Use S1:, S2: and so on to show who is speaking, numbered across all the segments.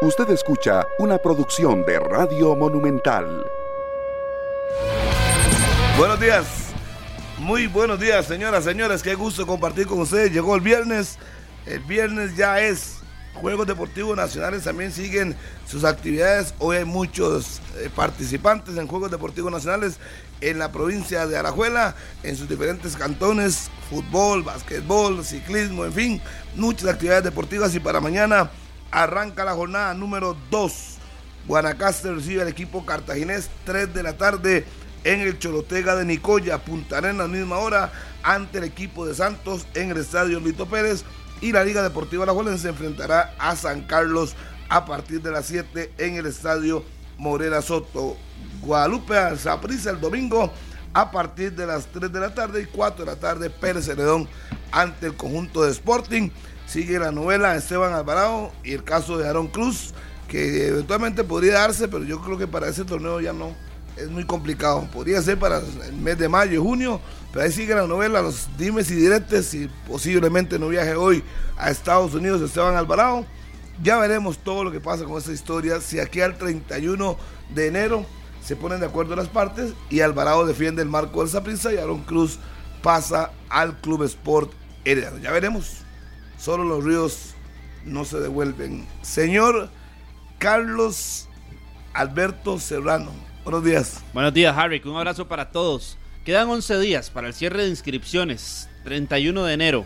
S1: Usted escucha una producción de Radio Monumental.
S2: Buenos días. Muy buenos días, señoras, señores. Qué gusto compartir con ustedes. Llegó el viernes. El viernes ya es. Juegos Deportivos Nacionales también siguen sus actividades. Hoy hay muchos eh, participantes en Juegos Deportivos Nacionales en la provincia de Arajuela, en sus diferentes cantones, fútbol, básquetbol, ciclismo, en fin, muchas actividades deportivas y para mañana arranca la jornada número 2. Guanacaste recibe al equipo cartaginés 3 de la tarde en el Chorotega de Nicoya, Punta Arenas, misma hora, ante el equipo de Santos en el estadio Lito Pérez y la Liga Deportiva Alajuelense se enfrentará a San Carlos a partir de las 7 en el estadio Morera Soto. Guadalupe Alzaprisa el domingo a partir de las 3 de la tarde y 4 de la tarde Pérez Celedón ante el conjunto de Sporting. Sigue la novela Esteban Alvarado y el caso de Aaron Cruz, que eventualmente podría darse, pero yo creo que para ese torneo ya no. Es muy complicado. Podría ser para el mes de mayo y junio, pero ahí sigue la novela, los dimes y diretes y posiblemente no viaje hoy a Estados Unidos Esteban Alvarado. Ya veremos todo lo que pasa con esta historia. Si aquí al 31 de enero se ponen de acuerdo las partes y Alvarado defiende el marco del Saprissa y Aaron Cruz pasa al Club Sport Heredero. Ya veremos. Solo los ríos no se devuelven. Señor Carlos Alberto Serrano. Buenos días.
S3: Buenos días, Harry. Un abrazo para todos. Quedan 11 días para el cierre de inscripciones, 31 de enero.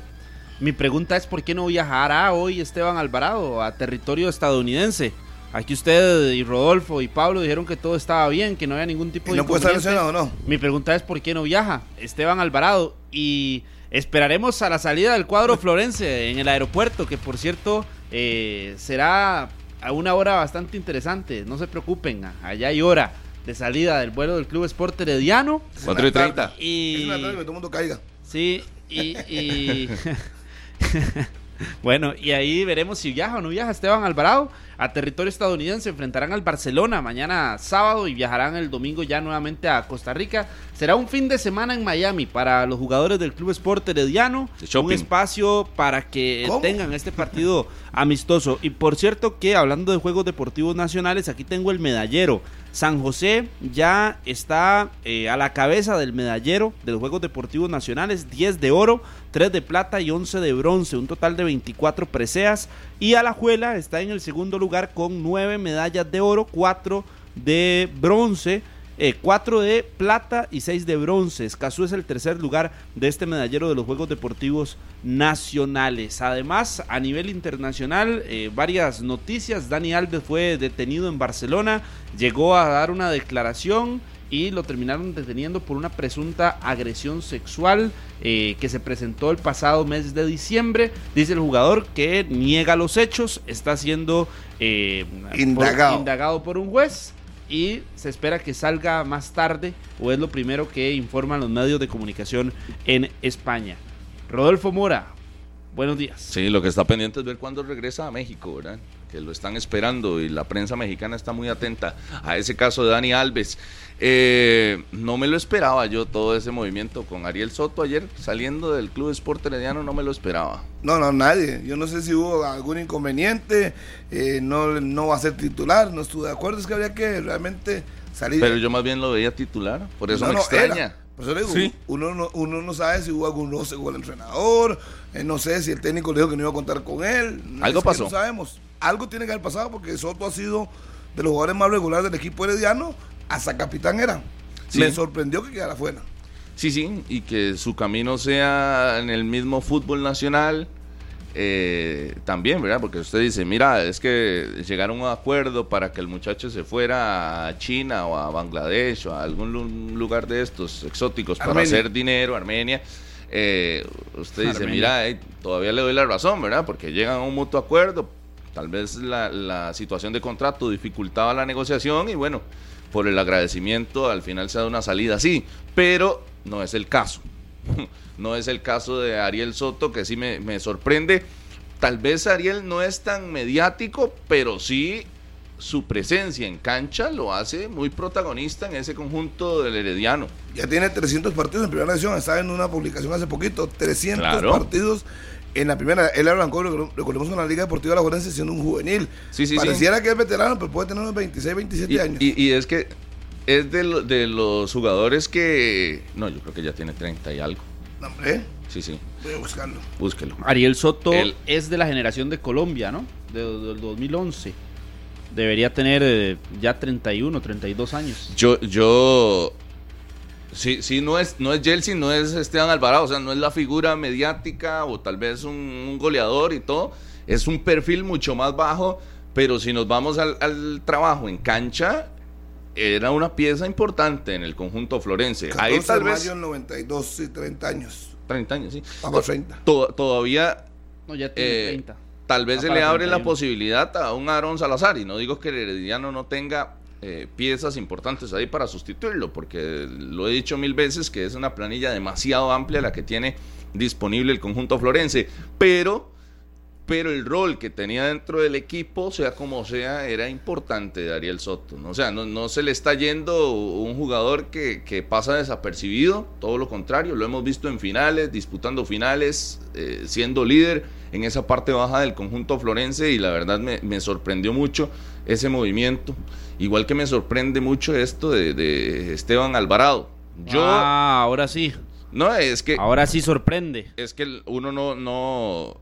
S3: Mi pregunta es por qué no viajará hoy Esteban Alvarado a territorio estadounidense. Aquí usted y Rodolfo y Pablo dijeron que todo estaba bien, que no había ningún tipo
S2: y
S3: de...
S2: No puede estar
S3: inconveniente.
S2: lesionado, no.
S3: Mi pregunta es por qué no viaja Esteban Alvarado y esperaremos a la salida del cuadro Florense en el aeropuerto, que por cierto eh, será a una hora bastante interesante. No se preocupen, a- allá hay hora de salida del vuelo del Club Sport Herediano.
S4: 4 y 30.
S2: Es
S3: Y
S2: una tarde que todo el mundo caiga.
S3: sí, y, y- bueno, y ahí veremos si viaja o no viaja Esteban Alvarado a territorio estadounidense. Enfrentarán al Barcelona mañana sábado y viajarán el domingo ya nuevamente a Costa Rica. Será un fin de semana en Miami para los jugadores del Club Sport Herediano.
S4: De shopping.
S3: Un espacio para que
S2: ¿Cómo?
S3: tengan este partido amistoso. Y por cierto que hablando de Juegos Deportivos Nacionales, aquí tengo el medallero. San José ya está eh, a la cabeza del medallero de los Juegos Deportivos Nacionales, 10 de oro, 3 de plata y 11 de bronce, un total de 24 preseas. Y Alajuela está en el segundo lugar con 9 medallas de oro, 4 de bronce. 4 Eh, de plata y 6 de bronce. Escazú es el tercer lugar de este medallero de los Juegos Deportivos Nacionales. Además, a nivel internacional, eh, varias noticias. Dani Alves fue detenido en Barcelona, llegó a dar una declaración y lo terminaron deteniendo por una presunta agresión sexual eh, que se presentó el pasado mes de diciembre. Dice el jugador que niega los hechos, está siendo eh, por-
S2: Indagado.
S3: indagado por un juez y se espera que salga más tarde o es lo primero que informan los medios de comunicación en España. Rodolfo Mora, buenos días.
S4: Sí, lo que está pendiente es ver cuándo regresa a México, ¿verdad? Que lo están esperando y la prensa mexicana está muy atenta a ese caso de Dani Alves. Eh, no me lo esperaba yo todo ese movimiento con Ariel Soto ayer saliendo del Club Sport Herediano, no me lo esperaba.
S2: No, no, nadie. Yo no sé si hubo algún inconveniente. eh, no, no va a ser titular. No estuve de acuerdo. Es que habría que realmente salir.
S4: Pero yo más bien lo veía titular, por eso
S2: No,
S4: me
S2: no,
S4: extraña.
S2: era. Por eso le digo,
S4: Sí.
S2: uno, no, uno no sabe si hubo algún roce con el entrenador, eh, no sé si el técnico le dijo que no iba a contar con él.
S4: Algo
S2: Es que
S4: pasó.
S2: No sabemos. Algo tiene que haber pasado porque Soto ha sido de los jugadores más regulares del equipo herediano, hasta capitán era.
S4: Sí.
S2: Me sorprendió que quedara fuera.
S4: Sí, sí, y que su camino sea en el mismo fútbol nacional eh, también, ¿verdad? Porque usted dice, mira, es que llegaron a un acuerdo para que el muchacho se fuera a China o a Bangladesh o a algún lu- lugar de estos exóticos para
S2: Armenia.
S4: hacer dinero, Armenia. Eh, usted dice,
S3: Armenia.
S4: mira, eh, todavía le doy la razón, ¿verdad? Porque llegan a un mutuo acuerdo, tal vez la, la situación de contrato dificultaba la negociación y bueno, por el agradecimiento al final se da una salida así, pero no es el caso. No es el caso de Ariel Soto, que sí me, me sorprende. Tal vez Ariel no es tan mediático, pero sí su presencia en cancha lo hace muy protagonista en ese conjunto del Herediano.
S2: Ya tiene 300 partidos en primera división. Estaba en una publicación hace poquito. 300
S4: Claro.
S2: partidos en la primera, él arrancó, recordemos, en la Liga Deportiva de la Juventud siendo un juvenil.
S4: Sí, sí, sí.
S2: Pareciera que es veterano, pero puede tener unos 26, 27
S4: Y,
S2: años.
S4: y- y es que es de, lo- de los jugadores que. No, yo creo que ya tiene 30 y algo.
S2: No, hombre, eh,
S4: Sí, sí,
S2: voy a buscarlo.
S4: búsquelo.
S3: Ariel Soto
S4: Él-
S3: es de la generación de Colombia, ¿no? De- del 2011. Debería tener eh, ya 31, 32 años.
S4: Yo, yo. Sí, sí, no es, no es Chelsea, no es Esteban Alvarado, o sea, no es la figura mediática o tal vez un, un goleador y todo. Es un perfil mucho más bajo, pero si nos vamos al, al trabajo en cancha, era una pieza importante en el conjunto florense.
S2: 14
S4: Ahí tal
S2: de
S4: vez.
S2: mayo del 92, sí, 30 años.
S4: 30 años, sí.
S2: Vamos, 30.
S4: To- todavía
S3: No, ya tiene
S4: Eh,
S3: 30.
S4: tal vez
S3: Va
S4: se
S3: para
S4: le abre la
S3: 31.
S4: posibilidad a un Aaron Salazar. Y no digo que el Herediano no tenga eh, piezas importantes ahí para sustituirlo, porque lo he dicho mil veces que es una planilla demasiado amplia la que tiene disponible el conjunto florense. Pero, pero el rol que tenía dentro del equipo, sea como sea, era importante de Ariel Soto. ¿no? O sea, no, no se le está yendo un jugador que, que pasa desapercibido, todo lo contrario, lo hemos visto en finales, disputando finales, eh, siendo líder en esa parte baja del conjunto florense y la verdad me, me sorprendió mucho ese movimiento. Igual que me sorprende mucho esto de, de Esteban Alvarado. Yo,
S3: Ah, ahora sí.
S4: no, es
S2: Eh,
S4: que
S3: Ahora sí sorprende.
S4: es que el- uno no, no.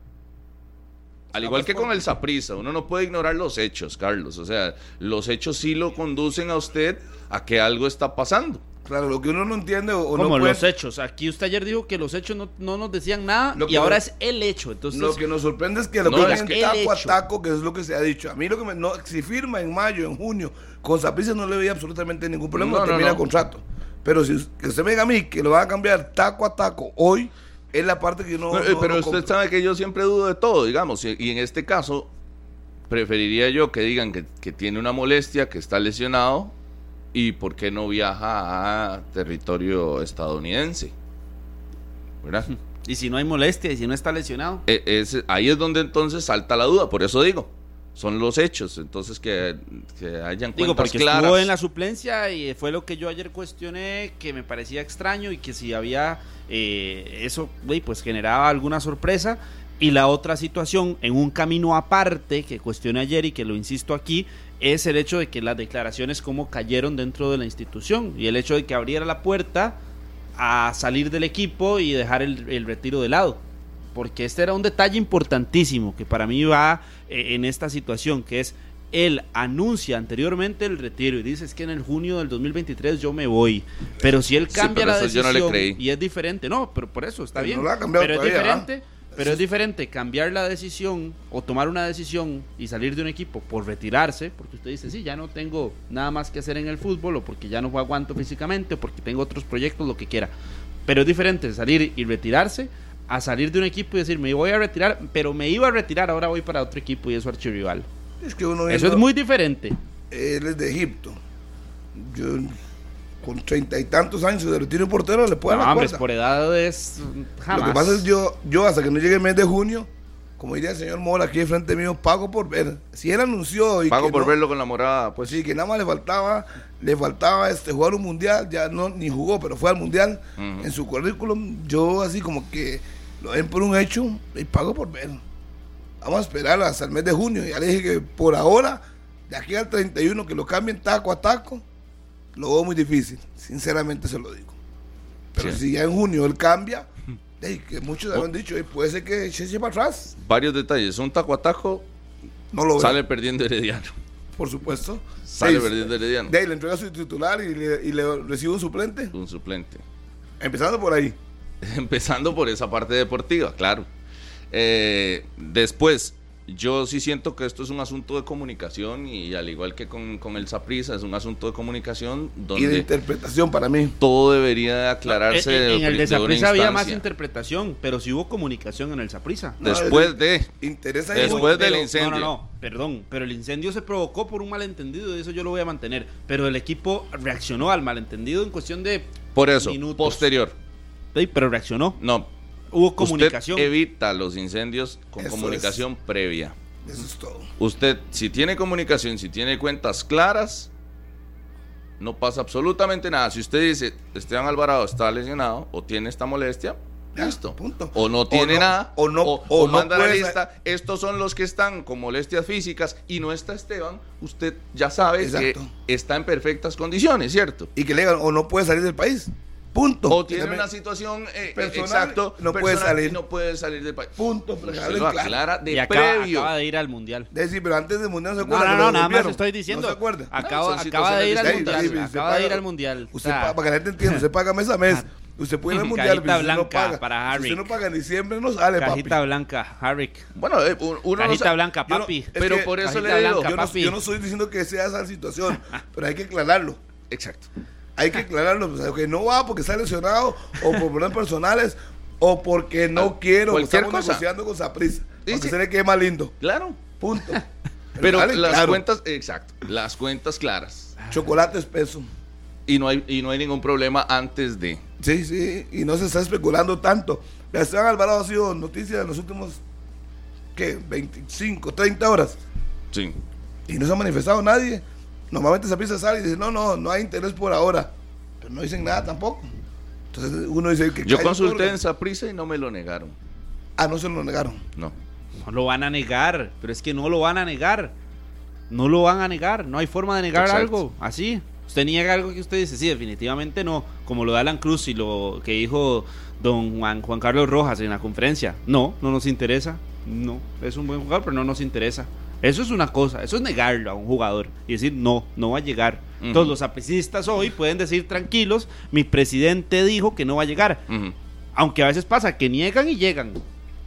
S4: Al igual que con el Saprisa, uno no puede ignorar los hechos, Carlos. O sea, los hechos sí lo conducen a usted a que algo está pasando.
S2: Claro, lo que uno no entiende o, o no
S3: Como
S2: puede-
S3: los hechos. Aquí usted ayer dijo que los hechos no, no nos decían nada
S2: Lo
S3: y
S2: que-
S3: ahora es el hecho. Entonces,
S2: Lo que nos sorprende es que lo
S4: No,
S2: ponen
S4: es que-
S2: taco
S3: el
S2: a
S3: hecho.
S2: taco, que es lo que se ha dicho. A mí lo que me, no, si firma en mayo, en junio, con Saprissa no le veía absolutamente ningún problema,
S4: No, no,
S2: termina
S4: no.
S2: contrato. Pero si us- que usted me diga a mí que lo va a cambiar taco a taco hoy, es la parte que yo no.
S4: No, eh,
S2: no-
S4: pero
S2: no
S4: usted
S2: compro.
S4: sabe que yo siempre dudo de todo, digamos, y, y en este caso preferiría yo que digan que, que tiene una molestia, que está lesionado y por qué no viaja a territorio estadounidense. ¿Verdad?
S3: y si no hay molestia y si no está lesionado.
S4: E- es- ahí es donde entonces salta la duda, por eso digo, son los hechos, entonces que, que hayan
S3: Digo,
S4: cuentas
S3: porque
S4: claras.
S3: estuvo en la suplencia y fue lo que yo ayer cuestioné, que me parecía extraño y que si había eh, eso, güey, pues generaba alguna sorpresa. Y la otra situación, en un camino aparte, que cuestioné ayer y que lo insisto aquí, es el hecho de que las declaraciones como cayeron dentro de la institución y el hecho de que abriera la puerta a salir del equipo y dejar el, el retiro de lado. Porque este era un detalle importantísimo que para mí va eh, en esta situación, que es él anuncia anteriormente el retiro y dice es que en el junio del 2023 yo me voy. Pero si él
S4: Sí,
S3: cambia
S4: pero
S3: la
S4: eso yo
S3: decisión
S4: no le creí.
S3: y es diferente, no, pero por eso está
S2: Pero
S3: bien.
S2: no la ha cambiado
S3: pero es
S2: todavía, ¿ah?
S3: diferente, pero es diferente cambiar la decisión o tomar una decisión y salir de un equipo por retirarse, porque usted dice, sí, ya no tengo nada más que hacer en el fútbol o porque ya no aguanto físicamente o porque tengo otros proyectos, lo que quiera. Pero es diferente salir y retirarse a salir de un equipo y decir, me voy a retirar, pero me iba a retirar, ahora voy para otro equipo y es su archirrival.
S2: Es que uno
S3: Eso es
S2: viendo-
S3: muy diferente.
S2: Él es de Egipto. Yo, con treinta y tantos años de retiro de portero, le puedo dar
S3: No,
S2: la
S3: hombre,
S2: cuerda.
S3: por edad es jamás.
S2: Lo que pasa es yo, yo hasta que no llegue el mes de junio, como diría el señor Mora aquí de frente mío, pago por ver. Si él anunció y
S4: Pago
S2: que
S4: por
S2: no-
S4: verlo con la morada,
S2: pues
S4: pues
S2: sí, que nada más le faltaba, le faltaba este jugar un mundial, ya no ni jugó, pero fue al mundial
S4: Ujú.
S2: en su currículum, yo así como que lo den por un hecho y pago por ver. Vamos a esperar hasta el mes de junio. Ya le dije que por ahora, de aquí al 31, que lo cambien taco a taco, lo veo muy difícil. Sinceramente se lo digo. Pero
S4: Sí. Oh.
S2: si ya en junio él cambia, ey, que muchos habrán dicho, ey, puede ser que se eche para atrás.
S4: varios detalles, un taco a taco,
S2: No lo veo,
S4: sale perdiendo Herediano.
S2: por supuesto.
S4: Sale
S2: Ey,
S4: perdiendo Herediano.
S2: De ahí le entrega su titular y le, y le recibe un suplente.
S4: Un suplente.
S2: Empezando por ahí.
S4: Empezando por esa parte deportiva, claro. Eh, después, yo sí siento que esto es un asunto de comunicación y al igual que con, con el Saprisa, es un asunto de comunicación
S2: Y de
S4: donde
S2: interpretación para mí.
S4: todo debería de aclararse.
S3: Ah, en,
S4: de-
S3: en el
S4: de
S3: de
S4: una
S3: Saprissa había más
S4: instancia.
S3: interpretación, pero si hubo comunicación en el Saprissa.
S2: No,
S4: Después de...
S2: Interesa
S4: Después del
S3: Pero-
S4: incendio.
S3: No, no, no, perdón, pero el incendio se provocó por un malentendido, eso yo lo voy a mantener. Pero el equipo reaccionó al malentendido en cuestión de.
S4: Por eso,
S3: Minutos.
S4: posterior.
S3: Ey, Pero reaccionó.
S4: No.
S3: Hubo
S4: Usted
S3: comunicación.
S4: evita los incendios con
S2: Eso
S4: comunicación previa.
S2: Eso es todo.
S4: Usted, si tiene comunicación, si tiene cuentas claras, no pasa absolutamente nada. Si usted dice, Esteban Alvarado está lesionado o tiene esta molestia,
S2: Ya,
S4: Listo.
S2: punto.
S4: O no tiene
S2: no-
S4: nada.
S2: o no-
S4: O,
S2: o
S4: o
S2: no
S4: manda la
S2: puedes-
S4: lista. Estos son los que están con molestias físicas y no está Esteban. Usted ya sabe
S2: Exacto.
S4: que está en perfectas condiciones, ¿cierto?
S2: Y que le digan, o no puede salir del país. Punto.
S4: O tiene
S2: También-
S4: una situación eh, eh,
S2: Personal,
S4: exacto.
S2: no puede
S4: personal,
S2: salir.
S4: y No puede salir del país.
S2: Punto, pero
S4: Se
S2: hablen
S4: lo
S2: claro.
S4: aclara
S3: Y
S4: de
S3: acaba,
S4: previo.
S3: acaba de ir al mundial.
S2: Es decir, pero antes del mundial no se
S3: No,
S2: acuerda.
S3: no,
S2: que
S3: no,
S2: lo
S3: nada más
S2: devolvieron.
S3: estoy diciendo.
S2: No se acuerda.
S3: Acaba,
S4: Son
S3: acaba de ir al
S4: situaciones
S3: mundial.
S2: diferentes.
S3: acaba de ir
S2: Usted
S3: al mundial.
S2: Usted
S3: O sea,
S2: paga, para que la gente entienda, usted paga mes a mes. Usted puede ir al mundial, pero
S3: Cajita
S2: si usted no
S3: blanca
S2: paga.
S3: para Harry.
S2: Si usted no paga en diciembre, no sale, papi.
S3: cajita blanca, Harrick.
S4: Bueno, eh, uno no
S3: Cajita
S4: sabe-
S3: blanca,
S2: Yo no-
S3: papi.
S2: es
S4: Pero
S2: que
S4: por eso
S3: cajita
S4: le digo.
S3: blanca,
S2: Yo no,
S3: papi.
S2: yo no estoy diciendo que sea esa situación, pero hay que aclararlo.
S4: Exacto.
S2: Hay que aclararlo. O sea, que no va porque está lesionado, o por problemas personales, o porque no
S4: Ah,
S2: quiero. pues,
S4: cualquier
S2: Estamos
S4: cosa.
S2: negociando con Saprisa.
S4: Sí,
S2: Para que
S4: sí.
S2: se le quede más lindo.
S4: Claro.
S2: Punto.
S4: Pero
S2: dale,
S4: las
S2: claro.
S4: cuentas, exacto, las cuentas claras.
S2: Chocolate espeso.
S4: Y no hay, y no hay ningún problema antes de.
S2: Sí, sí, y no se está especulando tanto. La Esteban Alvarado ha sido noticia en los últimos, ¿qué? 25, 30 horas.
S4: Sí.
S2: Y no se ha manifestado nadie. Normalmente esa pieza sale y dice, no, no, no hay interés por ahora. Pero no dicen nada tampoco. Entonces uno dice que...
S4: Yo
S2: cae el
S4: consulté
S2: público.
S4: en Saprisa y no me lo negaron.
S2: Ah, no se lo negaron.
S4: No.
S3: No lo van a negar, pero es que no lo van a negar. No lo van a negar, no hay forma de negar
S4: Exacto.
S3: algo así. Usted niega algo que usted dice, sí, definitivamente no, como lo de Alan Cruz y lo que dijo don Juan, Juan Carlos Rojas en la conferencia. No, no nos interesa, no, es un buen jugador, pero no nos interesa. Eso es una cosa, eso es negarlo a un jugador y decir, no, no va a llegar.
S4: Ujú.
S3: Entonces los apicistas hoy pueden decir, tranquilos, mi presidente dijo que no va a llegar.
S4: Ujú.
S3: Aunque a veces pasa que niegan y llegan,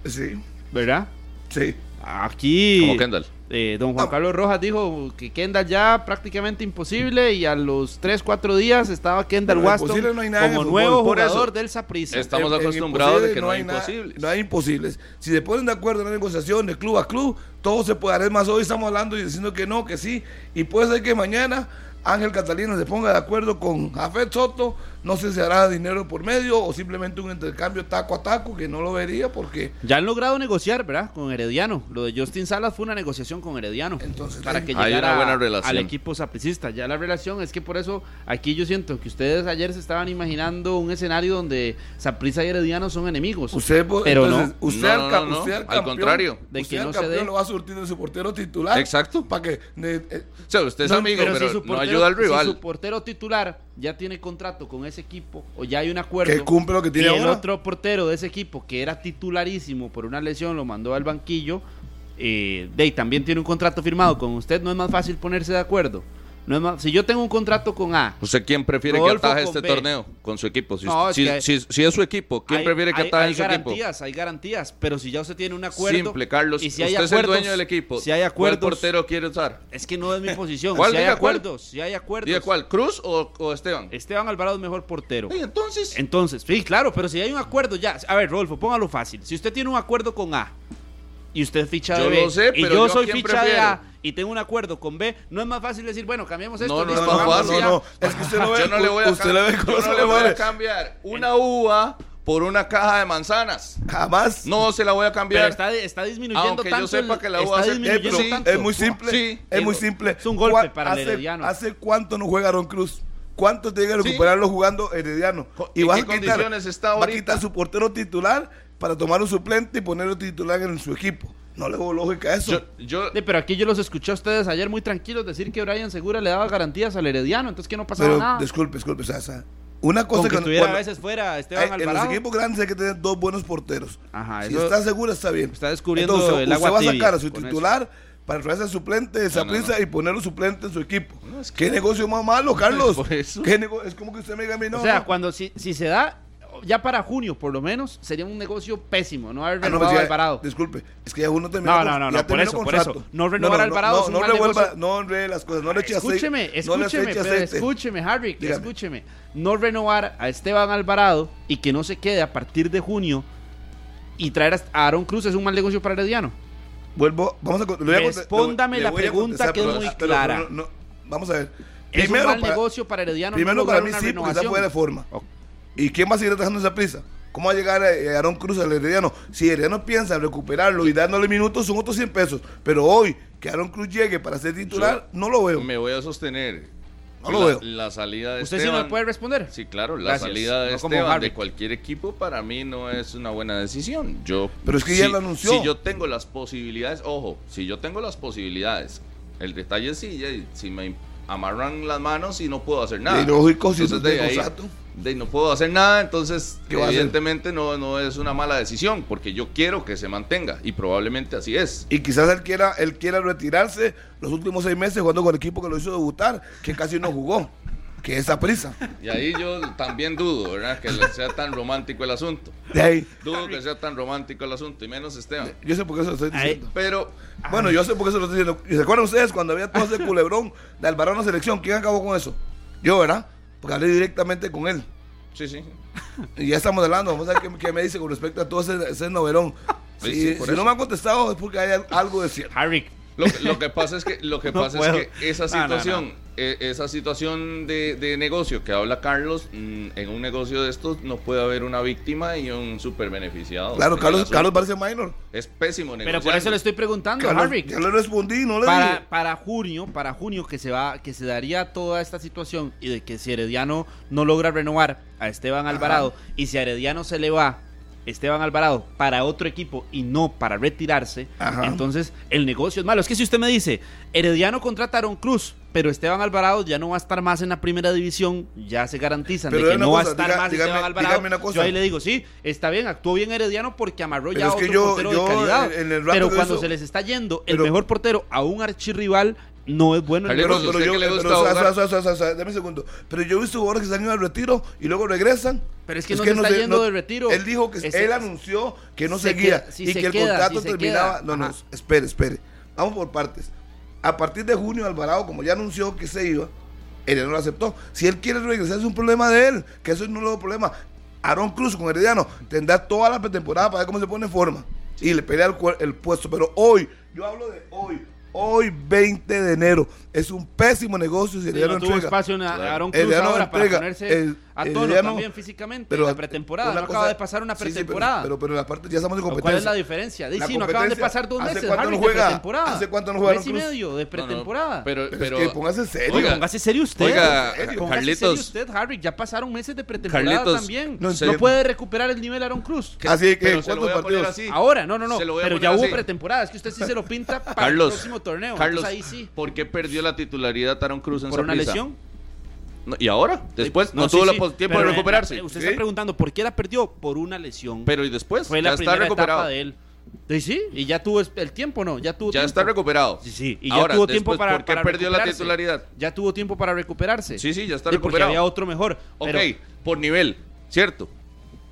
S2: Sí,
S3: ¿verdad?
S2: sí.
S3: Aquí.
S4: Como Kendall.
S3: Eh, don Juan
S2: No.
S3: Carlos Rojas dijo que Kendall ya prácticamente imposible y a los 3, 4 días estaba Kendall
S2: Bueno,
S3: Waston
S2: imposible no hay nada en
S3: como
S2: el fútbol,
S3: nuevo
S2: por eso.
S3: jugador del Saprissa. Eh,
S4: Está- Estamos
S2: En- en
S4: acostumbrados de
S2: imposibles
S4: que no hay
S2: nada-
S4: imposibles.
S2: no hay imposibles. Si se ponen de acuerdo en la negociación de club a club, todo se puede hacer. Es más, hoy estamos hablando y diciendo que no, que sí. Y puede ser que mañana Ángel Catalina se ponga de acuerdo con Jafet Soto. No sé si hará dinero por medio o simplemente un intercambio taco a taco, que no lo vería porque...
S3: Ya han logrado negociar, ¿verdad? Con Herediano. Lo de Justin Salas fue una negociación con Herediano.
S2: Entonces,
S3: para
S2: hay-
S3: que
S4: hay
S3: llegara
S4: una buena
S3: al
S4: relación.
S3: equipo sapricista. Ya la relación es que por eso aquí yo siento que ustedes ayer se estaban imaginando un escenario donde Saprissa y Herediano son enemigos.
S2: Usted, po-
S3: pero
S2: entonces,
S3: no.
S2: usted,
S4: No,
S2: al,
S4: no,
S2: ca-
S4: no, no.
S2: usted
S4: Al
S2: campeón-
S4: contrario.
S3: De
S2: usted
S3: que
S2: al
S3: no se
S2: campeón
S3: dé.
S2: lo va a surtir de su portero titular.
S4: Exacto.
S2: Para que... eh, eh,
S4: O sea, usted es
S2: No,
S4: amigo, pero,
S3: si su
S4: no
S3: portero-
S4: ayuda al
S3: si
S4: rival.
S3: su portero titular ya tiene contrato con ese equipo o ya hay un acuerdo.
S2: que cumple lo que
S3: y
S2: tiene
S3: el
S2: ahora.
S3: otro portero de ese equipo que era titularísimo por una lesión lo mandó al banquillo. Eh, de ahí también tiene un contrato firmado con usted. No es más fácil ponerse de acuerdo. No es más, si yo tengo un contrato con A,
S4: ¿Usted quién prefiere
S3: Rodolfo
S4: que ataje
S3: con
S4: este
S3: B.
S4: torneo con su equipo? Si,
S3: No, es
S4: si-
S3: que hay-
S4: si- si es su equipo, ¿quién
S3: hay-
S4: prefiere que
S3: hay-
S4: ataje
S3: hay
S4: en su equipo?
S3: garantías, hay garantías. Pero si ya usted tiene un acuerdo.
S4: Simple, Carlos.
S3: y si hay
S4: usted es el
S3: acuerdos-
S4: dueño del equipo.
S3: Si hay
S4: ¿Cuál
S3: acuerdos.
S4: portero quiere usar?
S3: Es que no es mi posición.
S4: ¿Cuál?
S3: si hay
S4: Diga cuál.
S3: acuerdos, si hay acuerdos.
S4: ¿Diga cuál? ¿Cruz o, o Esteban?
S3: Esteban Alvarado es mejor portero.
S4: Y entonces.
S3: Entonces, sí, claro, pero si hay un acuerdo ya. A ver, Rodolfo, póngalo fácil. Si usted tiene un acuerdo con A y usted ficha de
S4: Yo
S3: B
S4: lo sé,
S3: y
S4: pero
S3: yo
S4: yo
S3: soy
S4: ¿quién
S3: ficha de
S4: prefiero?
S3: A y tengo un acuerdo con B, no es más fácil decir, bueno, cambiamos esto.
S4: No, no,
S3: listo,
S4: no,
S3: vamos
S4: fácil.
S3: ya.
S2: no, no. Es que usted lo ve.
S4: Yo no le voy a,
S2: usted lo ve
S4: cam-
S2: con
S4: yo
S2: los
S4: no le voy a
S2: alemanes.
S4: cambiar una uva por una caja de manzanas.
S2: Jamás.
S4: No se la voy a
S3: Pero
S4: cambiar.
S3: está, está disminuyendo
S4: Aunque yo
S3: tanto.
S4: sepa que la
S3: está
S4: voy a hacer-
S2: Eh,
S3: disminuyendo
S2: pero
S4: Sí,
S3: tanto.
S2: es muy simple.
S4: Sí.
S2: es muy
S3: Es-
S2: simple.
S3: es un golpe
S2: ¿Cuá-
S3: para el
S2: hace,
S3: Herediano.
S2: ¿Hace cuánto no juega Ron Cruz? ¿Cuánto tiene que
S4: Sí.
S2: recuperarlo jugando Herediano?
S4: Jo-
S2: Y
S4: ¿en
S2: va
S4: qué
S2: a quitar,
S4: condiciones está
S2: va a
S4: ahorita?
S2: quitar su portero titular para tomar un suplente y ponerlo titular en su equipo. No le veo lógica a eso.
S4: Yo, yo-
S3: Sí, pero aquí yo los escuché a ustedes ayer muy tranquilos decir que Brian Segura le daba garantías al Herediano, entonces que no pasaba
S2: Pero
S3: nada.
S2: disculpe, disculpe, o sea, o sea, Una cosa
S3: Con que
S2: que
S3: estuviera
S2: cuando-
S3: a veces fuera Esteban
S2: eh, en los
S3: Alvarado.
S2: equipos grandes hay que tener dos buenos porteros.
S3: Ajá,
S2: si
S3: eso-
S2: está seguro, está bien.
S3: está descubriendo el agua
S2: usted va a
S3: tibia
S2: sacar a su
S3: con
S2: titular para traerse al suplente de esa
S4: No, no, no.
S2: y ponerlo suplente en su equipo.
S4: No, es que-
S2: ¿Qué negocio más malo, Carlos?
S4: Por eso.
S2: ¿Qué nego- es como que usted me diga a mí, no.
S3: o sea,
S2: no.
S3: cuando si, si se da, ya para junio por lo menos, sería un negocio pésimo no
S2: Ah,
S3: haber
S2: no, pues
S3: renovado a
S2: ya-
S3: Alvarado.
S2: Disculpe, es que ya uno terminó.
S3: No,
S2: con-
S3: no, no,
S2: ya
S3: no, por
S2: terminó
S3: eso, por
S2: contrato.
S3: eso. No renovar a Alvarado es un
S2: No,
S3: mal
S2: revuelva-
S3: negocio.
S2: no enrede las cosas, no le eche aceite.
S3: Escúcheme,
S2: no le eche
S3: escúcheme, pero
S2: aceite.
S3: escúcheme, Harry,
S2: Dígame.
S3: escúcheme. No renovar a Esteban Alvarado y que no se quede a partir de junio y traer a Aaron Cruz es un mal negocio para Herediano.
S2: Vuelvo, vamos a. con- le voy a cont-
S3: Respóndame
S2: le
S3: la
S2: voy a
S3: pregunta
S2: contestar,
S3: que es
S2: pero-
S3: muy
S2: pero-
S3: clara.
S2: pero no- no, vamos a ver.
S3: Es un mal
S2: para-
S3: negocio para Herediano. no
S2: Primero, para
S3: lograr
S2: mí
S3: una
S2: sí, porque está
S3: renovación.
S2: fuera de forma. ¿Y quién va a seguir atajando esa prisa? ¿Cómo va a llegar eh, Aaron Cruz al Herediano? Si Herediano piensa en recuperarlo y dándole minutos, son otros 100 pesos. Pero hoy, que Aaron Cruz llegue para ser titular,
S4: Yo
S2: no lo veo.
S4: me voy a sostener.
S2: No lo veo.
S4: La salida de
S3: ¿Usted sí
S4: Esteban.
S3: me puede responder?
S4: Sí, claro, la
S3: Gracias.
S4: salida de
S3: No como
S4: Esteban
S3: Harry.
S4: de cualquier equipo para mí no es una buena decisión. Yo,
S2: Pero es que
S4: si-
S2: ya lo anunció.
S4: Si yo tengo las posibilidades, ojo, si yo tengo las posibilidades, el detalle es si, ya- si me amarran las manos y no puedo hacer nada.
S2: Y lógico, si
S4: Entonces,
S2: no
S4: de
S2: tengo
S4: ahí,
S2: Sato.
S4: de ahí no puedo hacer nada, entonces
S2: ¿Qué va a hacer?
S4: evidentemente no, no es una mala decisión, porque yo quiero que se mantenga y probablemente así es.
S2: Y quizás él quiera, él quiera retirarse los últimos seis meses jugando con el equipo que lo hizo debutar, que casi no jugó, que es prisa.
S4: Y ahí yo también dudo, ¿verdad? Que sea tan romántico el asunto.
S2: De ahí,
S4: Dudo que sea tan romántico el asunto, y menos Esteban.
S2: yo sé por qué se lo estoy
S5: Ahí.
S2: diciendo.
S4: Pero
S2: Bueno, yo sé por qué se lo estoy diciendo. ¿Y se acuerdan ustedes cuando había todo ese culebrón de Alvarado en la selección? ¿Quién acabó con eso? Yo, ¿verdad? Porque hablé directamente con él.
S4: Sí, sí.
S2: Y ya estamos hablando, vamos a ver qué, qué me dice con respecto a todo ese, ese novelón.
S4: Sí,
S2: Si,
S4: sí, por
S2: si
S4: eso.
S2: no me han contestado es porque hay al- algo de cierto.
S3: Harry.
S4: Lo, que- lo que pasa es que lo que
S3: No
S4: pasa
S3: puedo.
S4: es que esa
S3: No, no,
S4: situación, eh, esa situación de, de negocio que habla Carlos, mm, en un negocio de estos no puede haber una víctima y un super beneficiado.
S2: Claro, Carlos, Carlos
S4: Barcelona
S2: parece minor.
S4: es pésimo negocio.
S3: Pero por eso le estoy preguntando,
S2: Carlos,
S3: Harry.
S2: ya le respondí, no le dije.
S3: Para, para junio, para junio que se va, que se daría toda esta situación y de que si Herediano no logra renovar a Esteban Alvarado y si a Herediano se le va Esteban Alvarado para otro equipo y no para retirarse,
S2: Ajá.
S3: entonces el negocio es malo. Es que si usted me dice, Herediano contrataron Cruz, pero Esteban Alvarado ya no va a estar más en la primera división, ya se garantizan
S2: Pero
S3: de que
S2: una
S3: no va a
S2: cosa,
S3: estar
S2: diga-
S3: más
S2: dígame-
S3: Esteban Alvarado.
S2: dígame una cosa.
S3: Yo ahí le digo, sí, está bien, actuó bien Herediano porque amarró
S2: Pero
S3: ya
S2: es
S3: otro
S2: que yo-
S3: portero
S2: yo,
S3: de calidad.
S2: en- en el rato
S3: pero
S2: que
S3: cuando
S2: hizo-
S3: se les está yendo,
S2: Pero-
S3: el mejor portero a un archirrival no es bueno. en
S4: Pero-
S3: negocio.
S4: ¿usted que le gusta
S2: o sea,
S4: jugar?
S2: o sea, o sea, o sea, o sea, dame un segundo. Pero yo he visto jugadores que se han ido al retiro y luego regresan.
S3: Pero es que no se está yendo del retiro.
S2: Él dijo que
S3: Ese-
S2: él anunció que no
S3: se
S2: seguía
S3: queda- si
S2: y
S3: se
S2: que el
S3: queda,
S2: contrato
S3: si se
S2: terminaba.
S3: queda.
S2: No, no,
S3: Ajá.
S2: espere, espere. Vamos por partes. A partir de junio, Alvarado, como ya anunció que se iba, Herediano lo aceptó. Si él quiere regresar, es un problema de él, que eso es un nuevo problema. Aaron Cruz con Herediano tendrá toda la pretemporada para ver cómo se pone en forma y le pelea el, cuer- el puesto. Pero hoy, yo hablo de hoy, hoy 20 de enero, es un pésimo negocio si
S3: Sí,
S2: Herediano
S3: no tuvo
S2: entrega.
S3: espacio en a-
S4: Claro.
S3: Aaron
S2: El
S3: Cruz
S2: Diano
S3: ahora para
S2: entrega,
S3: ponerse
S2: el-
S3: a
S2: el
S3: tono
S2: Diano-
S3: también físicamente en la pretemporada.
S2: una
S3: No
S2: cosa-
S3: acaba de pasar una
S2: sí, sí, pero-
S3: pretemporada.
S2: pero, pero la parte ya estamos en competencia.
S3: ¿Cuál es la diferencia? Dice,
S2: La
S3: sí, no acaban de
S2: competencia,
S3: pasar dos
S2: ¿hace
S3: meses.
S2: cuánto
S3: Harry,
S2: no
S3: de
S2: juega?
S3: pretemporada.
S2: ¿Hace cuánto no juega
S3: Mes y
S2: Aaron Cruz?
S3: medio de
S4: No, no,
S3: pretemporada.
S4: pero,
S2: Pero eh,
S4: pero
S2: es que póngase serio.
S3: Oiga,
S4: Oiga,
S3: póngase serio usted.
S4: oiga,
S3: Póngase serio
S4: Carlitos,
S3: usted, Harry. Ya pasaron meses de pretemporada
S4: Carlitos,
S3: también.
S2: no
S3: No,
S2: entiendo.
S3: puede recuperar el nivel Aaron Cruz.
S2: Así que,
S4: pero se
S2: ¿cuántos
S4: lo voy a poner
S2: partidos?
S4: así.
S3: Ahora, no, no, no.
S4: Se lo voy a
S3: Pero ya
S4: poner
S3: hubo
S4: así.
S3: pretemporada. Es que usted sí se lo pinta para el
S4: Carlos,
S3: próximo torneo.
S4: Carlos,
S3: Entonces ahí sí.
S4: ¿por qué perdió la titularidad Aaron Cruz en
S3: Por una
S4: Saprissa?
S3: lesión.
S4: No, ¿Y ahora? Después no,
S3: No, sí,
S4: tuvo la
S3: sí,
S4: pos- tiempo de
S3: pero, eh,
S4: recuperarse.
S3: eh, Usted
S2: ¿Sí?
S3: está preguntando por qué la perdió por una lesión.
S4: Pero y después
S3: Fue la
S4: ya está
S3: primera
S4: recuperado.
S3: etapa de él. Y sí, y ya tuvo es- el tiempo, ¿no? Ya tuvo
S4: Ya
S3: tiempo.
S4: está recuperado.
S3: Sí, sí, y ya
S4: Ahora,
S3: tuvo tiempo
S4: después,
S3: para
S4: ¿Por qué
S3: para
S4: perdió la
S3: recuperarse.
S4: titularidad?
S3: Ya tuvo tiempo para recuperarse.
S4: Sí, sí, ya está
S3: Sí, Porque
S4: recuperado.
S3: había otro mejor.
S4: Ok,
S3: pero-
S4: por nivel, cierto.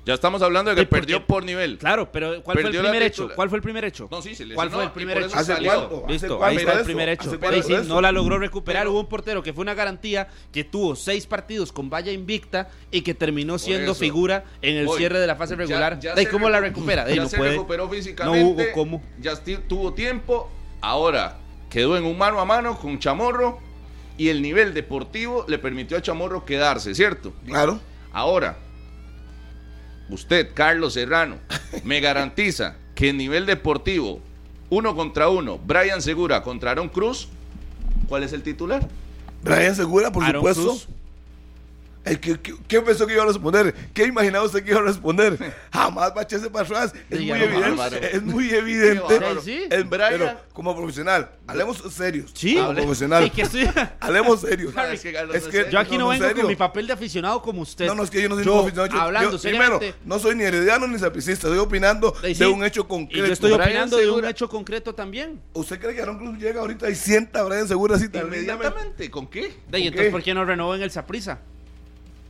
S4: Ya estamos hablando de que
S3: Sí, porque-
S4: perdió por nivel.
S3: Claro, pero ¿cuál fue el
S4: Perdió la
S3: primer
S4: titula-
S3: hecho? ¿Cuál fue el primer hecho?
S4: No, sí, se lesionó
S3: ¿Cuál fue el
S4: y
S3: primer
S4: por
S3: hecho?
S4: eso
S2: ¿Hace
S4: salió.
S2: cuánto? ¿Hace
S3: Listo,
S2: cuánto
S3: ahí está
S2: de
S3: el primer
S2: eso?
S3: hecho.
S2: ¿Hace cuánto
S3: Sí, sí,
S2: de eso?
S3: no la logró recuperar.
S4: Pero-
S3: Hubo un portero que fue una garantía, que tuvo seis partidos con valla invicta y que terminó siendo
S4: eso.
S3: figura en el
S4: Voy.
S3: cierre de la fase regular.
S4: Ya- ya
S3: Ey,
S4: se
S3: ¿Cómo la
S4: recu-
S3: recupera? Ey,
S4: Ya
S3: no
S4: se
S3: puede.
S4: recuperó físicamente.
S3: No hubo cómo.
S4: Ya esti- tuvo tiempo. Ahora quedó en un mano a mano con Chamorro. Y el nivel deportivo le permitió a Chamorro quedarse, ¿cierto?
S2: Claro.
S4: Ahora, usted, Carlos Serrano, me garantiza que en nivel deportivo, uno contra uno, Brian Segura contra Aaron Cruz, ¿cuál es el titular?
S2: Brian Segura, por
S3: Aaron
S2: supuesto.
S3: Cruz.
S2: Ay, ¿Qué, qué, qué pensó que iba a responder? ¿Qué imaginaba usted que iba a responder? Jamás bachese para atrás. Es
S3: Sí,
S2: muy
S3: ya,
S2: evidente.
S4: bárbaro.
S2: Es muy
S4: Qué
S2: evidente.
S4: bárbaro.
S3: Sí, sí.
S2: Es-
S4: Brian.
S2: Pero como profesional, hablemos serios.
S3: Ah, Sí.
S2: Como profesional.
S3: Y que estoy-
S2: Hablemos serios.
S4: No, es que Carlos no es serio.
S3: Yo aquí no,
S2: en
S3: vengo
S2: serio.
S3: con mi papel de aficionado como usted.
S2: No, no, es que yo no soy
S3: Yo,
S2: ningún oficinado, yo-
S3: hablando
S2: yo, primero,
S3: seriamente,
S2: no soy ni herediano ni sapicista, estoy opinando
S3: eh, sí,
S2: de un hecho concreto.
S3: Y yo estoy
S4: Brian
S3: opinando de un
S4: Segura.
S3: hecho concreto también.
S2: ¿Usted cree que Aaron Cruz llega ahorita y sienta a Brian Segura así tan inmediatamente?
S4: Inmediatamente, ¿con qué?
S3: Ey,
S2: Ok.
S3: entonces, ¿por qué no renovó en el Saprisa?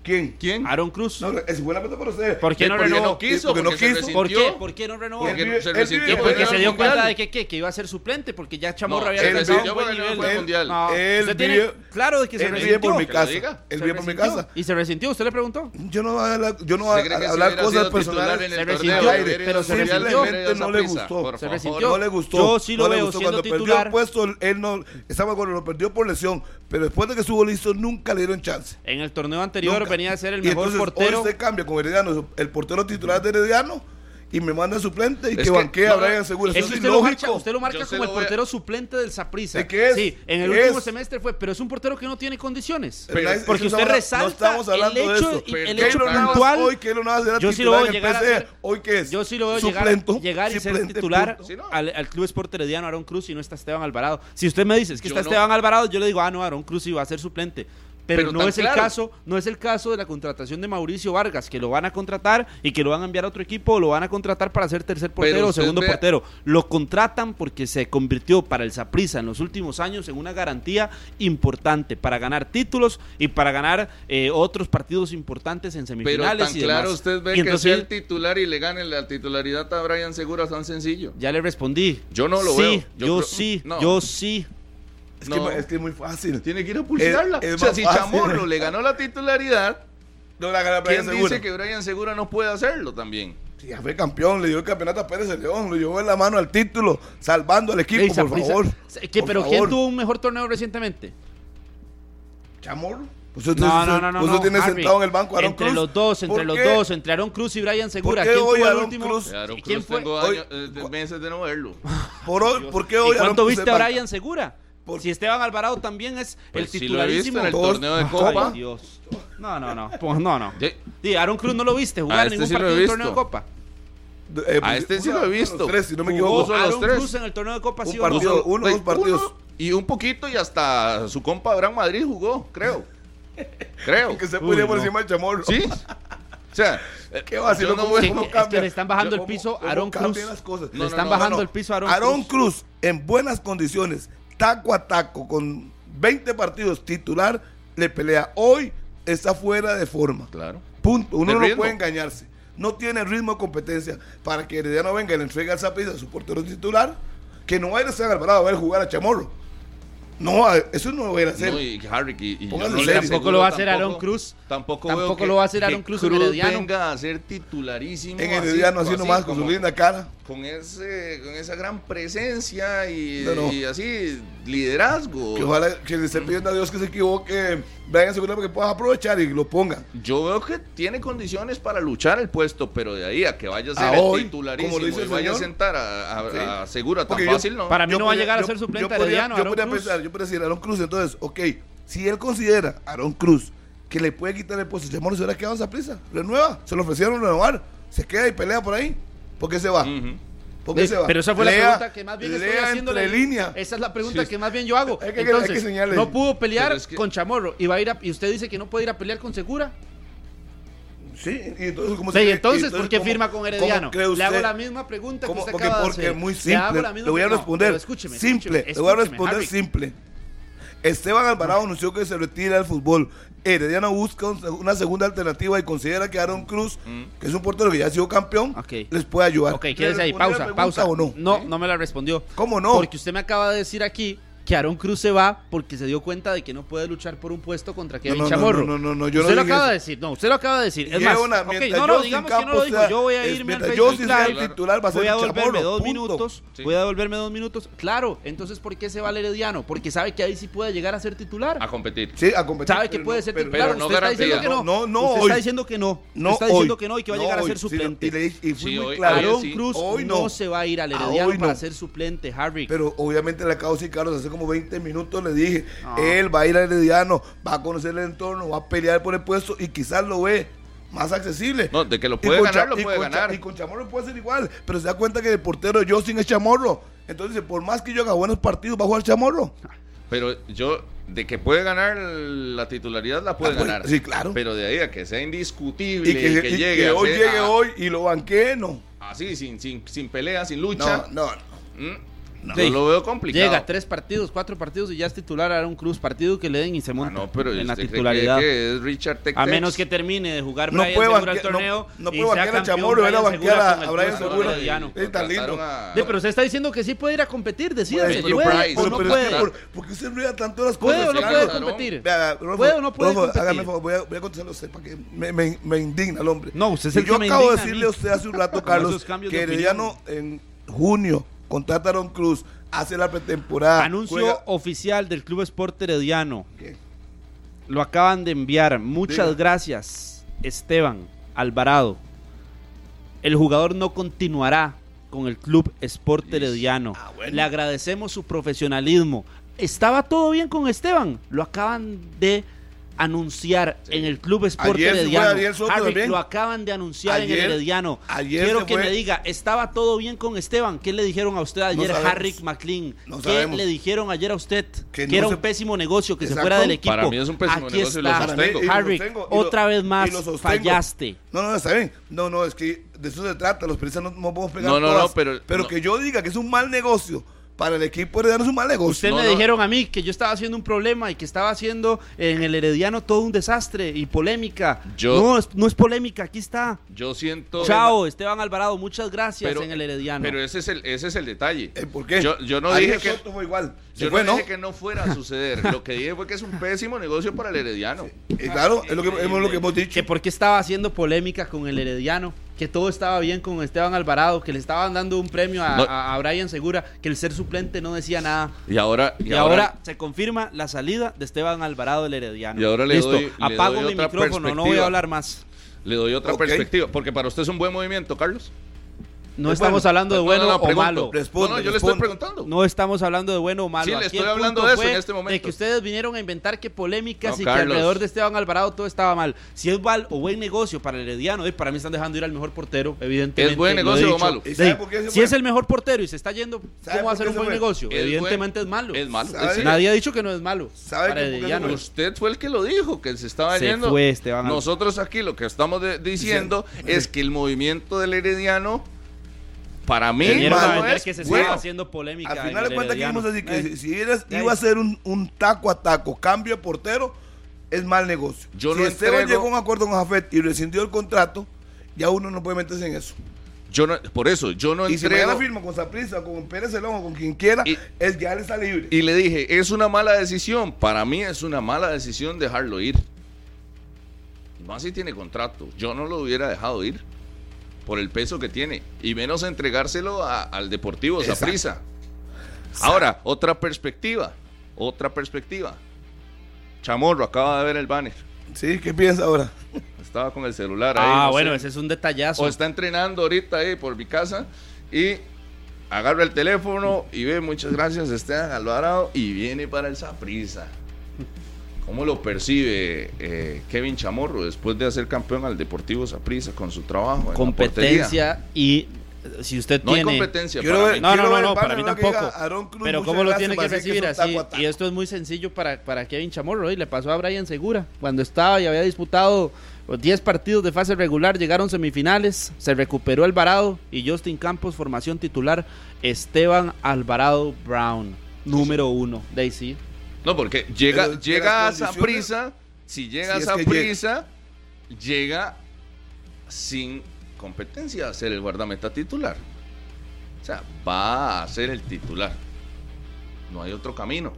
S2: ¿Quién?
S4: ¿Quién?
S3: Aaron Cruz.
S2: No, es buena pregunta para usted.
S3: ¿Por qué no
S2: Porque
S3: renovó?
S4: quiso,
S2: Porque no
S4: porque se
S2: quiso.
S4: resintió.
S3: ¿Por qué?
S4: sintió?
S3: ¿por qué no renovó?
S4: Porque
S2: Él
S4: no- se
S2: él
S4: resintió
S3: Sí,
S2: vive-
S3: porque
S2: él
S3: se
S2: vive-
S3: dio cuenta
S4: Mundial.
S3: de que, que, que iba a ser suplente porque ya Chamorro
S4: No,
S3: había
S4: se
S2: él
S3: alcanzado
S2: vio-
S3: un buen
S4: porque no
S3: nivel.
S4: fue al Mundial.
S3: No,
S2: Él
S3: usted tiene
S2: vio-
S3: claro de que se
S2: él vive por
S3: resintió.
S2: mi
S4: Que lo
S2: casa.
S4: diga.
S2: Él
S3: Se
S2: vive por mi
S3: resintió.
S2: casa.
S3: Y se resintió, usted le preguntó.
S2: Yo no voy a hablar, yo no voy a
S4: ¿Usted cree que si
S2: hablar
S4: hubiera
S2: cosas
S4: sido titular
S2: personales.
S3: Se
S4: en el torneo,
S3: resintió,
S4: hubiera ido
S3: pero
S4: al
S3: se
S4: Mundial,
S3: resintió.
S4: hubiera ido a
S2: No le
S4: Saprissa,
S2: gustó.
S4: por
S3: Se
S4: favor.
S3: resintió.
S2: No le gustó.
S3: Yo sí lo
S2: no le
S3: veo
S2: gustó.
S3: siendo
S2: Cuando perdió
S3: titular.
S2: el puesto, él no. Estaba cuando lo perdió por lesión. Pero después de que estuvo listo, nunca le dieron chance.
S3: En el torneo anterior
S2: Nunca.
S3: venía a ser el
S2: Y
S3: mejor
S2: entonces,
S3: portero.
S2: Hoy se cambia con Herediano, el portero titular de Herediano. y me manda suplente y
S4: Es
S2: que,
S4: que-
S2: banquea a
S4: no, no,
S2: Brian Segura.
S3: Es
S2: Eso
S3: que
S2: es
S3: usted lo, marca,
S2: ilógico.
S3: usted lo marca
S4: Yo se
S3: como
S4: lo
S3: el
S4: voy a-
S3: portero suplente del Saprissa.
S2: ¿De qué es?
S3: Sí, en el
S2: ¿Qué
S3: último
S2: es?
S3: semestre fue, pero es un portero que no tiene condiciones.
S2: Pero es-
S3: porque
S2: eso
S3: usted
S2: no-
S3: resalta
S2: no estamos hablando
S3: el
S2: de
S3: hecho,
S2: eso.
S3: el
S4: Pero
S3: hecho
S2: Keylor Navas
S3: puntual.
S2: hoy, Keylor Navas era
S3: yo sí lo
S2: titular
S3: veo
S2: en
S3: llegar a
S2: PSV.
S3: ser-
S2: hoy qué es?
S3: Yo sí lo veo llegar,
S2: Suplento,
S3: llegar y ser
S2: suplente,
S3: titular
S2: punto. Ah,
S4: Sí, no.
S3: al, al club esporterediano Aaron Cruz y no está Esteban Alvarado. Si usted me dice es que
S4: Yo
S3: está
S4: no.
S3: Esteban Alvarado, yo le digo, ah, no, Aaron Cruz iba a ser suplente. Pero,
S4: Pero
S3: no
S4: tan
S3: es el
S4: claro.
S3: caso, no es el caso de la contratación de Mauricio Vargas, que lo van a contratar y que lo van a enviar a otro equipo o lo van a contratar para ser tercer portero o
S4: usted
S3: segundo
S4: vea-
S3: portero. Lo contratan porque se convirtió para el Saprissa en los últimos años en una garantía importante para ganar títulos y para ganar eh, otros partidos importantes en
S4: Pero
S3: semifinales
S4: tan
S3: y
S4: claro
S3: demás.
S4: usted ve
S3: Y
S4: que sea
S3: entonces-
S4: el titular y le gane la titularidad a Brian Segura tan sencillo.
S3: Ya le respondí.
S4: Yo no lo
S3: sí,
S4: veo.
S3: Yo,
S4: Yo creo-
S3: sí,
S4: no.
S3: yo sí.
S2: es,
S4: no.
S2: que, es que es muy fácil.
S4: Tiene que ir a pulsarla.
S2: Es- es
S4: o sea,
S2: más
S4: si
S2: fácil.
S4: Chamorro le ganó la titularidad,
S2: No la gana Brian
S4: ¿quién
S2: Segura.
S4: dice que Brian Segura no puede hacerlo también?
S2: Sí, Ya fue campeón, le dio el campeonato a Pérez de León, lo llevó en la mano al título, salvando al equipo,
S3: Ey,
S2: por
S3: Saprissa-
S2: favor.
S3: ¿Qué-
S2: Por
S3: ¿Pero quién
S2: favor.
S3: tuvo un mejor torneo recientemente?
S2: Chamorro. Pues usted,
S3: No, no, no, no.
S2: usted
S3: no,
S2: tiene
S3: Harvey.
S2: sentado en el banco a Aaron
S3: Entre
S2: Cruz.
S3: los dos, entre
S2: ¿Por
S3: los
S2: qué?
S3: dos, entre Aaron Cruz y Brian Segura.
S2: qué
S3: ¿Quién
S2: hoy
S3: tuvo el
S2: Aaron
S3: último?
S2: Cruz?
S4: Claro,
S3: ¿Quién
S4: Cruz,
S3: fue?
S4: tengo
S2: Hoy-
S4: años, eh, de- meses de no verlo.
S2: Por, hoy, ¿Por qué hoy
S3: ¿Y cuánto
S2: Aaron Cruz
S3: viste
S2: en
S3: a
S2: banca?
S3: Brian Segura?
S2: Por-
S3: Si Esteban Alvarado también es el
S4: Pues si lo he visto
S3: titularísimo.
S4: en el
S2: Dos-
S4: torneo de
S2: Ay,
S4: Copa.
S3: Ay, Dios. No, no, no. Pues, no, no.
S4: Sí.
S3: Sí, Aaron Cruz no lo viste jugar
S4: Ah,
S3: en
S4: este
S3: ningún
S4: sí lo he
S3: partido del
S4: visto.
S3: torneo de Copa.
S2: Eh,
S4: A este sí
S2: uno-
S4: lo he visto.
S2: uno, tres, si no me
S3: Jugó
S2: equivoco.
S4: Puso los
S3: Aaron
S4: tres.
S3: Cruz en el torneo de Copa,
S2: Un
S3: sí o no.
S2: partido. uno,
S4: Ay,
S2: dos partidos.
S4: y un poquito y hasta su compa Abraham Madrid jugó, creo. Creo.
S2: Que se ponía
S3: Uy,
S2: por
S3: no.
S2: encima del Chamorro.
S4: Sí. O sea,
S2: Qué vacilo,
S4: Yo no
S2: cómo-
S4: voy-
S2: cómo
S3: Es que
S2: cambia.
S3: le están bajando el
S2: Cómo-
S3: piso a
S2: cómo
S3: Aaron
S2: cambian
S3: Cruz.
S2: las cosas.
S3: Le están bajando el piso a Aaron Cruz.
S2: Cruz en buenas condiciones, taco a taco, con 20 partidos titular, le pelea. Hoy está fuera de forma.
S4: Claro.
S2: Punto. Uno
S4: De
S2: no
S4: ritmo.
S2: puede engañarse. No tiene ritmo de competencia para que Herediano venga y le entregue al Zapis a su portero titular, que no va a ir a San Alvarado a ver jugar a Chamorro. No, a- eso no va a ir a hacer.
S4: No, y Harry, y, y yo
S2: Póngalo
S4: no
S2: en
S4: le
S2: serio.
S4: aseguro
S3: Tampoco lo va a hacer
S4: tampoco-
S3: Aaron Cruz.
S4: Tampoco,
S3: Tampoco
S4: veo que-
S3: lo va a hacer Aaron
S4: que
S3: Cruz en Herediano.
S4: venga a ser titularísimo.
S2: en Herediano, así nomás, con su
S4: como-
S2: linda cara.
S4: Con, ese, con esa gran presencia y,
S2: No, no.
S4: y así, liderazgo.
S2: Que ojalá que le esté pidiendo a Dios que se equivoque, vayan seguro que puedas aprovechar y lo pongan.
S4: Yo veo que tiene condiciones para luchar el puesto, pero de ahí a que vaya a
S2: A
S4: ser el
S2: hoy,
S4: titularísimo
S2: como lo dice
S4: y
S2: el
S4: vaya a
S2: señor.
S4: sentar a, a-
S2: Sí.
S4: a Segura tan
S2: Porque yo-
S4: fácil, ¿no?
S3: para- mí
S2: Yo
S3: no va a llegar a ser
S2: yo
S3: suplente de
S2: podría-
S3: Herediano,
S2: Yo
S3: Aarón
S2: podría
S3: Cruz.
S2: pensar, yo podría decir Aaron Cruz. Entonces, ok, si él considera a Aaron Cruz que le puede quitar el puesto, Chamorro se hubiera quedado en esa prisa. Renueva, se lo ofrecieron renovar, se queda y pelea por ahí. ¿Por qué se va?
S4: Ujú.
S2: ¿Por qué se va?
S3: Pero esa fue
S2: Lea-
S3: la pregunta que más bien estoy
S2: lea
S3: haciendo
S2: entre línea.
S3: Esa es la pregunta que más bien yo hago.
S2: Hay que- hay que
S3: Entonces,
S2: enseñarle.
S3: no pudo pelear
S4: Pero es que-
S3: con Chamorro y va a ir a- y usted dice que no puede ir a pelear con Segura.
S2: Sí, y entonces, ¿cómo
S3: Sí,
S2: cree-
S3: entonces, ¿por qué
S2: cómo-
S3: firma con
S2: cómo
S3: Herediano?
S2: cree
S3: Le hago
S2: usted?
S3: la misma pregunta que
S2: ¿Cómo?
S3: usted
S2: Porque,
S3: acaba de
S2: porque
S3: hacer.
S2: es muy
S3: Le hago
S2: simple.
S3: la
S2: Le,
S3: misma
S2: voy a
S3: pregunta. No,
S2: responder.
S3: pero escúcheme,
S2: simple.
S3: escúcheme,
S2: le voy a
S3: escúcheme,
S2: responder
S3: Harry.
S2: simple. Esteban Alvarado anunció que se retira del fútbol. Herediano busca un- una segunda alternativa y considera que Aaron Cruz, que es un portero que ya ha sido campeón,
S3: Mm. Ok.
S2: les puede ayudar.
S3: Ok, quédese
S2: ¿Le
S3: ahí,
S2: respondió la
S3: pausa,
S2: pregunta
S3: pausa.
S2: o no? ¿Eh?
S3: no, no me la respondió.
S2: ¿Cómo no?
S3: Porque usted me acaba de decir aquí que Aaron Cruz se va porque se dio cuenta de que no puede luchar por un puesto contra Kevin
S2: no, no,
S3: Chamorro.
S2: no, no, no, yo no
S3: usted lo
S2: dije
S3: acaba
S2: eso.
S3: de decir. No, usted lo acaba de decir. Es
S2: Y
S3: más,
S2: una-
S3: ok,
S2: mientras
S3: no, no,
S2: Justin
S3: digamos que no
S2: Campos
S3: lo digo.
S2: sea-
S3: yo voy a
S2: es-
S3: irme al
S2: mientras
S3: Facebook
S2: Justin sea
S3: Live.
S2: el titular va a ser
S3: Voy a
S2: el
S3: devolverme
S2: Chamorro,
S3: dos
S2: punto.
S3: minutos.
S4: Sí.
S3: Voy a devolverme dos minutos. Claro, entonces, ¿por qué se va al Herediano? Porque sabe que ahí sí puede llegar a ser titular.
S4: A competir.
S2: Sí, a competir.
S3: Sabe que
S2: pero
S3: puede
S2: no-
S3: ser
S2: pero-
S3: titular.
S4: Ah, pero no
S3: usted está diciendo que
S4: garantía.
S3: no.
S2: No, no,
S3: Usted está
S2: hoy.
S3: diciendo que no.
S2: No
S3: Usted está diciendo
S2: hoy.
S3: que no y que va a
S2: No
S3: llegar a
S2: hoy,
S3: ser
S2: sí,
S3: suplente.
S2: y le- y fui
S4: Sí,
S2: muy
S4: hoy-
S2: claro.
S4: ayer
S3: Aaron
S4: sí.
S3: Cruz
S2: Hoy
S3: no.
S2: no.
S3: se va a ir al
S2: Ah,
S3: Herediano
S2: hoy
S3: para
S2: no.
S3: ser suplente, Harry.
S2: Pero obviamente le acabo de decir, Carlos, hace como 20 minutos le dije,
S3: Ah.
S2: él va a ir al Herediano, va a conocer el entorno, va a pelear por el puesto y quizás lo ve más accesible.
S4: No, de que lo
S2: Y
S4: puede
S2: con
S4: ganar,
S2: Cha-
S4: lo
S2: y
S4: puede
S2: con Cha-
S4: ganar.
S2: Y con Chamorro puede ser igual, pero se da cuenta que el portero de Justin es Chamorro. Entonces, por más que yo haga buenos partidos, va a jugar Chamorro.
S4: Pero yo, de que puede ganar la titularidad, la puede
S2: Ah, pues,
S4: ganar.
S2: sí, claro.
S4: Pero de ahí a que sea indiscutible
S2: Y
S4: y
S2: que,
S4: que,
S2: y
S4: llegue,
S2: que
S4: a
S2: hoy
S4: ser-
S2: llegue
S4: a-
S2: hoy y lo banquee, no.
S4: Así, sin, sin, sin pelea, sin
S2: No,
S4: lucha.
S2: no,
S4: Mm, No,
S3: Sí.
S4: lo veo complicado.
S3: Llega a tres partidos, cuatro partidos y ya es titular a Aaron Cruz. Partido que le den y se
S4: Ah,
S3: monta
S4: no, pero
S2: este,
S3: en la
S4: usted cree
S3: titularidad.
S4: que es Richard Tec
S3: A
S4: Tex.
S3: menos que termine de jugar
S2: No
S3: Brian
S2: puede
S3: Segura el
S2: banquear-
S3: torneo.
S2: no- no puede
S3: y sea
S2: banquear a
S3: campeón
S2: Chamorro,
S3: Brian
S2: era banquear
S3: Segura
S2: a-
S3: con
S2: a
S3: el
S2: Brian
S3: Club
S2: Segura.
S3: Herediano.
S2: Sí, tan lindo.
S4: Contrataron a-
S3: De, pero se está diciendo que sí puede ir a competir, decídase,
S4: Bueno,
S3: ¿puede o
S4: Price,
S3: no
S2: Pues pero es que
S3: puede?
S2: por- ¿Por qué se enreda tanto las
S3: ¿Puede
S2: cosas?
S3: o no
S2: Carlos?
S3: puede
S4: Claro.
S3: competir?
S2: Vea, Rodolfo,
S3: ¿Puede o no puede
S2: Rodolfo, hágame el
S3: competir?
S2: favor, voy a, voy a contestarle a usted para que me, me- me indigna el hombre.
S3: No, usted es
S2: Y
S3: el
S2: Yo
S3: que me
S2: acabo de
S3: indigna a
S2: decirle
S3: mí.
S2: a usted hace un rato,
S3: Con
S2: Carlos,
S3: esos cambios
S2: que
S3: de opinión.
S2: Herediano en junio contrata a Aaron Cruz, hace la pretemporada.
S3: Anuncio
S2: juega-
S3: oficial del Club Sport Herediano.
S2: ¿Qué?
S3: Lo acaban de enviar. Muchas
S2: Diga.
S3: gracias, Esteban Alvarado. El jugador no continuará con el club Sport Herediano.
S2: Ah, bueno.
S3: Le agradecemos su profesionalismo. Estaba todo bien con Esteban. Lo acaban de anunciar en el club Sport
S2: Ayer se fue
S3: Herediano.
S2: Ariel Soto
S3: Harry,
S2: también.
S3: lo acaban de anunciar en
S2: Ayer-
S3: el Herediano.
S2: ayer se
S3: Quiero que
S2: fue.
S3: me diga, ¿estaba todo bien con Esteban? ¿Qué le dijeron a usted ayer,
S2: sabemos.
S3: Harry McLean?
S2: No
S3: ¿Qué
S2: sabemos.
S3: le dijeron ayer a usted?
S2: Que
S3: Que,
S2: no
S3: era
S2: se-
S3: un pésimo negocio, que
S2: Exacto.
S3: se fuera del equipo.
S4: Para mí es un pésimo
S3: Aquí
S4: negocio y lo
S3: está.
S2: Para mí, y lo
S3: Harry,
S2: sostengo, y lo-
S3: otra vez más
S2: y lo sostengo.
S3: fallaste.
S2: No, no, está bien. No, no, es que de eso se trata. Los periodistas no, no podemos pegar
S4: No, no, no,
S2: todas.
S4: pero- no.
S2: que yo diga que es un mal negocio para el equipo herediano es un mal negocio.
S3: Usted
S4: No,
S3: me
S4: no.
S3: dijeron a mí que yo estaba haciendo un problema y que estaba haciendo en el Herediano todo un desastre y polémica.
S4: Yo-
S3: No, es- no es polémica, aquí está.
S4: Yo siento.
S3: Chao, Esteban Alvarado, muchas gracias en el Herediano.
S4: Pero ese es el, ese es el detalle.
S2: Eh, ¿Por qué?
S4: Yo, yo no
S2: Ariel
S4: dije que.
S2: Soto fue igual. Eh, Se
S4: Yo
S2: fue,
S4: no
S2: ¿no?
S4: dije que no fuera a suceder. Lo que dije fue que es un pésimo negocio para el herediano.
S2: Eh, claro, es lo que, es lo que hemos dicho.
S3: que por qué estaba haciendo polémica con el Herediano, que todo estaba bien con Esteban Alvarado, que le estaban dando un premio a,
S4: No.
S3: a- a Brian Segura, que el ser suplente no decía nada.
S4: Y ahora,
S3: Y, ahora, se confirma la salida de Esteban Alvarado del Herediano.
S4: Y ahora le
S3: Listo,
S4: doy- le
S3: apago
S4: doy
S3: mi
S4: otra
S3: micrófono, no voy
S4: perspectiva. Eh,
S3: a hablar más.
S4: le doy otra
S2: Ok.
S4: perspectiva. Porque para usted es un buen movimiento, Carlos.
S3: No
S2: Es
S3: estamos
S2: bueno.
S3: hablando de
S4: No,
S3: bueno
S4: no, no,
S3: o
S4: pregunto.
S3: malo.
S2: Responde,
S4: No, no, yo le
S2: responde.
S4: estoy preguntando.
S3: No estamos hablando de bueno o malo.
S4: Sí, le
S3: Aquí
S4: estoy
S3: el
S4: hablando
S3: punto
S4: de eso
S3: fue
S4: en este momento.
S3: De que ustedes vinieron a inventar que polémicas
S4: No,
S3: y
S4: Carlos.
S3: que alrededor de Esteban Alvarado todo estaba mal. Si es mal o buen negocio para el Herediano, eh, para mí están dejando ir al mejor portero, evidentemente.
S4: ¿Es buen
S3: lo he
S4: negocio o
S3: dicho.
S4: malo?
S2: ¿Y sabe
S3: Sí.
S2: por qué se
S3: Si
S2: fue?
S3: es el mejor portero y se está yendo,
S2: ¿Sabe
S3: ¿cómo va a
S2: por
S3: ser
S2: qué
S3: un
S2: se
S3: buen
S2: fue?
S3: negocio?
S4: Es
S3: evidentemente es malo.
S4: Es malo.
S2: ¿Sabe?
S4: es decir,
S3: Nadie ha dicho que no es malo.
S2: ¿Sabe
S3: para
S2: por
S3: el
S2: qué se
S3: Herediano.
S2: fue?
S4: Usted fue el que lo dijo, que se estaba
S3: Se
S4: yendo.
S3: fue Esteban Alvarado.
S4: Nosotros aquí lo que estamos de- diciendo es que el movimiento del herediano, para mí,
S3: Vinieron
S2: malo
S3: a
S4: no
S3: vender
S4: es
S3: que se
S4: bueno.
S3: estaba haciendo polémica.
S2: Al
S3: en
S2: final
S3: el
S2: de cuentas, que
S3: Herediano.
S2: vimos así que
S3: Eh,
S2: si, si eras-
S3: eh.
S2: iba a ser un, un taco a taco, cambio de portero, es mal negocio.
S4: Yo
S2: si
S4: no
S2: Esteban
S4: entrego-
S2: llegó a un acuerdo con Jafet y rescindió el contrato, ya uno no puede meterse en eso.
S4: Yo no- por eso, yo no
S2: y si
S4: entrego.
S2: mañana firma con Saprissa, con Pérez Celón o con quien quiera,
S4: Y-
S2: es, ya él está libre.
S4: Y le dije, es una mala decisión. Para mí es una mala decisión dejarlo ir. Y Más si tiene contrato. Yo no lo hubiera dejado ir por el peso que tiene. Y menos entregárselo a- al Deportivo
S2: Exacto.
S4: Saprissa. Ahora, otra perspectiva. Otra perspectiva. Chamorro acaba de ver el banner.
S2: sí, ¿qué piensa ahora?
S4: Estaba con el celular ahí.
S3: Ah,
S4: no
S3: bueno,
S4: sé.
S3: ese es un detallazo.
S4: O está entrenando ahorita ahí por mi casa y agarra el teléfono y ve, muchas gracias Esteban Alvarado y viene para el Saprisa. ¿Cómo lo percibe eh, Kevin Chamorro después de hacer campeón al Deportivo Saprisa con su trabajo? en la portería?
S3: competencia y eh, si usted
S4: No hay
S3: tiene
S4: competencia.
S2: Quiero
S4: para
S2: ver-
S4: mí.
S3: No,
S2: Quiero
S3: no, no,
S2: ver
S3: no,
S2: el
S3: para
S2: banner,
S3: mí
S2: no que
S3: tampoco.
S2: diga Aaron Cruz,
S3: Pero
S2: muchas
S3: cómo lo
S2: gracias,
S3: tiene que
S2: parece que
S3: recibir
S2: es un
S3: así.
S2: taco a taco.
S3: Y esto es muy sencillo para, para Kevin Chamorro. Y le pasó a Brian Segura. Cuando estaba y había disputado los 10 partidos de fase regular, llegaron semifinales, se recuperó Alvarado y Justin Campos, formación titular, Esteban Alvarado Brown, número uno. De ahí sí.
S4: No, porque llega,
S2: Pero es que
S4: llega a
S2: las condiciones-
S4: Saprisa, si llega
S2: Si es
S4: a
S2: que
S4: Saprisa, llega sin competencia a ser el guardameta titular. O sea, va a ser el titular. No hay otro camino.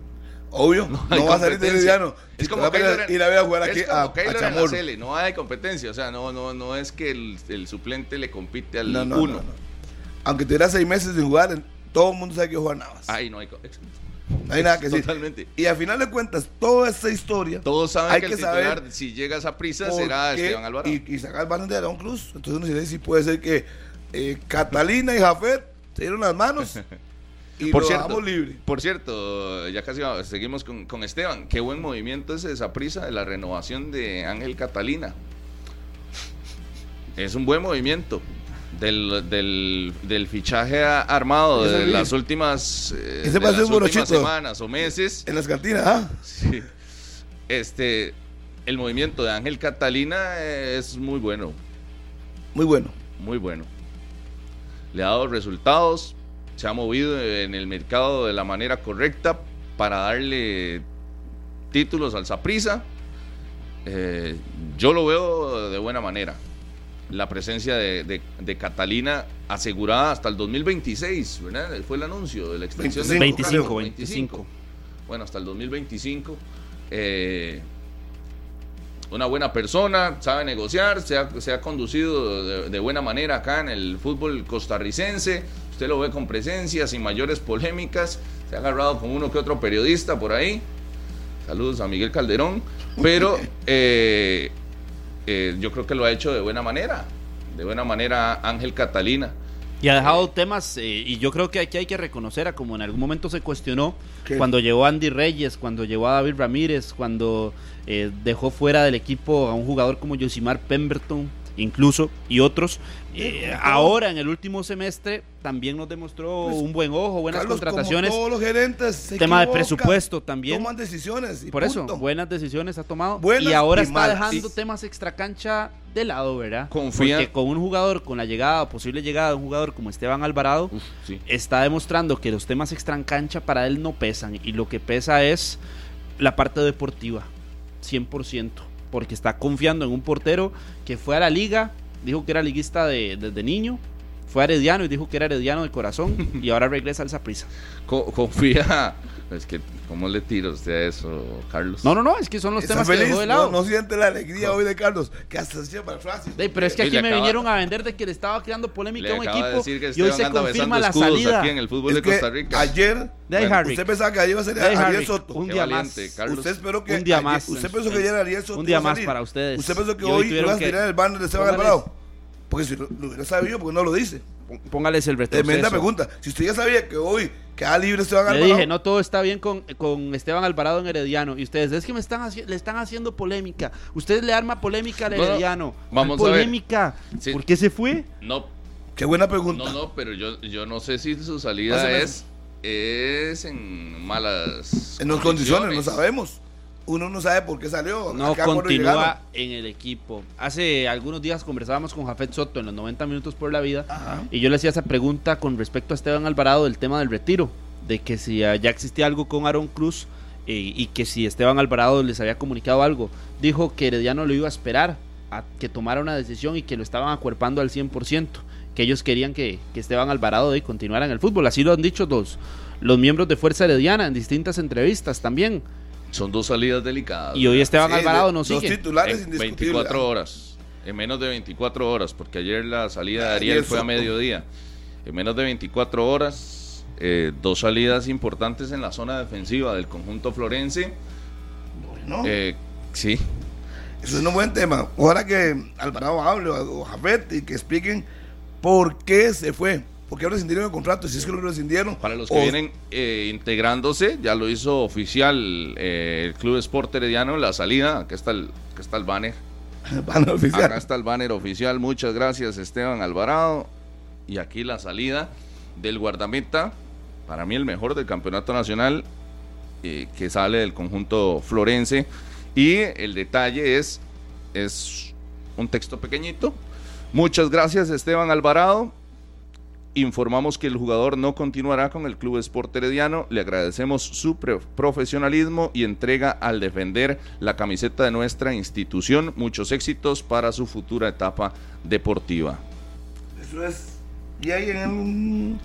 S2: Obvio, no,
S4: hay
S2: va a salir de
S4: competencia.
S2: Herediano.
S4: Es
S2: Si
S4: como
S2: la pena
S4: Keylor en-
S2: ir a ver a jugar
S4: es
S2: aquí
S4: como
S2: a, a
S4: Keylor en la
S2: Chamorro.
S4: CL, no hay competencia. O sea, no, no, no es que el, el suplente le compite al
S2: No, no,
S4: uno.
S2: no, no. Aunque tuviera seis meses sin jugar, en- todo el mundo sabe que juega Navas.
S4: Ahí no hay co-
S2: no hay nada que decir.
S4: Totalmente.
S2: Y al final de cuentas, toda esta historia.
S4: Todos saben
S2: Hay
S4: que el
S2: que saber
S4: titular, si llega a Saprisa,
S2: ¿por
S4: será
S2: qué?
S4: Esteban Alvarado.
S2: Y, y sacar el banner de Aaron Cruz. Entonces uno se dice, sí puede ser que eh, Catalina y Jafet se dieron las manos y
S4: Por
S2: lo
S4: cierto.
S2: dejamos libre.
S4: Por cierto, ya casi va- seguimos con, con Esteban. Qué buen movimiento ese de prisa de la renovación de Ángel Catalina. Es un buen movimiento del, del- del fichaje a- armado
S2: Ese
S4: de
S2: sí.
S4: las últimas, eh,
S2: Ese
S4: de
S2: parece
S4: las
S2: un
S4: últimas
S2: morochito.
S4: semanas o meses.
S2: En las cantinas, ¿ah?
S4: Sí. Este, el movimiento de Ángel Catalina es muy bueno,
S2: Muy bueno.
S4: muy bueno. Le ha dado resultados, se ha movido en el mercado de la manera correcta para darle títulos al Saprisa. yo lo veo de buena manera. La presencia de, de- de Catalina asegurada hasta el 2026, ¿verdad? Fue el anuncio de la extensión del
S2: 25,
S4: contrato.
S3: 25.
S4: Bueno, hasta el 2025. eh, una buena persona, sabe negociar, se ha, se ha conducido de, de buena manera acá en el fútbol costarricense. Usted lo ve con presencia, sin mayores polémicas. Se ha agarrado con uno que otro periodista por ahí. Saludos a Miguel Calderón. Pero eh, eh, yo creo que lo ha hecho de buena manera. de buena manera a Ángel Catalina.
S3: Y ha dejado temas, eh, y yo creo que aquí hay que reconocer, a como en algún momento se cuestionó,
S2: ¿Qué?
S3: cuando llevó a Andy Reyes, cuando llevó a David Ramírez, cuando eh, dejó fuera del equipo a un jugador como Yosimar Pemberton, incluso, y otros. eh, ahora, en el último semestre, también nos demostró
S2: Pues,
S3: un buen ojo, buenas
S2: Carlos, como
S3: contrataciones.
S2: todos los gerentes. se
S3: Tema de
S2: equivocan,
S3: presupuesto también.
S2: Toman decisiones. y
S3: Por eso,
S2: punto.
S3: buenas decisiones ha tomado.
S2: Buenas
S3: y ahora
S2: y
S3: está
S2: malas.
S3: dejando
S2: Sí.
S3: temas extracancha de lado, ¿verdad?
S4: Confía-
S3: Porque con un jugador, con la llegada, posible llegada de un jugador como Esteban Alvarado,
S4: Uf, sí.
S3: está demostrando que los temas extracancha para él no pesan. Y lo que pesa es la parte deportiva, 100%. Porque está confiando en un portero que fue a la liga, dijo que era liguista de- desde niño. Fue a Herediano y dijo que era Herediano de corazón y ahora regresa al Saprissa.
S4: Co- confía. Es que, ¿cómo le tira usted a eso, Carlos?
S3: No, no, no, es que son los
S2: Está
S3: temas que
S2: feliz,
S3: dejó de
S2: no,
S3: lado.
S2: no siente la alegría hoy de Carlos, que hasta se para frases.
S3: Ey, pero es que
S4: Y
S3: aquí
S4: le
S3: me
S4: acaba-
S3: vinieron a vender de que le estaba creando polémica
S4: Le
S3: a un
S4: acaba de
S3: equipo
S4: decir que
S3: y hoy
S4: Esteban
S3: se
S4: anda
S3: confirma
S4: besando
S3: la
S4: escudos
S3: salida.
S4: aquí en el fútbol
S2: Es
S4: de
S2: que
S4: Costa Rica.
S2: Ayer,
S3: De ahí,
S4: Bueno,
S3: Harry.
S2: usted pensaba que ayer iba a salir
S3: Ey,
S2: Ariel
S3: Harry,
S2: Soto.
S3: un
S4: Qué
S3: día
S4: valiente,
S3: más.
S4: Carlos.
S2: Usted esperó que
S3: Un día
S2: ayer-
S3: más.
S2: Usted pensó que ayer Ariel Soto
S3: Un día
S2: iba a
S3: más
S2: salir.
S3: para ustedes.
S2: Usted pensó que
S3: Y hoy
S2: hoy
S3: tuvieron
S2: iban a
S3: que-
S2: tirar el banner de Esteban
S3: Póngales-
S2: Alvarado. Porque si lo, lo hubiera sabido, porque no lo dice.
S3: Póngales el retroceso.
S2: Tremenda pregunta. Si usted ya sabía que hoy queda libre Esteban
S3: Le
S2: Alvarado.
S3: dije, no todo está bien con, con Esteban Alvarado en Herediano. Y ustedes, es que me están haci- le están haciendo polémica. Ustedes le arma polémica al
S4: No, no.
S3: Herediano.
S4: Vamos a ver.
S3: polémica.
S4: Sí.
S3: ¿Por qué se fue?
S4: No,
S2: Qué buena pregunta.
S4: no, no, pero yo, yo no sé si su salida
S2: Pásame
S4: es, es en malas
S2: En las condiciones, no sabemos. Uno no sabe por qué salió.
S3: No
S2: acá cuando llegaron.
S3: continúa en el equipo. Hace algunos días conversábamos con Jafet Soto en los 90 minutos por la vida y yo le hacía esa pregunta con respecto a Esteban Alvarado del tema del retiro, de que si ah, ya existía algo con Aaron Cruz eh, y que si Esteban Alvarado les había comunicado algo. Dijo que Herediano lo iba a esperar a que tomara una decisión y que lo estaban acuerpando al 100%, que ellos querían que, que Esteban Alvarado de continuara en el fútbol. Así lo han dicho los, los miembros de Fuerza Herediana en distintas entrevistas también.
S4: Son dos salidas delicadas.
S3: Y hoy este Esteban
S2: Sí,
S3: Alvarado
S2: de-
S3: no
S2: Los
S3: sigue.
S2: titulares
S4: en
S2: indiscutibles.
S4: 24 horas. En menos de 24 horas, porque ayer la salida de
S2: Ariel
S4: Ariel fue a
S2: Soto.
S4: mediodía. En menos de 24 horas, eh, dos salidas importantes en la zona defensiva del conjunto florense.
S2: ¿no?
S4: Eh, sí,
S2: Eso es un buen tema. Ojalá que Alvarado hable o o Jafet y que expliquen por qué se fue. ¿Por qué rescindieron el contrato? Si es que lo rescindieron.
S4: Para los que
S2: O-
S4: vienen eh, integrándose, ya lo hizo oficial eh, el Club Sport Herediano, la salida, acá está el, acá está el banner,
S2: Van a oficiar.
S4: acá está el banner oficial, muchas gracias Esteban Alvarado, y aquí la salida del guardameta, para mí el mejor del campeonato nacional, eh, que sale del conjunto florense, y el detalle es, es un texto pequeñito, muchas gracias Esteban Alvarado, Informamos que el jugador no continuará con el Club Sport Herediano. Le agradecemos su pre- profesionalismo y entrega al defender la camiseta de nuestra institución. Muchos éxitos para su futura etapa deportiva.
S2: Eso es. Y ahí en un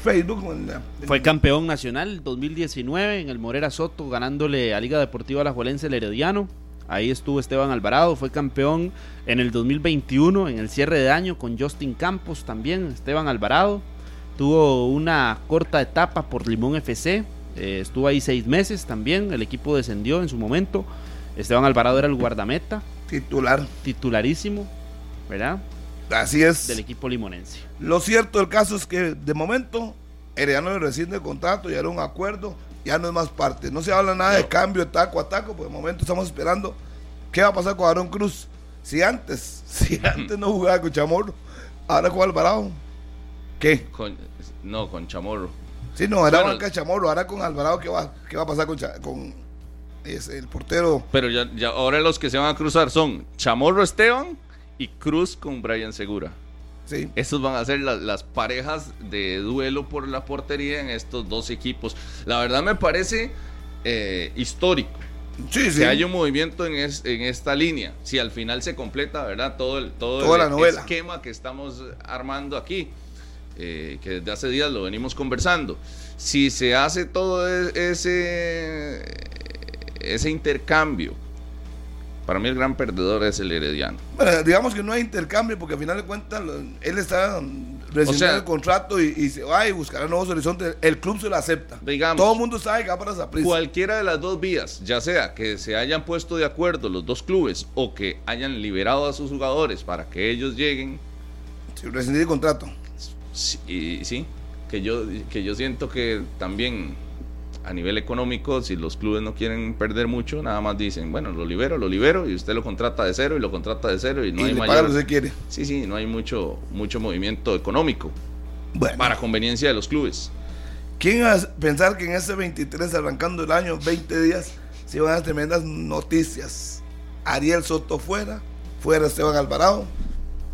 S2: Facebook. en la-
S3: Fue campeón nacional 2019 en el Morera Soto, ganándole a Liga Deportiva Alajuelense el Herediano. Ahí estuvo Esteban Alvarado, fue campeón en el 2021 en el cierre de año con Justin Campos también, Esteban Alvarado. Tuvo una corta etapa por Limón FC, eh, estuvo ahí seis meses también, el equipo descendió en su momento. Esteban Alvarado era el guardameta,
S2: titular.
S3: titularísimo, ¿verdad?
S2: Así es.
S3: Del equipo limonense.
S2: Lo cierto del caso es que de momento Herediano le rescinde el contrato, ya era un acuerdo, ya no es más parte. No se habla nada de cambio, de taco a taco, por el momento estamos esperando qué va a pasar con Aaron Cruz. Si antes, si antes no jugaba con Chamorro, ahora con Alvarado. ¿Qué?
S4: Con- no, con Chamorro.
S2: Si no, era
S4: Bueno.
S2: banca de Chamorro, ahora con Alvarado, ¿qué va, qué va a pasar con, Cha- con es, el portero?
S4: Pero ya, ya ahora los que se van a cruzar son Chamorro Esteban y Cruz con Brian Segura.
S2: Sí.
S4: Estos van a ser la- las parejas de duelo por la portería en estos dos equipos. La verdad me parece eh, histórico.
S2: Sí, sí.
S4: que haya un movimiento en, es- en esta línea. Si al final se completa, ¿verdad? Todo el, todo
S2: Toda
S4: el
S2: la novela.
S4: esquema que estamos armando aquí, eh, que desde hace días lo venimos conversando. Si se hace todo e- ese, ese intercambio, para mí el gran perdedor es el Herediano.
S2: Bueno, digamos que no hay intercambio porque al final de cuentas lo- él está mm, rescindiendo
S4: O sea-
S2: el contrato y, y se va y buscará nuevos horizontes. El club se lo acepta.
S4: Digamos.
S2: Todo el mundo sabe que va para esa prisa.
S4: Cualquiera de las dos vías, ya sea que se hayan puesto de acuerdo los dos clubes o que hayan liberado a sus jugadores para que ellos lleguen
S2: Sí, rescindir el contrato.
S4: Sí, y sí, que yo, que yo siento que también a nivel económico, si los clubes no quieren perder mucho, nada más dicen, bueno, lo libero, lo libero, y usted lo contrata de cero y lo contrata de cero y no
S2: y
S4: hay
S2: le paga
S4: mayor...
S2: lo que se quiere.
S4: Sí, sí, no hay mucho, mucho movimiento económico
S2: Bueno,
S4: para conveniencia de los clubes.
S2: ¿quién iba a pensar que en ese 23, arrancando el año, 20 días, se iban a dar tremendas noticias? Ariel Soto fuera, fuera Esteban Alvarado,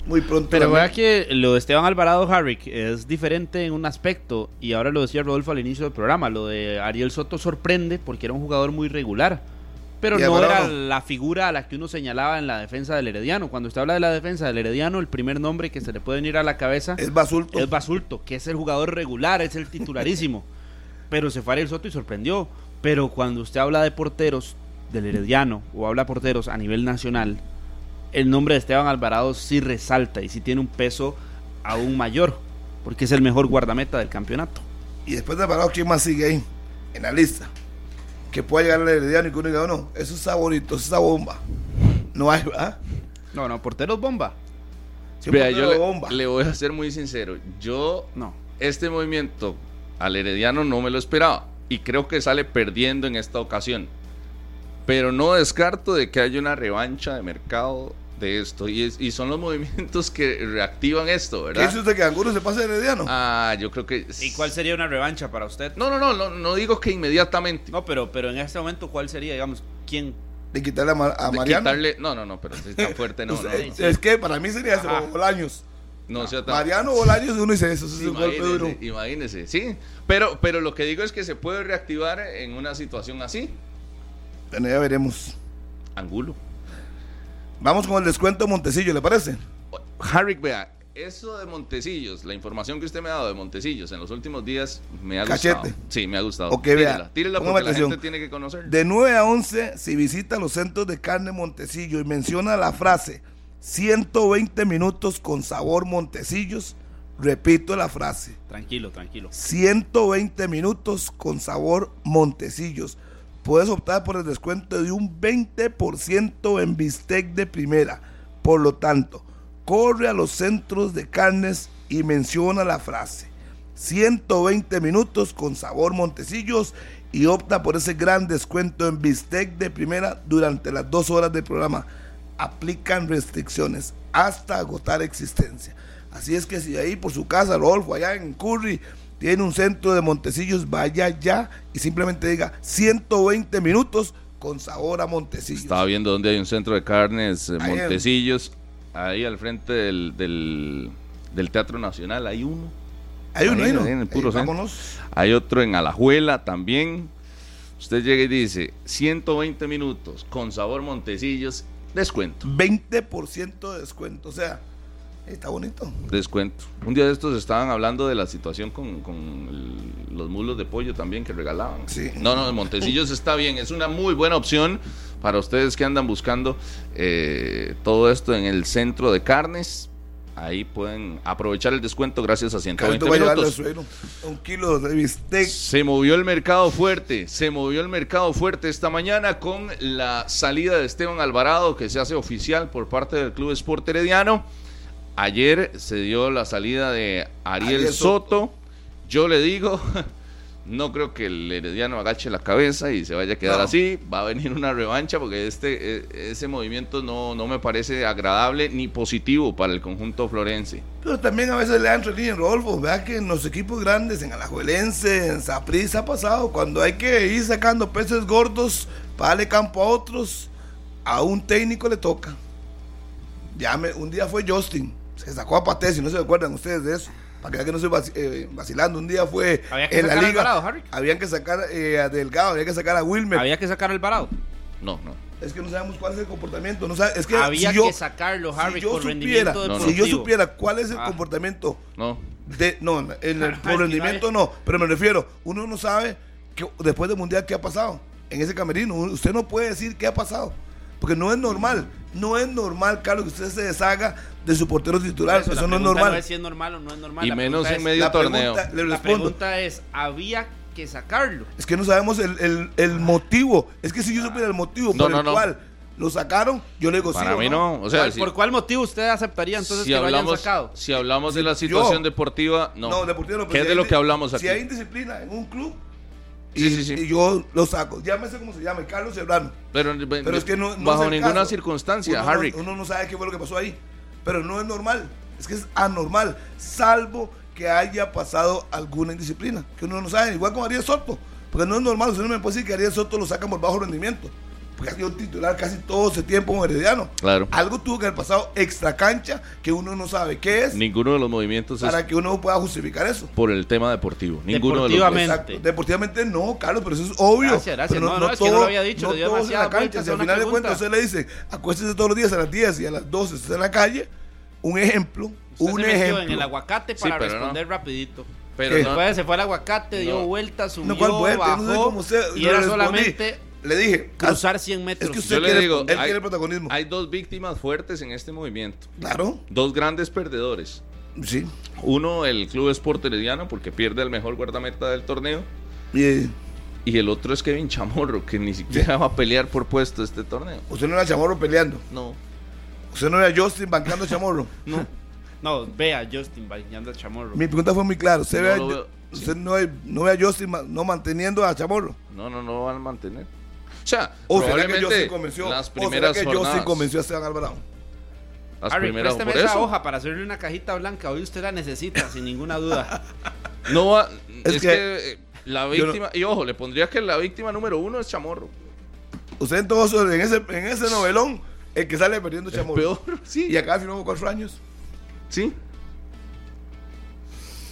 S2: muy pronto.
S3: Pero
S2: también.
S3: vea que lo de Esteban Alvarado Harrick es diferente en un aspecto, y ahora lo decía Rodolfo al inicio del programa, lo de Ariel Soto sorprende porque era un jugador muy regular, pero
S2: Y
S3: no
S2: Alvarado
S3: era
S2: no.
S3: la figura a la que uno señalaba en la defensa del Herediano. Cuando usted habla de la defensa del Herediano, el primer nombre que se le puede venir a la cabeza
S2: es Basulto.
S3: es Basulto, que es el jugador regular, es el titularísimo. pero se fue Ariel Soto y sorprendió. Pero cuando usted habla de porteros del Herediano o habla de porteros a nivel nacional, el nombre de Esteban Alvarado sí resalta y sí tiene un peso aún mayor, porque es el mejor guardameta del campeonato.
S2: Y después de Alvarado, ¿quién más sigue ahí? En la lista. Que pueda llegar al Herediano y que uno diga, "Oh, no, eso está bonito, eso está bomba. No hay, ¿verdad?
S3: No, no, porteros bomba.
S2: Siempre
S4: Vea,
S2: ha
S4: yo
S2: habido
S4: le,
S2: bomba.
S4: le voy a ser muy sincero. Yo
S3: No.
S4: este movimiento al Herediano no me lo esperaba y creo que sale perdiendo en esta ocasión. Pero no descarto de que haya una revancha de mercado de esto y, es- y son los movimientos que reactivan esto,
S2: ¿Qué dice
S4: ¿verdad?
S2: usted que Angulo se pase al Herediano?
S4: Ah, yo creo que
S3: ¿Y cuál sería una revancha para usted?
S4: No, no, no, no, no digo que inmediatamente.
S3: No, pero, pero en este momento, ¿cuál sería, digamos, quién?
S2: de quitarle a, Ma- a
S4: De
S2: Mariano.
S4: quitarle- no, no, no, pero si tan fuerte no, no, no, Ah.
S2: Es- Es que para mí sería ese, Bolaños.
S4: no, sea tan-
S2: Mariano Bolaños, uno dice eso, eso es un golpe duro.
S4: Imagínese, imagínese, sí. Pero, pero lo que digo es que se puede reactivar en una situación así.
S2: Bueno, ya veremos.
S4: Angulo.
S2: Vamos con el descuento de Montesillo, ¿le parece?
S4: Harrick, vea, eso de Montecillos, la información que usted me ha dado de Montecillos en los últimos días me ha gustado.
S2: Cachete.
S4: Sí, me ha gustado.
S2: Ok,
S4: tírela,
S2: vea,
S4: tírela
S2: póngame
S4: porque la
S2: atención.
S4: gente tiene que conocer.
S2: De 9 a 11, si visita los centros de carne Montesillo y menciona la frase 120 minutos con sabor Montesillos, repito la frase,
S3: Tranquilo, tranquilo.
S2: 120 minutos con sabor Montesillos. Puedes optar por el descuento de un 20% en bistec de primera. Por lo tanto, corre a los centros de carnes y menciona la frase. 120 minutos con sabor Montesillos y opta por ese gran descuento en bistec de primera durante las dos horas del programa. Aplican restricciones hasta agotar existencia. Así es que si ahí por su casa, Rodolfo, allá en Curry, tiene un centro de Montesillos, vaya ya y simplemente diga 120 minutos con sabor a Montesillos.
S4: Estaba viendo dónde hay un centro de carnes, eh,
S2: Ahí en-
S4: Montecillos, ahí al frente del, del- del Teatro Nacional, hay uno.
S2: Hay uno,
S4: Ahí,
S2: ahí, ¿no?
S4: ahí en el
S2: Ahí,
S4: puro centro.
S2: vámonos.
S4: Hay otro en Alajuela también. Usted llega y dice 120 minutos con sabor Montecillos, descuento.
S2: 20% de descuento, o sea, está bonito.
S4: Descuento. Un día de estos estaban hablando de la situación con, con el- los mulos de pollo también que regalaban.
S2: Sí.
S4: No, no, Montecillos está bien, es una muy buena opción para ustedes que andan buscando eh, todo esto en el centro de carnes. Ahí pueden aprovechar el descuento gracias a
S2: Carlito
S4: 120
S2: va a llevarle
S4: minutos.
S2: a su hijo un kilo de bistec.
S4: Se movió el mercado fuerte, se movió el mercado fuerte esta mañana con la salida de Esteban Alvarado que se hace oficial por parte del Club Sport Herediano. Ayer se dio la salida de Ariel,
S2: Ariel
S4: Soto.
S2: Soto.
S4: Yo le digo, no creo que el Herediano agache la cabeza y se vaya a quedar
S2: No.
S4: así. Va a venir una revancha porque este, e- ese movimiento no, no me parece agradable ni positivo para el conjunto florense.
S2: Pero también a veces le dan relieve en Rodolfo. Vea que en los equipos grandes, en Alajuelense, en Saprissa ha pasado. Cuando hay que ir sacando peces gordos para darle campo a otros, a un técnico le toca. Ya me- un día fue Justin, se sacó a Paté, si no se acuerdan ustedes de eso. Para que vean que no estoy vaci- eh, vacilando. Un día fue
S3: Había que
S2: en la
S3: sacar a
S2: liga.
S3: Alvarado, Harry.
S2: habían que sacar eh, a Delgado, había que sacar a Wilmer.
S3: Había que sacar a Alvarado.
S4: No, no.
S2: Es que no sabemos cuál es el comportamiento. No sabe- es que
S3: Había
S2: si yo,
S3: que sacarlo, Harry,
S2: si yo
S3: por
S2: supiera,
S3: rendimiento
S4: no, no.
S2: si yo
S3: deportivo.
S2: supiera cuál es el
S3: Ah.
S2: comportamiento
S4: No,
S2: de, no, en el, por rendimiento no, pero me refiero, uno no sabe que después del mundial qué ha pasado en ese camerino. Usted no puede decir qué ha pasado, porque no es normal. No es normal, Carlos, que usted se deshaga de su portero titular. Eso,
S3: la
S2: no es
S3: pregunta
S2: normal.
S3: es si es normal o no es normal.
S4: y
S3: la
S4: menos
S3: pregunta
S4: en
S3: es-
S4: medio
S2: la
S4: torneo.
S2: pregunta- le
S3: La
S2: respondo.
S3: pregunta es, ¿había que sacarlo?
S2: Es que no sabemos el, el- el motivo. Es que si yo supiera el motivo
S4: No,
S2: por
S4: no,
S2: el
S4: no.
S2: cual lo sacaron, yo le digo
S4: Para
S2: Pues sí o
S4: mí no. O sea,
S3: ¿Cuál-
S4: si,
S3: ¿Por cuál motivo usted aceptaría entonces
S4: si
S3: que lo hayan
S4: hablamos,
S3: sacado?
S4: si hablamos de la situación deportiva, no.
S2: No, deportivo no. pero
S4: ¿Qué
S2: si
S4: es de
S2: hay
S4: lo
S2: di-
S4: que hablamos aquí?
S2: Si hay indisciplina en un club,
S4: Sí,
S2: y,
S4: sí, sí.
S2: y yo lo saco. Llámese como se llame, Carlos Serrano.
S4: Pero,
S2: Pero es que no, no
S4: bajo
S2: es el
S4: ninguna
S2: caso.
S4: circunstancia,
S2: uno no-
S4: Harry.
S2: uno No, sabe qué fue lo que pasó ahí. Pero no es normal. Es que es anormal. Salvo que haya pasado alguna indisciplina. Que uno no sabe. Igual con Ariel Soto. Porque no es normal. Usted no me puede decir que Ariel Soto lo sacan por bajo rendimiento. Porque ha sido titular casi todo ese tiempo con Herediano.
S4: Claro.
S2: Algo tuvo que haber pasado extra cancha que uno no sabe qué es.
S4: Ninguno de los movimientos es
S2: para que uno pueda justificar eso.
S4: por el tema deportivo. Ninguno de los dos.
S3: Deportivamente.
S2: Exacto. Deportivamente no, Carlos, pero eso es obvio.
S3: Gracias, gracias.
S2: Pero
S3: No, no, es que no lo había dicho,
S2: No
S3: le dio
S2: todos en la
S3: demasiadas
S2: cancha.
S3: vueltas
S2: Si
S3: a
S2: al
S3: una
S2: final de cuentas
S3: pregunta.
S2: usted le dice, acuéstese todos los días a las 10 y a las 12 está en la calle. Un ejemplo,
S3: Usted
S2: un
S3: se metió
S2: ejemplo.
S3: en el aguacate
S4: Sí,
S3: para
S4: pero
S3: responder rapidito.
S4: Pero
S2: ¿Qué?
S4: no-
S3: Después se fue al aguacate, dio
S4: No.
S3: vueltas, subió,
S2: No, ¿cuál vuelta? Yo
S3: bajó,
S2: no sé cómo usted-
S3: y
S2: yo
S3: era
S2: le respondí.
S3: solamente
S2: Le dije,
S3: cruzar 100 metros.
S2: es que usted
S4: yo le
S2: quiere-
S4: digo,
S2: él quiere el protagonismo.
S4: Hay dos víctimas fuertes en este movimiento.
S2: claro,
S4: Dos grandes perdedores.
S2: sí.
S4: Uno, el Club Sport Herediano, porque pierde el mejor guardameta del torneo.
S2: Y, eh,
S4: Y el otro es Kevin Chamorro, que ni siquiera va a pelear por puesto este torneo.
S2: usted no era Chamorro peleando.
S4: No.
S2: Usted no era Justin bancando a Chamorro.
S3: No, vea Justin bañando a Chamorro.
S2: Mi pregunta fue muy clara. Usted,
S4: No
S2: ve a-
S4: lo veo.
S2: usted no, ve- no ve a Justin ma- no manteniendo a Chamorro.
S4: No, no, no van a mantener. O sea,
S2: O será que
S4: probablemente
S2: Justin convenció.
S4: las
S2: o será
S4: primeras
S2: que Justin
S4: jornadas,
S2: convenció a Esteban Alvarado.
S4: las
S3: Harry,
S4: primeras
S3: préstame
S4: por
S3: esa
S4: eso,
S3: hoja para hacerle una cajita blanca. Hoy usted la necesita, sin ninguna duda.
S4: no va,
S2: Es
S4: es,
S2: que-
S4: que, eh, la
S2: yo no-
S4: víctima y ojo, le pondría que la víctima número uno es Chamorro,
S2: Usted en todo eso, en ese, en ese novelón, el que sale perdiendo
S4: el
S2: chamorro.
S4: peor, sí,
S2: Y acá firmamos cuatro años.
S4: sí,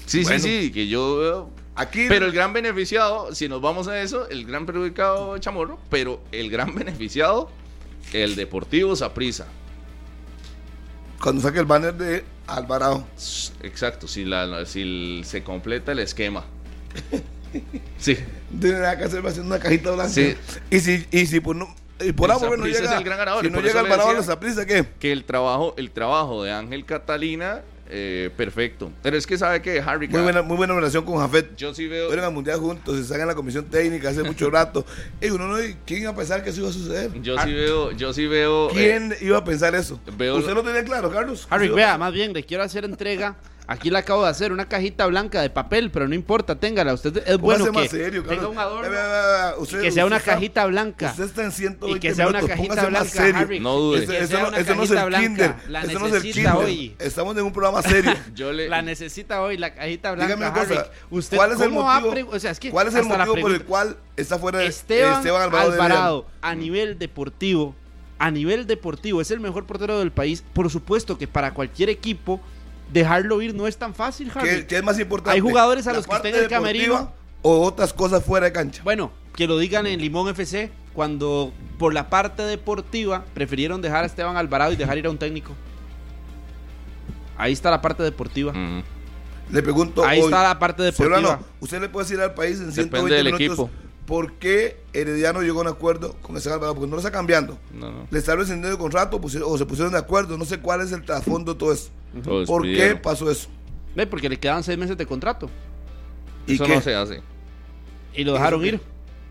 S4: sí,
S2: Bueno.
S4: sí, sí, que yo veo,
S2: Aquí.
S4: pero el gran beneficiado, si nos vamos a eso, el gran perjudicado es Chamorro, pero el gran beneficiado, el Deportivo Saprisa,
S2: Cuando saque el banner de Alvarado.
S4: exacto, si la, la- si el- se completa el esquema, sí.
S2: No tiene nada que hacer va a hacer una cajita blanca.
S4: Sí.
S2: Y si, y si por, no, y por
S4: El
S2: algo que no
S4: Saprissa
S2: llega.
S4: es el gran ganador,
S2: si
S4: y
S2: no
S4: por
S2: llega
S4: eso le
S2: Alvarado a la
S4: decía-
S2: Saprissa, ¿qué?
S4: que el trabajo, el trabajo de Ángel Catalina, eh, perfecto. Pero es que sabe que Harry
S2: Muy buena, muy buena relación con Jafet.
S4: yo sí veo,
S2: Fueron al mundial juntos, se sacan la comisión técnica hace mucho rato. Y uno no, ¿quién iba a pensar que eso iba a suceder?
S4: yo sí veo, yo sí veo. eh,
S2: ¿Quién iba a pensar eso?
S4: veo-
S2: ¿Usted lo tenía claro, Carlos?
S3: Harry,
S2: Yo-
S3: vea, más bien, le quiero hacer entrega. Aquí le acabo de hacer una cajita blanca de papel, pero no importa, téngala. Usted es
S2: Póngase
S3: bueno que
S2: más serio, Carlos.
S3: tenga un
S2: Ve,
S3: adorno
S2: ve, ve, ve,
S3: y
S2: usted-
S3: que sea una
S2: usted está-
S3: cajita blanca.
S2: Usted está en 120
S3: Y que sea una
S2: minutos,
S3: cajita
S2: póngase más
S3: blanca,
S2: serio.
S3: Harry.
S4: No dude.
S3: Y
S2: Eso,
S3: que
S2: eso
S3: sea
S2: no,
S3: una
S2: eso no es el
S3: cajita blanca.
S2: kinder.
S3: La
S2: eso no es el
S3: necesita
S2: kinder.
S3: hoy.
S2: Estamos en un programa serio.
S4: yo le,
S3: La necesita hoy, la cajita blanca,
S2: Dígame una cosa.
S3: Harry. Usted,
S2: ¿Cuál es el
S3: ¿cómo va a
S2: motivo,
S3: pre- o sea, es que
S2: ¿cuál es el
S3: hasta la
S2: motivo por el
S3: pregunta-
S2: cual está fuera de
S3: Esteban,
S2: Eh, Alvarado?
S3: Alvarado,
S2: de
S3: a nivel deportivo, a nivel deportivo, es el mejor portero del país. Por supuesto que para cualquier equipo, dejarlo ir no es tan fácil,
S2: Villarreal?
S3: Harry.
S2: ¿Qué, qué es más importante?
S3: Hay jugadores a
S2: ¿La
S3: los que
S2: parte
S3: estén en el
S2: deportiva
S3: camerino?
S2: O otras cosas fuera de cancha.
S3: Bueno, que lo digan en Limón FC, cuando por la parte deportiva prefirieron dejar a Esteban Alvarado y dejar ir a un técnico. Ahí está la parte deportiva.
S4: Mm,
S2: Le pregunto.
S3: Ahí
S2: hoy,
S3: está la parte deportiva.
S2: Solano, usted le puede decir al país en
S4: Depende
S2: 120
S4: del
S2: minutos
S4: equipo.
S2: por qué Herediano llegó a un acuerdo con ese Alvarado. Porque no lo está cambiando.
S4: no, no.
S2: Le está rescindiendo el contrato pusieron- o se pusieron de acuerdo. No sé cuál es el trasfondo de todo eso.
S4: Lo
S2: ¿Por qué
S4: despidieron.
S2: pasó eso?
S3: Ve, Porque le quedaban seis meses de contrato
S2: ¿Y
S4: Eso
S2: qué?
S4: no se hace.
S3: y lo dejaron ir.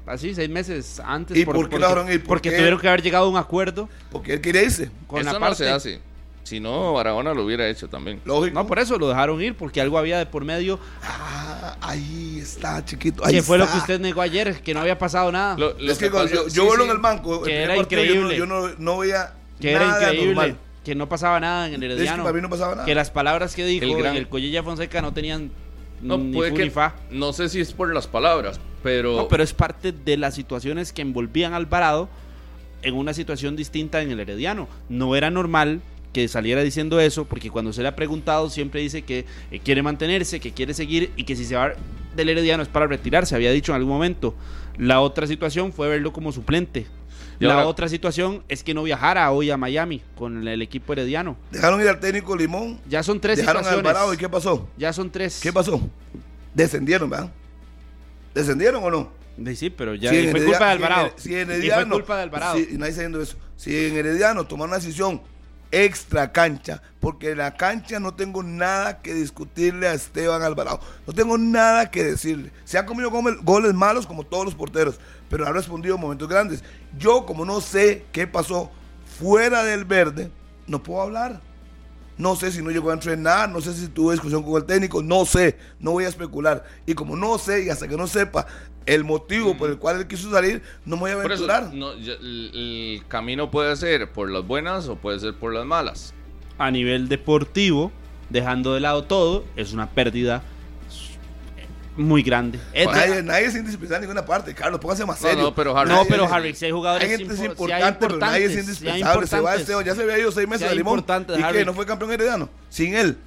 S3: Así, seis meses antes.
S2: ¿Y por qué lo dejaron ir? ¿Por
S3: Porque
S2: qué?
S3: tuvieron que haber llegado a un acuerdo
S2: Porque él quería irse.
S3: con
S4: eso
S3: la
S4: no se
S3: parte-
S4: hace. Si no, Barahona lo hubiera hecho también.
S2: Lógico.
S3: No, por eso lo dejaron ir, porque algo había de por medio,
S2: Ah, ahí está, chiquito. Ahí
S3: que fue lo
S2: está.
S3: que usted negó ayer, que no había pasado nada.
S4: Lo- lo
S2: Es que cuando
S4: pasa-
S2: yo,
S4: sí,
S2: yo vuelo
S4: sí.
S2: en el banco. el
S3: Que
S2: primer
S3: era
S2: partido, yo no-
S3: increíble.
S2: Yo no, no veía
S3: que
S2: nada
S3: era increíble,
S2: normal.
S3: que no pasaba nada en el
S2: Es que
S3: Herediano.
S2: para mí no pasaba nada.
S3: que las palabras que dijo
S4: El gran-
S3: en el Collella Fonseca no tenían
S4: No,
S3: ni
S4: puede
S3: fu
S4: que-
S3: ni fa.
S4: no sé si es por las palabras, pero,
S3: No, pero es parte de las situaciones que envolvían a Alvarado en una situación distinta en el Herediano. No era normal que saliera diciendo eso, porque cuando se le ha preguntado siempre dice que eh, quiere mantenerse, que quiere seguir y que si se va del Herediano es para retirarse, había dicho en algún momento. La otra situación fue verlo como suplente.
S4: Y
S3: La
S4: ahora-
S3: otra situación es que no viajara hoy a Miami con el equipo herediano.
S2: Dejaron ir al técnico Limón.
S3: Ya son tres
S2: Dejaron a
S3: situaciones.
S2: Alvarado. ¿Y qué pasó?
S3: Ya son tres.
S2: ¿Qué pasó? Descendieron, ¿verdad? ¿Descendieron o no?
S3: De- Sí, pero ya
S2: Si
S3: y
S2: en
S3: fue
S2: Heredia-
S3: culpa de
S2: si en
S3: Alvarado.
S2: Hered- si en
S3: y fue
S2: Herediano-
S3: culpa de Alvarado.
S2: si- y nadie está diciendo eso. Si en Herediano tomaron una decisión extra cancha, porque en la cancha no tengo nada que discutirle a Esteban Alvarado. No tengo nada que decirle. Se ha comido gome- goles malos como todos los porteros, pero ha respondido en momentos grandes. Yo, como no sé qué pasó, fuera del verde, no puedo hablar. No sé si no llegó a entrenar, no sé si tuvo discusión con el técnico, no sé, no voy a especular. Y como no sé, y hasta que no sepa el motivo por el cual él quiso salir, no me voy a
S4: Por eso,
S2: aventurar.
S4: no, ya- el, el camino puede ser por las buenas o puede ser por las malas.
S3: a nivel deportivo, dejando de lado todo, es una pérdida muy grande. Es-
S2: nadie, nadie es indispensable en ninguna parte, Carlos, póngase más
S4: No,
S2: serio.
S4: no, pero Harry-
S3: no,
S2: Nadie
S3: pero
S2: es-
S3: Harry, si hay
S2: Hay
S3: jugadores
S2: gente es
S3: impo- si hay
S2: importante, pero nadie es
S3: importantes, si hay
S2: indispensable. Se va a
S3: importantes.
S2: Esteo, ya se había ido seis meses
S3: hay
S2: de limón.
S3: importantes,
S2: Y que
S3: Harry.
S2: no fue campeón heredano, sin él.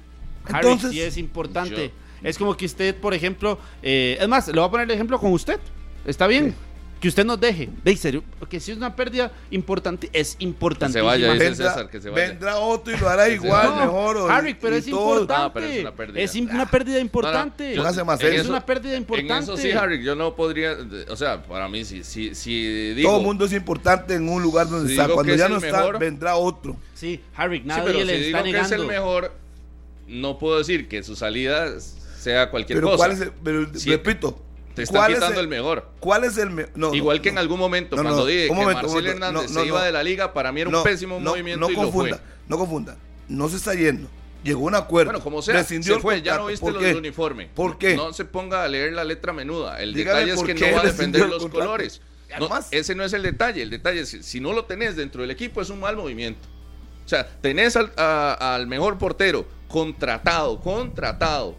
S3: Harry,
S2: Entonces,
S3: sí es importante.
S4: yo-
S3: Es como que usted, por ejemplo, eh, es más, le voy a poner el ejemplo con usted. ¿Está bien? Que usted nos deje. De serio, porque si es una pérdida importante, es importante.
S4: vaya, dice
S2: vendrá,
S4: César que se vaya.
S2: vendrá otro y lo hará igual,
S3: No,
S2: mejor. o-
S3: Harry, pero
S2: y
S3: es
S2: todo.
S3: importante.
S4: Ah, pero es una pérdida.
S3: Es im- una pérdida importante.
S4: yo-
S2: Póngase más
S4: en
S2: serio.
S3: es
S4: eso-
S3: una pérdida
S4: En
S3: importante.
S4: eso sí, Harry, yo no podría, o sea, para mí sí, sí, sí digo,
S2: Todo el mundo es importante en un lugar donde
S4: Si
S2: está.
S4: digo
S2: Cuando
S4: que
S2: ya
S4: es
S2: no
S4: el
S2: está,
S4: mejor-
S2: vendrá otro.
S3: Sí, Harry,
S4: sí,
S3: nadie le
S4: pero si digo
S3: está
S4: que es
S3: negando.
S4: el mejor, no puedo decir que su salida sea cualquier
S2: Pero,
S4: cosa.
S2: ¿cuál es el, pero
S4: Sí,
S2: repito,
S4: Te están
S2: ¿cuál es
S4: quitando el,
S2: el-
S4: mejor.
S2: ¿cuál es el me- no,
S4: Igual
S2: no,
S4: que en
S2: no.
S4: algún momento,
S2: No, no,
S4: cuando dije
S2: un
S4: que
S2: momento, un
S4: Marcelo
S2: momento.
S4: Hernández
S2: No, no,
S4: se iba
S2: no.
S4: de la liga, para mí era un
S2: No,
S4: pésimo
S2: no,
S4: movimiento
S2: no
S4: y lo
S2: confunda,
S4: fue.
S2: No confunda. No se está yendo. Llegó a un acuerdo.
S4: Bueno, como sea,
S2: rescindió
S4: se
S2: el
S4: fue, ya no
S2: contrato.
S4: viste
S2: ¿Por
S4: lo
S2: qué?
S4: del uniforme.
S2: ¿Por qué?
S4: No se ponga a leer la letra menuda. El
S2: Dígame
S4: detalle es
S2: por
S4: que
S2: qué
S4: no va a
S2: rescindió
S4: defender
S2: el
S4: los
S2: contrato.
S4: colores. No,
S2: Además-
S4: ese no es el detalle. El detalle es, que si no lo tenés dentro del equipo, es un mal movimiento. O sea, tenés al, a- al mejor portero contratado, contratado,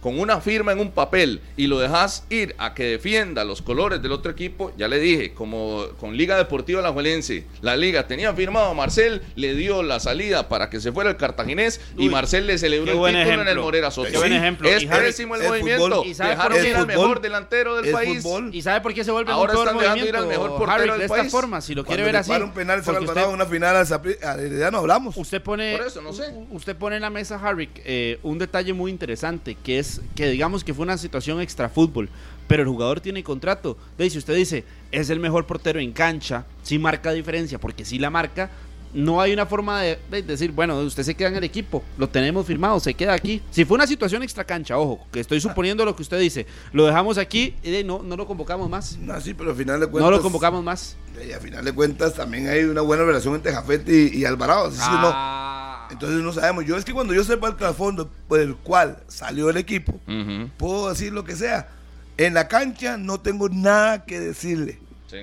S4: con una firma en un papel y lo dejas ir a que defienda los colores del otro equipo, ya le dije, como con Liga Deportiva Alajuelense, la liga tenía firmado a Marcel, le dio la salida para que se fuera el cartaginés y
S3: Uy,
S4: Marcel le
S3: qué
S4: celebró el título
S3: buen
S4: en el
S3: ejemplo.
S4: Morera Soto.
S3: Qué buen ejemplo.
S4: Es
S3: Y Harry,
S4: pésimo el,
S2: el
S4: movimiento.
S2: fútbol-
S3: ¿Y sabe
S4: Dejaron
S3: por qué?
S4: ir al
S2: El
S4: mejor
S2: fútbol-
S4: delantero del
S2: el
S4: país.
S2: fútbol-
S3: ¿Y sabe por qué se vuelve
S4: Ahora
S3: un peor
S4: están dejando ir
S3: movimiento,
S4: al mejor portero
S3: Harry,
S4: del
S3: de esta
S4: país?
S3: forma, si lo quiere
S2: Cuando
S3: ver
S2: le
S3: así.
S2: para un penal se
S3: porque usted-
S2: una final a Zapri- a Heredia no hablamos.
S3: Usted pone,
S4: Por eso, no sé.
S3: u- usted pone en la mesa, Harry, eh, un detalle muy interesante, que es que digamos que fue una situación extra fútbol, pero el jugador tiene contrato. De ahí, si usted dice, es el mejor portero en cancha, sí marca diferencia, porque sí la marca, no hay una forma de, de decir, bueno, usted se queda en el equipo, lo tenemos firmado, se queda aquí. Si fue una situación extra cancha, ojo, que
S4: Ah.
S3: estoy suponiendo lo que usted dice, lo dejamos aquí y de ahí no, no lo convocamos más.
S2: No, sí, pero al final de cuentas.
S3: No lo convocamos más.
S2: Y al final de cuentas también hay una buena relación entre Jafete y, y Alvarado. Así que
S3: Ah.
S2: no. Entonces no sabemos. Yo es que cuando yo sepa el trasfondo por el cual salió el equipo,
S4: Ujú,
S2: puedo decir lo que sea. En la cancha no tengo nada que decirle.
S4: sí.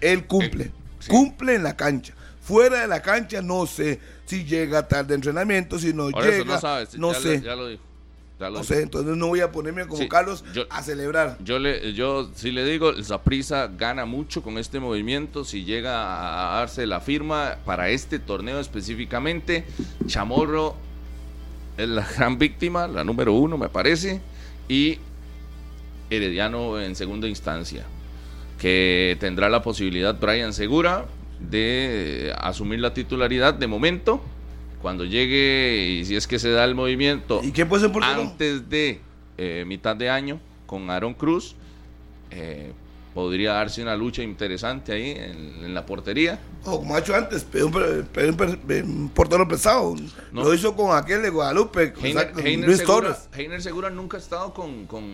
S2: Él cumple.
S4: Eh, sí.
S2: Cumple en la cancha. Fuera de la cancha no sé si llega tarde a entrenamiento, si no
S4: Por
S2: llega.
S4: eso no sabes.
S2: no
S4: ya lo-
S2: sé.
S4: ya lo dijo. Ya lo
S2: no
S4: dijo.
S2: sé, entonces no voy a ponerme como
S4: Sí,
S2: Carlos
S4: yo-
S2: a celebrar.
S4: Yo le, yo sí le digo, el Saprisa gana mucho con este movimiento. Si llega a darse la firma para este torneo específicamente, Chamorro es la gran víctima, la número uno me parece, y Herediano en segunda instancia, que tendrá la posibilidad Brian Segura de asumir la titularidad de momento cuando llegue y si es que se da el movimiento
S2: ¿Y quién puede ser portero?
S4: antes de eh, mitad de año con Aaron Cruz. eh, podría darse una lucha interesante ahí en, en la portería.
S2: O como ha hecho antes, pidió un, pe- pidió un pe- un portero pesado.
S4: No.
S2: Lo hizo con aquel de Guadalupe, con
S4: Heiner,
S2: Sa- con
S4: Heiner
S2: Luis
S4: Segura,
S2: Torres.
S4: Heiner Segura nunca ha estado con, con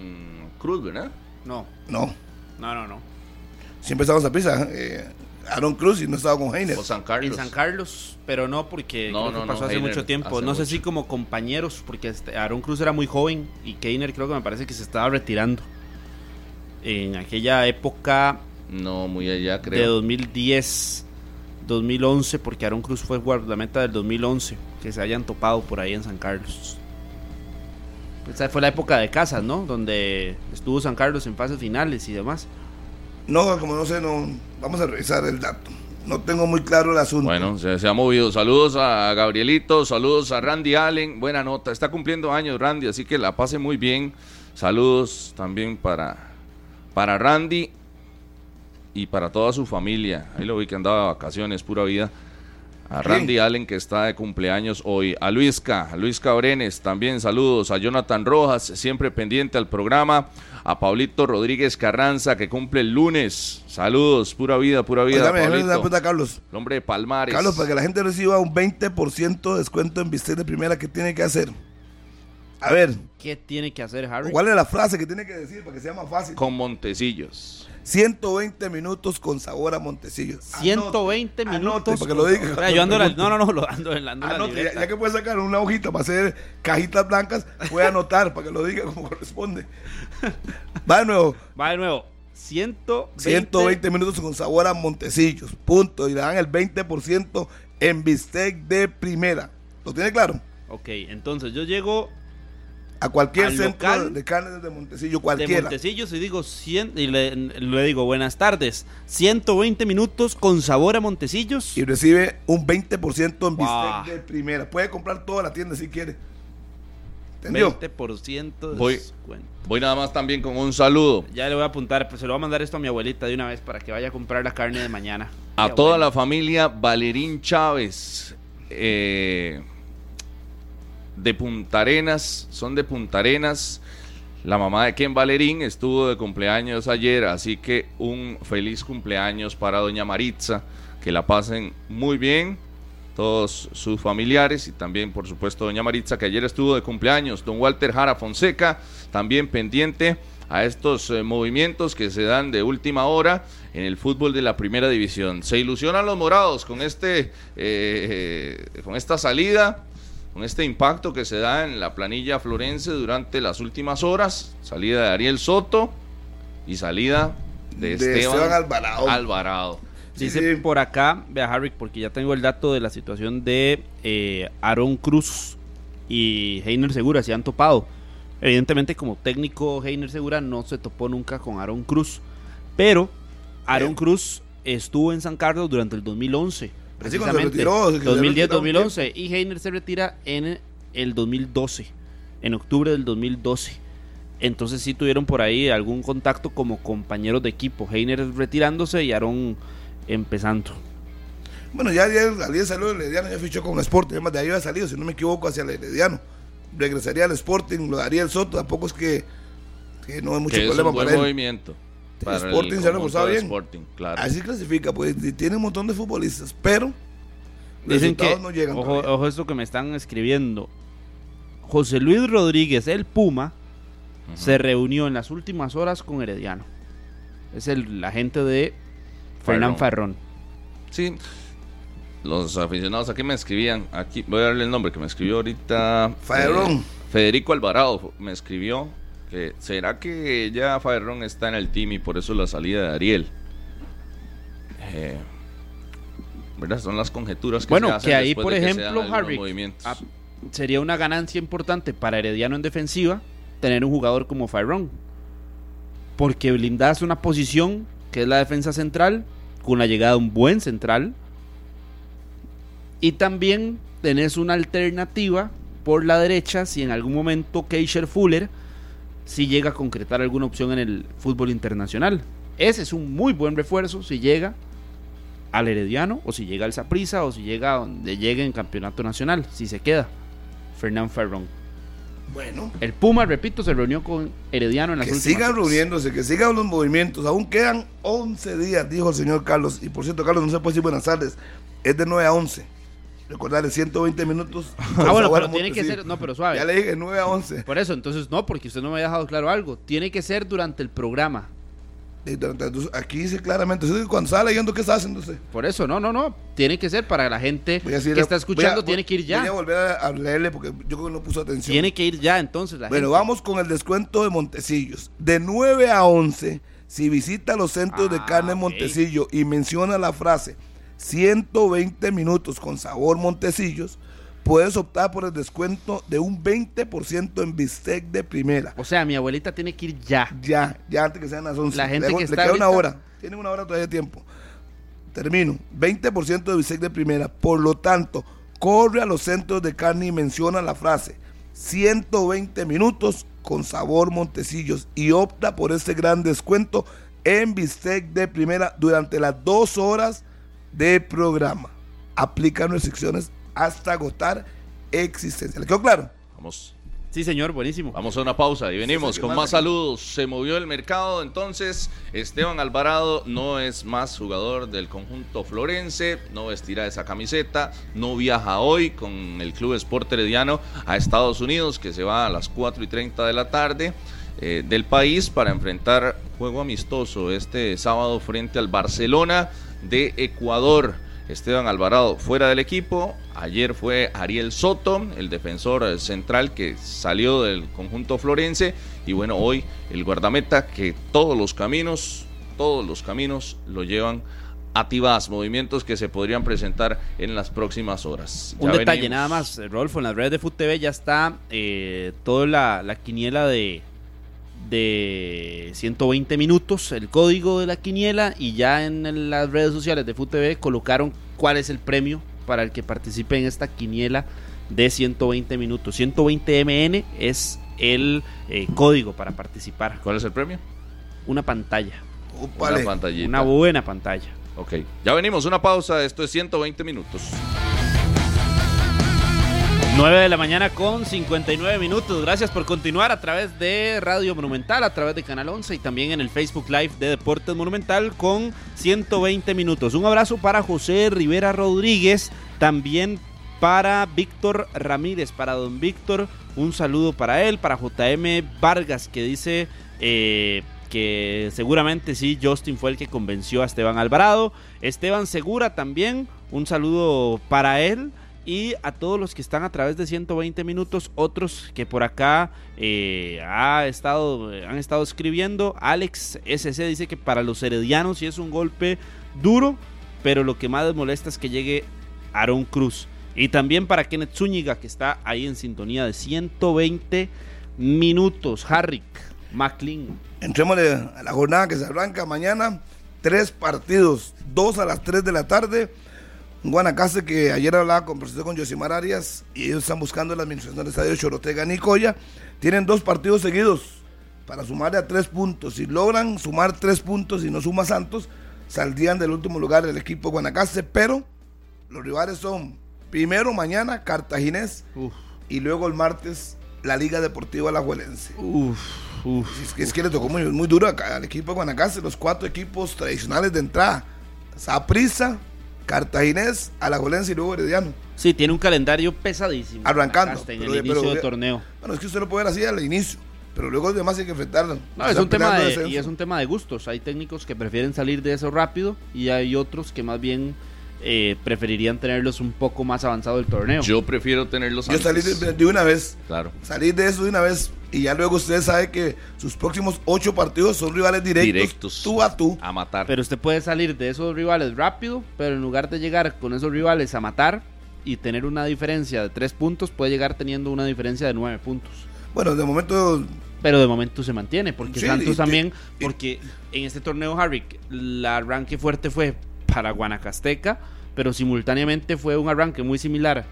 S4: Cruz, ¿verdad?
S3: No,
S2: No,
S3: no, no, no.
S2: siempre estaba en prisa. Aaron Cruz y no estaba con Heiner.
S4: O San Carlos.
S3: En San Carlos, pero no porque
S4: No,
S3: creo que
S4: no,
S3: pasó
S4: no,
S3: hace
S4: Heiner,
S3: mucho tiempo.
S4: hace
S3: no sé
S4: mucho.
S3: si como compañeros, porque este, Aaron Cruz era muy joven y Keiner creo que me parece que se estaba retirando. En aquella época
S4: No, muy allá,
S3: de
S4: creo.
S3: 2010, 2011, porque Aaron Cruz fue guardameta del 2011, que se hayan topado por ahí en San Carlos. Esa fue la época de Casas, ¿no? Donde estuvo San Carlos en fases finales y demás.
S2: No, como no sé, no. Vamos a revisar el dato. No tengo muy claro el asunto.
S4: Bueno, se, se ha movido. Saludos a Gabrielito, saludos a Randy Allen. Buena nota. Está cumpliendo años Randy, así que la pase muy bien. Saludos también para, para Randy y para toda su familia. Ahí lo vi que andaba de vacaciones, pura vida. A Randy Allen que está de cumpleaños hoy. A Luisca, a Luisca Orenes también saludos. A Jonathan Rojas, siempre pendiente al programa. A Pablito Rodríguez Carranza que cumple el lunes. Saludos, pura vida, pura vida.
S2: Oiga, me dejaron
S4: Pablito.
S2: la pregunta a Carlos.
S4: El hombre de Palmares.
S2: Carlos, para que la gente reciba un 20% de descuento en Vistel de primera, ¿qué tiene que hacer? A ver,
S3: ¿Qué tiene que hacer Harry?
S2: ¿cuál es la frase que tiene que decir para que sea más fácil?
S4: Con Montecillos.
S2: 120 minutos con sabor a Montesillos.
S3: Ah, 120
S2: Anote,
S3: minutos.
S2: para que lo diga.
S3: O sea, yo ando la- no, no, no, lo ando, en la- ando en
S2: Anote,
S3: la
S2: Ah, ya,
S3: libreta.
S2: ya que puede sacar una hojita para hacer cajitas blancas, puede anotar para que lo diga como corresponde. Va de nuevo.
S3: Va de nuevo. 120,
S2: 120 minutos con sabor a Montecillos. Punto. Y le dan el 20% en bistec de primera. ¿Lo tiene claro?
S3: Ok, entonces yo llego
S2: A cualquier
S3: Al
S2: centro
S3: local
S2: de carnes de Montecillo,
S3: de
S2: cualquiera.
S3: Montecillos y digo 100 y le, le digo buenas tardes. 120 minutos con sabor a Montecillos.
S2: y recibe un 20% en bistec
S3: Wow.
S2: de primera. Puede comprar toda la tienda si quiere. ¿Entendió?
S3: 20% de
S4: Voy.
S3: descuento.
S4: Voy nada más también con un saludo
S3: Ya le voy a apuntar, pues se lo voy a mandar esto a mi abuelita de una vez para que vaya a comprar la carne de mañana.
S4: a
S3: Mi
S4: toda
S3: abuela.
S4: la familia Valerín Chávez eh, de Punta Arenas, son de Punta Arenas. La mamá de Ken Valerín estuvo de cumpleaños ayer, así que un feliz cumpleaños para doña Maritza, que la pasen muy bien todos sus familiares y también por supuesto doña Maritza que ayer estuvo de cumpleaños, don Walter Jara Fonseca también pendiente a estos eh, movimientos que se dan de última hora en el fútbol de la primera división. Se ilusionan los morados con este eh, con esta salida, con este impacto que se da en la planilla florense durante las últimas horas, salida de Ariel Soto y salida de,
S2: De
S4: Esteban,
S2: Esteban Alvarado.
S4: Alvarado.
S3: Dice
S2: Sí, sí.
S3: por acá, vea Harry, porque ya tengo el dato de la situación de eh, Aaron Cruz y Heiner Segura, se han topado. Evidentemente, como técnico, Heiner Segura no se topó nunca con Aaron Cruz. Pero Aaron
S2: Eh.
S3: Cruz estuvo en San Carlos durante el 2011.
S2: Así cuando
S3: Precisamente,
S2: se retiró, que se
S3: 2010-2011. Y Heiner se retira en el 2012, en octubre del 2012. Entonces sí tuvieron por ahí algún contacto como compañeros de equipo. Heiner retirándose y Aaron empezando.
S2: Bueno, ya ayer, ayer salió el Herediano, ya fichó con el Sporting. Además, de ahí había salido, si no me equivoco, hacia el Herediano. Regresaría al Sporting, lo daría el Soto. Tampoco es que, que no hay mucho
S4: que es
S2: problema
S4: un buen
S2: para él.
S4: movimiento. para el
S2: Sporting se ha
S4: conjunto
S2: reforzado
S4: de
S2: bien.
S4: Sporting, claro.
S2: Así clasifica, pues y tiene un montón de futbolistas, pero los
S3: Dicen
S2: resultados
S3: que,
S2: no llegan.
S3: ojo,
S2: todavía.
S3: ojo esto que me están escribiendo. José Luis Rodríguez, el Puma, se reunió en las últimas horas con Herediano. Es el agente de Fernán Farrón.
S4: Sí. Los aficionados aquí me escribían. Aquí voy a darle el nombre que me escribió ahorita.
S2: Faerrón.
S4: Eh, Federico Alvarado me escribió que será que ya Faerrón está en el team y por eso la salida de Ariel. Eh, ¿Verdad? Son las conjeturas que
S3: Bueno,
S4: se hacen
S3: que ahí,
S4: después
S3: por
S4: de que se
S3: ejemplo,
S4: dan algunos
S3: Harvick,
S4: movimientos.
S3: ah, sería una ganancia importante para Herediano en defensiva tener un jugador como Farrón. Porque blindas una posición que es la defensa central, con la llegada de un buen central. Y también tenés una alternativa por la derecha si en algún momento Keisher Fuller si llega a concretar alguna opción en el fútbol internacional. Ese es un muy buen refuerzo si llega al Herediano o si llega al Saprissa o si llega a donde llegue en campeonato nacional, si se queda. Fernán Ferrón.
S2: Bueno,
S3: El Puma, repito, se reunió con Herediano en las
S2: que
S3: últimas
S2: sigan
S3: horas.
S2: reuniéndose, que sigan los movimientos. Aún quedan 11 días, dijo el señor Carlos. Y por cierto, Carlos, no se puede decir buenas tardes. Es de 9 a 11. Recordarle 120 minutos.
S3: Ah,
S2: Sabor
S3: bueno,
S2: a
S3: pero tiene que
S2: Montecillo.
S3: ser, no, pero
S2: Ya
S3: suave.
S2: le dije 9 a 11.
S3: Por eso, entonces no, porque usted no me ha dejado claro algo. Tiene que ser durante el programa.
S2: Y durante- entonces, Aquí dice claramente. entonces, Cuando estaba leyendo, ¿qué está haciendo usted?
S3: Por eso, no, no, no. Tiene que ser para la gente
S2: Voy a decir-
S3: que está
S2: voy
S3: escuchando,
S2: a-
S3: tiene que ir
S2: Voy a
S3: ya.
S2: volver a, a leerle porque yo creo que no puso atención.
S3: Tiene que ir ya, entonces la
S2: Bueno,
S3: gente.
S2: vamos con el descuento de Montecillos. De 9 a 11, si visita los centros de
S3: Ah,
S2: carne
S3: ok.
S2: Montecillo y menciona la frase 120 minutos con sabor Montecillos, puedes optar por el descuento de un 20% en bistec de primera.
S3: O sea, mi abuelita tiene que ir ya.
S2: Ya, ya antes que sean las 11.
S3: La gente
S2: le,
S3: que
S2: le
S3: está
S2: queda una
S3: ahorita-
S2: hora. Tienen una hora todavía de tiempo. Termino. 20% de bistec de primera. Por lo tanto, corre a los centros de carne y menciona la frase 120 minutos con sabor Montecillos y opta por este gran descuento en bistec de primera durante las dos horas de programa. Aplican restricciones hasta agotar existencia. ¿Le quedó claro?
S4: Vamos.
S3: Sí, señor, buenísimo.
S4: Vamos a una pausa y venimos
S2: sí,
S4: con
S2: sí,
S4: más
S2: sí.
S4: saludos. Se movió el mercado, entonces Esteban Alvarado no es más jugador del conjunto florense, no vestirá esa camiseta, no viaja hoy con el club Sport Herediano a Estados Unidos, que se va a las 4 y 30 de la tarde eh, del país para enfrentar juego amistoso este sábado frente al Barcelona de Ecuador. Esteban Alvarado fuera del equipo. Ayer fue Ariel Soto, el defensor eh, central que salió del conjunto florense. Y bueno, hoy el guardameta que todos los caminos, todos los caminos lo llevan a Tibás. Movimientos que se podrían presentar en las próximas horas.
S3: Un
S4: Ya
S3: detalle
S4: venimos.
S3: nada más, eh, Rodolfo, en las redes de FUT TV ya está eh, toda la, la quiniela de, de 120 minutos, el código de la quiniela, y ya en el- las redes sociales de FUT TV colocaron cuál es el premio para el que participe en esta quiniela de 120 minutos. 120 MN es el eh, código para participar.
S4: ¿Cuál es el premio?
S3: Una pantalla,
S4: Una
S2: Úpale.
S4: pantallita.
S3: una buena pantalla.
S4: ok. Ya venimos, una pausa. Esto es 120 minutos.
S3: 9 de la mañana con 59 minutos. Gracias por continuar a través de Radio Monumental, a través de Canal 11 y también en el Facebook Live de Deportes Monumental con 120 minutos. Un abrazo para José Rivera Rodríguez, también para Víctor Ramírez, para don Víctor, un saludo para él, para JM Vargas que dice eh, que seguramente sí, Justin fue el que convenció a Esteban Alvarado. Esteban Segura también, un saludo para él y a todos los que están a través de 120 minutos, otros que por acá eh, ha estado, han estado escribiendo. Alex SC dice que para los heredianos sí es un golpe duro, pero lo que más les molesta es que llegue Aaron Cruz. Y también para Kenneth Zúñiga, que está ahí en sintonía de 120 minutos. Harrick, McLean.
S2: Entrémosle a la jornada que se arranca mañana. Tres partidos, dos a las tres de la tarde. Un Guanacaste que ayer hablaba con profesor con Josimar Arias y ellos están buscando la administración del estadio Chorotega Nicoya. Tienen dos partidos seguidos para sumarle a tres puntos. Si logran sumar tres puntos y no suma Santos, saldrían del último lugar el equipo Guanacaste. Pero los rivales son primero mañana Cartaginés
S3: Uf,
S2: y luego el martes la Liga Deportiva Alajuelense.
S3: uf, uf.
S2: Es que, es que le tocó muy, muy duro acá al equipo de Guanacaste, los cuatro equipos tradicionales de entrada. Saprissa, Cartaginés, Alajuelense y luego Herediano.
S3: Sí, tiene un calendario pesadísimo.
S2: Arrancando,
S3: Hasta En
S2: pero-
S3: el
S2: pero-
S3: inicio del torneo.
S2: Bueno, es que usted lo puede ver así al inicio, pero luego los demás hay que enfrentarlo.
S3: No, es un tema de, y es un tema de gustos. Hay técnicos que prefieren salir de eso rápido y hay otros que más bien eh, preferirían tenerlos un poco más avanzado el torneo.
S4: Yo prefiero tenerlos
S2: Yo salí
S4: antes.
S2: de, de una vez,
S4: Claro.
S2: salí de eso de una vez y ya luego usted sabe que sus próximos ocho partidos son rivales directos,
S4: Directos.
S2: tú a
S3: Ah.
S2: tú.
S4: A matar.
S3: Pero usted puede salir de esos rivales rápido, pero en lugar de llegar con esos rivales a matar y tener una diferencia de tres puntos, puede llegar teniendo una diferencia de nueve puntos.
S2: Bueno, de momento
S3: Pero de momento se mantiene, porque
S2: Sí,
S3: Santos
S2: y-
S3: también,
S2: y-
S3: porque en este torneo, Harry, el arranque fuerte fue para Guanacasteca, pero simultáneamente fue un arranque muy similar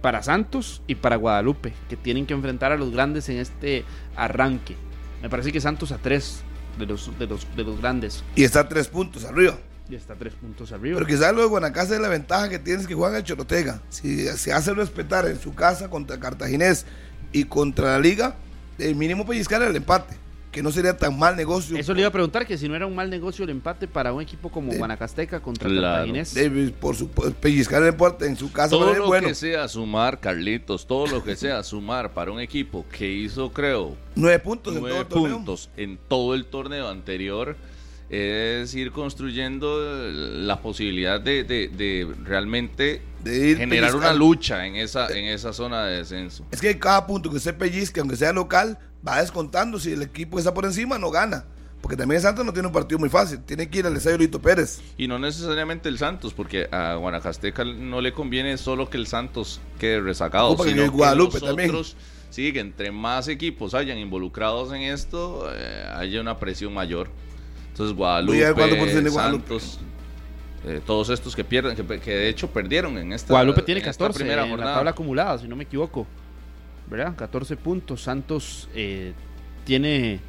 S3: para Santos y para Guadalupe, que tienen que enfrentar a los grandes en este arranque. Me parece que Santos a tres de los, de los, de los grandes
S2: y está tres puntos arriba.
S3: y está a tres puntos arriba.
S2: Pero quizás lo de Guanacaste es la ventaja que tienes que juegan el Chorotega. Si se hace respetar en su casa contra Cartaginés y contra la Liga, el mínimo pellizcar el empate, que no sería tan mal negocio.
S3: Eso le iba a preguntar, que si no era un mal negocio el empate para un equipo como
S2: De-
S3: Guanacasteca contra
S4: Claro.
S3: Cartaginés.
S2: David, por supuesto, pellizcar el empate en su casa
S4: Todo
S2: es
S4: lo
S2: bueno.
S4: que sea sumar, Carlitos, todo lo que sea sumar para un equipo que hizo, creo,
S2: Nueve puntos en todo
S4: nueve
S2: el torneo.
S4: puntos en todo el torneo anterior, es ir construyendo la posibilidad de, de- de realmente
S2: De ir
S4: generar una
S2: pellizcando.
S4: lucha en esa, en esa zona de descenso.
S2: Es que cada punto que usted pellizque, aunque sea local, va descontando. Si el equipo que está por encima no gana. Porque también el Santos no tiene un partido muy fácil. Tiene que ir al estadio Lito Pérez.
S4: Y no necesariamente el Santos, porque a Guanacasteca no le conviene solo que el Santos quede resacado,
S2: Opa, que
S4: sino
S2: el Guadalupe
S4: que los
S2: también.
S4: otros, sí, que entre más equipos hayan involucrados en esto, eh, haya una presión mayor. Entonces Guadalupe,
S2: Voy a ver cuánto por ciento de Guadalupe.
S4: Santos, eh, todos estos que pierden, que, que de hecho perdieron en esta
S3: Guadalupe tiene
S4: en esta
S3: 14
S4: primera
S3: en la
S4: jornada.
S3: tabla acumulada, si no me equivoco. ¿Verdad? 14 puntos. Santos eh, tiene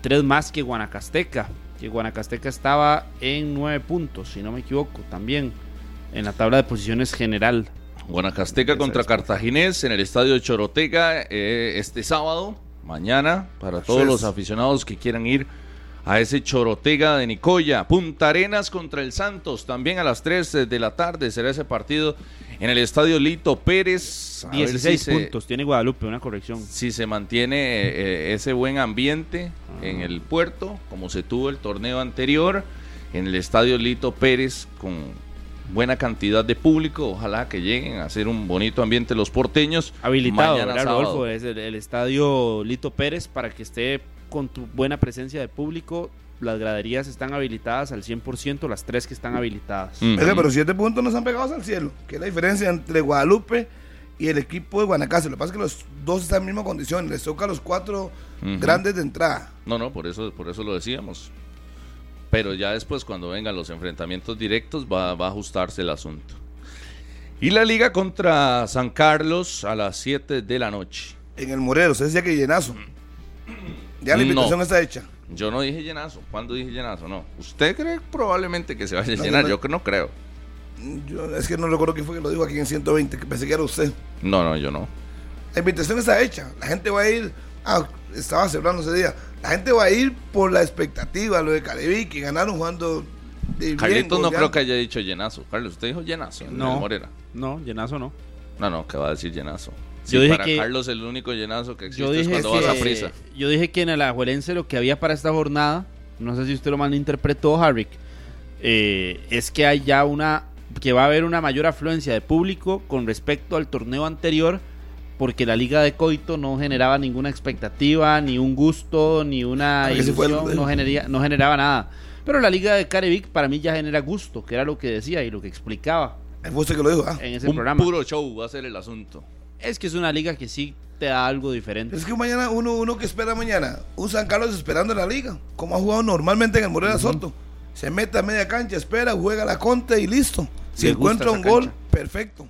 S3: 3 más que Guanacasteca. Que Guanacasteca estaba en 9 puntos, si no me equivoco, también en la tabla de posiciones general.
S4: Guanacasteca contra Cartaginés en el estadio Chorotega eh, este sábado, mañana, para todos
S2: es.
S4: los aficionados que quieran ir a ese Chorotega de Nicoya. Punta Arenas contra el Santos, también a las 3 de la tarde será ese partido en el estadio Lito Pérez. eh, A ver
S3: 16
S4: si se-
S3: puntos tiene Guadalupe, una corrección.
S4: si se mantiene eh, eh, ese buen ambiente en el puerto, como se tuvo el torneo anterior, en el estadio Lito Pérez, con buena cantidad de público, ojalá que lleguen a hacer un bonito ambiente los porteños.
S3: Habilitado, eh.
S4: Mañana
S3: ¿verdad,
S4: sábado.
S3: Rodolfo? Es el, el estadio Lito Pérez para que esté con tu buena presencia de público. Las graderías están habilitadas al 100%, las tres que están habilitadas.
S4: Ujú.
S2: Oiga, pero siete puntos nos han pegados al cielo, que es la diferencia entre Guadalupe y el equipo de Guanacaste. Lo que pasa es que los dos están en misma condición, les toca a los cuatro
S4: Ujú.
S2: grandes de entrada.
S4: No, no, por eso, por eso lo decíamos. Pero ya después, cuando vengan los enfrentamientos directos, va, va a ajustarse el asunto. Y la liga contra San Carlos a las 7 de la noche.
S2: En el Morero, se decía que llenazo. Ya la
S4: No.
S2: invitación está hecha.
S4: Yo no dije llenazo. ¿Cuándo dije llenazo? No. ¿Usted cree probablemente que se vaya a
S2: No,
S4: llenar?
S2: no, no.
S4: Yo que no creo.
S2: Yo- es que no recuerdo quién fue que lo dijo aquí en 120, que pensé que era usted.
S4: No, no, yo no.
S2: La invitación está hecha. La gente va a ir. Ah, estaba celebrando ese día. La gente va a ir por la expectativa, lo de Caribe, que ganaron jugando. de bien,
S4: Carlitos no creo
S2: goleando.
S4: que haya dicho llenazo. Carlos, usted dijo llenazo. No.
S3: No.
S4: Morera.
S3: No, llenazo no.
S4: No, no, que va a decir llenazo. Si
S3: Yo dije
S4: para
S3: que-
S4: Carlos el único llenazo que existe
S3: Yo
S4: es
S3: dije,
S4: cuando
S3: que,
S4: vas a prisa.
S3: yo dije que en el Alajuelense lo que había para esta jornada, no sé si usted lo malinterpretó, Harrick, eh, es que hay ya una, que va a haber una mayor afluencia de público con respecto al torneo anterior, porque la Liga de Coito no generaba ninguna expectativa, ni un gusto, ni una
S2: Ah, que se fue el-
S3: ilusión, no, genería- no generaba nada. Pero la Liga de Carevic para mí ya genera gusto, que era lo que decía y lo que explicaba
S2: Ahí Fue usted que lo dijo. ah.
S3: en ese
S4: Un
S3: programa.
S4: puro show va a ser el asunto.
S3: Es que es una liga que sí te da algo diferente.
S2: Es que mañana uno, uno que espera mañana, un San Carlos esperando en la liga, como ha jugado normalmente en el Morera Soto. Se mete a media cancha, espera, juega la contra y listo. Si
S3: Le gusta
S2: encuentra
S3: esa
S2: un gol,
S3: cancha.
S2: perfecto.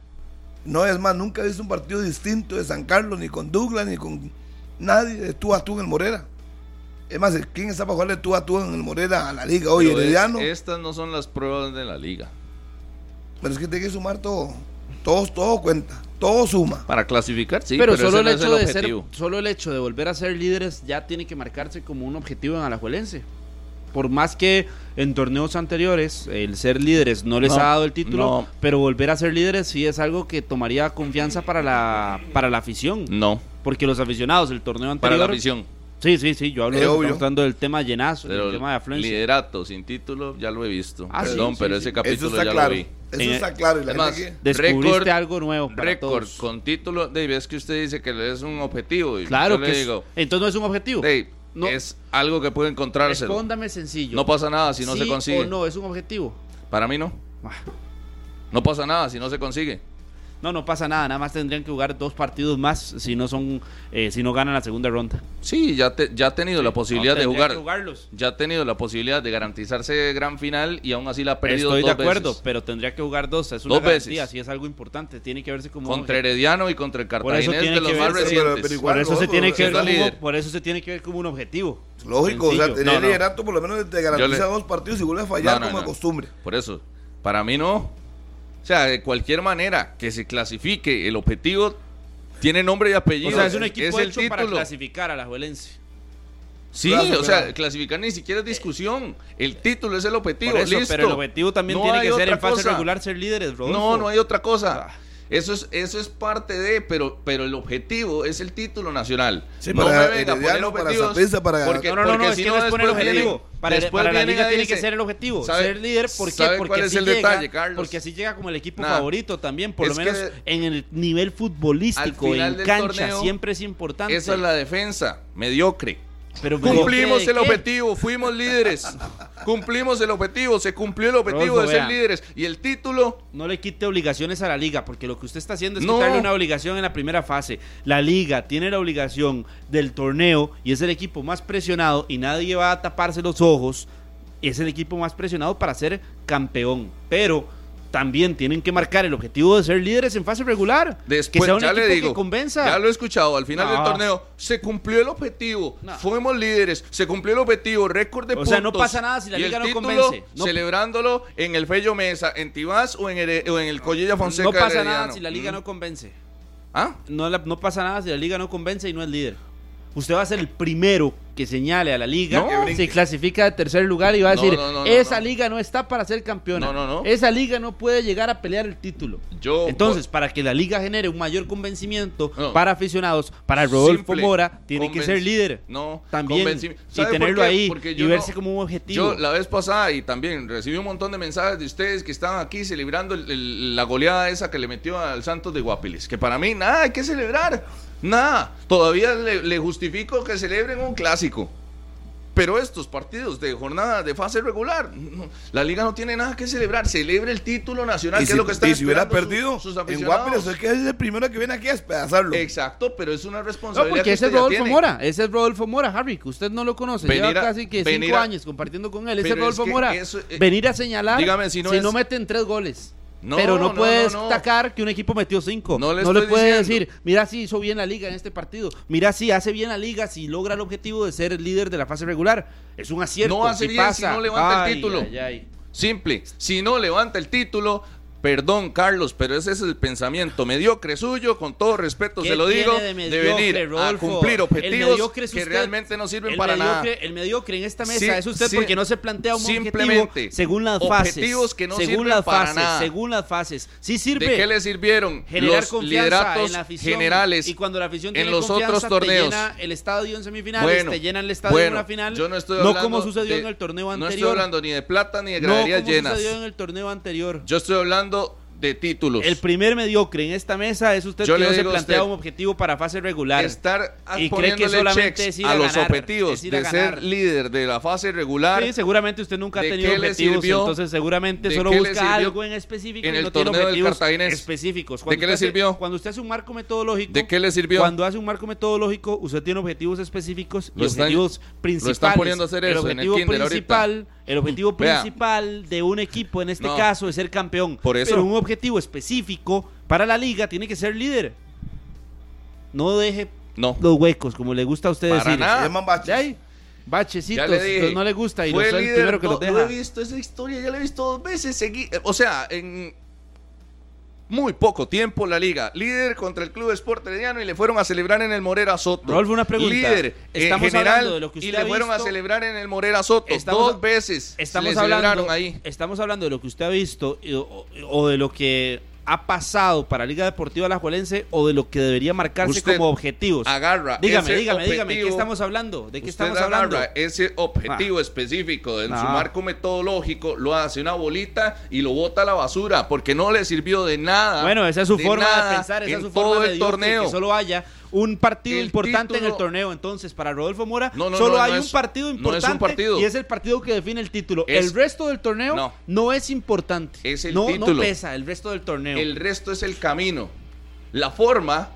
S2: No es más, nunca he visto un partido distinto de San Carlos, ni con Douglas, ni con nadie de tú a tú en el Morera. Es más, ¿quién está para jugarle tú a tú en el Morera a la liga? Oye,
S4: Pero es-
S2: Herediano.
S4: estas no son las pruebas de la liga.
S2: Pero es que tiene que sumar todo. Todo, todo cuenta. Todo suma.
S4: Para clasificar, sí,
S3: pero,
S4: pero,
S3: solo el
S4: ese
S3: hecho
S4: no es
S3: de
S4: el
S3: ser,
S4: objetivo.
S3: solo el hecho de volver a ser líderes ya tiene que marcarse como un objetivo en Alajuelense. Por más que en torneos anteriores el ser líderes no les
S4: No,
S3: ha dado el título,
S4: no.
S3: pero volver a ser líderes sí es algo que tomaría confianza para la para la afición,
S4: No,
S3: porque los aficionados del torneo
S4: Mm. para
S3: anterior
S4: la afición.
S3: Sí, sí, sí, yo hablo
S2: Es
S3: de eso,
S2: obvio.
S3: estamos hablando del tema llenazo,
S4: Pero
S3: del tema de afluencia.
S4: liderato sin título, ya lo he visto.
S3: Ah, sí,
S4: Perdón,
S3: sí,
S4: pero
S3: sí.
S4: ese
S2: Eso
S4: capítulo
S2: está
S4: ya
S2: claro.
S4: lo vi.
S2: Eso
S3: En-
S2: está claro. Y la
S4: Además,
S2: gente que-
S3: Descubriste
S4: Récord-
S3: algo nuevo para
S4: récord
S3: todos.
S4: con título. Dave, es que usted dice que es un objetivo. Y
S3: Claro
S4: yo
S3: que
S4: le
S3: es-
S4: digo,
S3: entonces no es un objetivo.
S4: Dave,
S3: No.
S4: es algo que puede encontrarse.
S3: Respóndame sencillo.
S4: No pasa nada si no
S3: ¿Sí
S4: se consigue.
S3: o no es un objetivo. Ah,
S4: Para mí no. No pasa nada si no se consigue.
S3: No, no pasa nada, nada más tendrían que jugar dos partidos más si no son eh, si no ganan la segunda ronda.
S4: Sí, ya, te- ya ha tenido la posibilidad de
S3: Tendrían
S4: jugar.
S3: que jugarlos.
S4: Ya ha tenido la posibilidad de garantizarse gran final y aún así la ha perdido
S3: Estoy de
S4: dos
S3: acuerdo,
S4: veces.
S3: pero tendría que jugar dos, es una
S4: Dos veces.
S3: garantía, si es algo importante, tiene que verse como un
S4: Contra
S3: objetivo.
S4: Herediano y contra el Cartaginés
S3: tiene
S4: de los
S3: que
S4: más
S3: verse-
S4: recientes.
S2: Pero- pero igual-
S3: por eso se
S2: Rodolfo,
S3: tiene
S4: que
S3: que ver
S4: está
S3: como,
S4: líder.
S3: por eso se tiene que ver como un objetivo.
S2: Lógico, o sea,
S3: Sencillo.
S2: tener
S3: No, no.
S2: liderato por lo menos te garantiza
S4: Yo le-
S2: dos partidos y vuelve a fallar
S4: No, no,
S2: como de
S4: no.
S2: costumbre.
S4: Por eso, para mí no. O sea, de cualquier manera que se clasifique el objetivo, tiene nombre y apellido.
S3: O sea, es un equipo
S4: el
S3: hecho para clasificar a la Juelense.
S4: Sí,
S2: Claro, claro.
S4: o sea, clasificar ni siquiera es discusión. El título es el objetivo, listo.
S3: pero el objetivo también
S4: No
S3: tiene
S4: hay
S3: que ser
S4: otra
S3: en fase
S4: cosa.
S3: regular ser líderes, Rodolfo.
S4: No, no hay otra
S2: Ah.
S4: cosa. Eso es, eso es parte de, pero, pero el objetivo es el título nacional.
S2: Sí,
S4: no
S2: para
S4: me venga a
S2: Herediano,
S4: poner
S2: para
S4: objetivos.
S2: Saprissa, para-
S4: porque,
S3: No, no, no,
S4: porque
S3: es
S4: si
S3: que
S4: no,
S3: les pone el
S4: después vienen-
S3: objetivo. Para,
S4: después
S3: para la
S4: vienen
S3: liga
S4: a
S3: tiene
S4: dice-
S3: que ser el objetivo,
S4: ¿sabe-
S3: ser líder, ¿por qué?
S4: sabe
S3: Porque
S4: cuál es
S3: así
S4: el
S3: llega,
S4: detalle, Carlos?
S3: porque así llega como el equipo
S4: Nada.
S3: favorito también, por
S4: Es
S3: lo menos
S4: que
S3: en el nivel futbolístico,
S4: al final
S3: en
S4: del
S3: cancha,
S4: torneo,
S3: siempre es importante.
S4: Esa es la defensa, mediocre.
S3: Pero me digo,
S4: Cumplimos
S3: ¿qué?
S4: el
S3: ¿Qué?
S4: objetivo, fuimos líderes. Cumplimos el objetivo, se cumplió el objetivo
S3: Rodolfo,
S4: de ser
S3: vea.
S4: líderes. Y el título,
S3: No le quite obligaciones a la liga, porque lo que usted está haciendo es
S4: No.
S3: quitarle una obligación en la primera fase. La liga tiene la obligación del torneo y es el equipo más presionado y nadie va a taparse los ojos. Es el equipo más presionado para ser campeón. Pero también tienen que marcar el objetivo de ser líderes en fase regular.
S4: Después,
S3: que sea un
S4: ya le
S3: equipo
S4: digo,
S3: que convenza.
S4: ya lo he escuchado, al final del
S3: No.
S4: torneo se cumplió el objetivo,
S3: No.
S4: fuimos líderes, se cumplió el objetivo, récord de
S3: O
S4: puntos.
S3: sea, no pasa nada si la
S4: y el
S3: liga no
S4: título,
S3: convence. No-
S4: Celebrándolo en el Fello Mesa, en Tibás o en, Here- o en el Collilla Fonseca.
S3: no pasa nada
S4: Herediano.
S3: si la liga
S4: Mm.
S3: no convence.
S4: ¿Ah?
S3: No, la- no pasa nada si la liga no convence y no es líder. Usted va a ser el primero que señale a la liga,
S4: No. Que brinque.
S3: se clasifica de tercer lugar y va a
S4: No,
S3: decir,
S4: no, no, no,
S3: esa
S4: no.
S3: liga no está para ser campeona.
S4: No, no, no.
S3: Esa liga no puede llegar a pelear el título.
S4: Yo-
S3: Entonces, para que la liga genere un mayor convencimiento
S4: No.
S3: para aficionados, para Rodolfo
S4: Simple.
S3: Mora, tiene que
S4: Convenci-
S3: ser líder.
S4: No,
S3: También.
S4: convenci-
S3: Y
S4: ¿Sabe por
S3: tenerlo
S4: qué?
S3: ahí
S4: Porque
S3: y
S4: yo
S3: verse
S4: no-
S3: como un objetivo.
S4: Yo la vez pasada y también recibí un montón de mensajes de ustedes que estaban aquí celebrando el- el- la goleada esa que le metió al Santos de Guapiles. Que para mí, nada, hay que celebrar. Nada. Todavía le, le justifico que celebren un clásico. Pero estos partidos de jornada de fase regular, no, la liga no tiene nada que celebrar. Celebre el título nacional,
S2: Y
S4: que
S2: si,
S4: es lo que está
S2: y si hubiera
S4: esperando su-
S2: perdido
S4: sus
S2: en
S4: aficionados.
S2: Guapiles, es que es el primero que viene aquí a despedazarlo.
S4: Exacto, pero es una
S3: No,
S4: responsabilidad.
S3: porque
S4: que
S3: ese es
S4: usted ya
S3: Rodolfo
S4: tiene.
S3: Mora, ese es Rodolfo Mora, Harry, que usted no lo conoce,
S4: Venir
S3: lleva
S4: a-
S3: casi que
S4: venir
S3: cinco
S4: a-
S3: años compartiendo con él, ese es
S4: Pero es
S3: Rodolfo
S4: que
S3: Mora,
S4: eso, eh,
S3: venir a señalar
S4: dígame si no es-
S3: meten tres goles.
S4: No,
S3: pero no,
S4: no,
S3: puede
S4: no, no.
S3: destacar que un equipo metió cinco.
S4: No
S3: No
S4: le
S3: le,
S4: estoy
S3: puede
S4: diciendo.
S3: decir, mira si hizo bien la liga en este partido, mira si hace bien la liga, si logra el objetivo de ser el líder de la fase regular. Es un acierto.
S4: No hace bien si no levanta el título.
S3: ay, ay.
S4: Simple. Si no levanta el título, perdón, Carlos, pero ese es el pensamiento mediocre suyo. Con todo respeto
S3: ¿Qué
S4: se lo digo,
S3: tiene
S4: de,
S3: mediocre,
S4: venir a
S3: Rodolfo?
S4: cumplir
S3: El
S4: objetivos
S3: mediocre
S4: que
S3: es usted.
S4: realmente no sirven
S3: El
S4: para
S3: mediocre-
S4: nada.
S3: El mediocre en esta mesa
S4: Sí,
S3: es usted
S4: sí.
S3: porque no se plantea un objetivo
S4: Simplemente,
S3: según las fases.
S4: objetivos que no
S3: según
S4: sirven
S3: las
S4: para
S3: fases,
S4: nada.
S3: según las fases. Sí
S4: ¿De qué
S3: sirve
S4: le sirvieron
S3: generar
S4: los
S3: confianza
S4: lideratos
S3: en la afición
S4: generales
S3: y cuando la afición
S4: en
S3: tiene
S4: los
S3: confianza,
S4: otros torneos?
S3: te llena el estadio en semifinales,
S4: Bueno,
S3: te llena el estadio en
S4: bueno,
S3: una final,
S4: yo no, estoy hablando
S3: como sucedió
S4: de-
S3: en el torneo
S4: No
S3: anterior.
S4: estoy hablando ni de plata ni de
S3: No
S4: graderías
S3: como
S4: llenas.
S3: sucedió en el torneo anterior.
S4: Yo estoy hablando de títulos.
S3: El primer mediocre en esta mesa es usted
S4: Yo
S3: que
S4: le
S3: no se
S4: digo a usted,
S3: plantea un objetivo para fase regular.
S4: estar
S3: Y cree que
S4: poniéndole
S3: solamente es
S4: checks
S3: ir
S4: a,
S3: a
S4: los
S3: ganar,
S4: objetivos
S3: es ir a
S4: de ser
S3: ganar.
S4: líder de la fase regular
S3: Sí, seguramente usted nunca ha
S4: ¿De
S3: tenido
S4: qué le
S3: objetivos,
S4: sirvió?
S3: entonces seguramente
S4: ¿De
S3: solo
S4: qué le
S3: busca
S4: sirvió
S3: algo en específico
S4: en
S3: y
S4: el
S3: no tiene
S4: torneo del
S3: objetivos
S4: Cartaginés?
S3: específicos.
S4: ¿De
S3: Cuando
S4: qué le
S3: usted hace-
S4: sirvió?
S3: Cuando usted hace un marco metodológico,
S4: ¿De qué le sirvió?
S3: Cuando hace un marco metodológico, usted tiene objetivos específicos y
S4: Lo están-
S3: objetivos principales.
S4: poniendo a hacer eso en el
S3: el objetivo
S4: kinder ahorita.
S3: principal, el objetivo
S4: Vea.
S3: principal de un equipo en este
S4: No.
S3: caso es ser campeón,
S4: Por eso.
S3: pero un objetivo específico para la liga tiene que ser líder. No deje
S4: No.
S3: los huecos, como le gusta a usted
S4: Para
S3: decir.
S4: nada.
S2: Se llaman baches.
S3: De ahí, bachecitos,
S4: Ya le dije,
S3: entonces no le gusta y lo
S4: fue
S3: soy el
S4: líder,
S3: primero que
S4: no,
S3: los deja.
S4: no he visto esa historia, ya la he visto dos veces. Seguí, eh, o sea, en muy poco tiempo la liga. Líder contra el Club Sport Herediano y le fueron a celebrar en el Morera Soto.
S3: Rodolfo, una pregunta.
S4: Líder
S3: Estamos
S4: en general
S3: hablando de lo que
S4: y
S3: usted
S4: le
S3: ha
S4: fueron a
S3: visto.
S4: celebrar en el Morera Soto.
S3: Estamos-
S4: dos veces
S3: Estamos
S4: le
S3: hablando,
S4: celebraron ahí.
S3: estamos hablando de lo que usted ha visto y- o, o de lo que ha pasado para Liga Deportiva Alajuelense o de lo que debería marcarse
S4: Usted
S3: como objetivos.
S4: Agarra.
S3: dígame,
S4: ese
S3: dígame, dígame, ¿qué
S4: objetivo,
S3: estamos hablando? ¿De qué
S4: usted
S3: estamos
S4: agarra
S3: hablando? Ah.
S4: ese objetivo específico en su
S3: No.
S4: marco metodológico, lo hace una bolita y lo bota a la basura porque no le sirvió de nada.
S3: Bueno, esa es su
S4: de
S3: forma
S4: nada
S3: de pensar, esa
S4: en
S3: es su
S4: todo
S3: forma
S4: el
S3: de
S4: torneo.
S3: que solo haya un partido
S4: El
S3: importante en
S4: título-
S3: el torneo. Entonces, para Rodolfo Mora,
S4: No, no,
S3: solo
S4: no, no
S3: hay
S4: es-
S3: un partido
S4: no es un
S3: importante
S4: partido.
S3: y es el partido que define el título.
S4: Es-
S3: el resto del torneo
S4: No.
S3: no, es importante.
S4: Es el
S3: no,
S4: título.
S3: no pesa el resto del torneo.
S4: El resto es el camino. La forma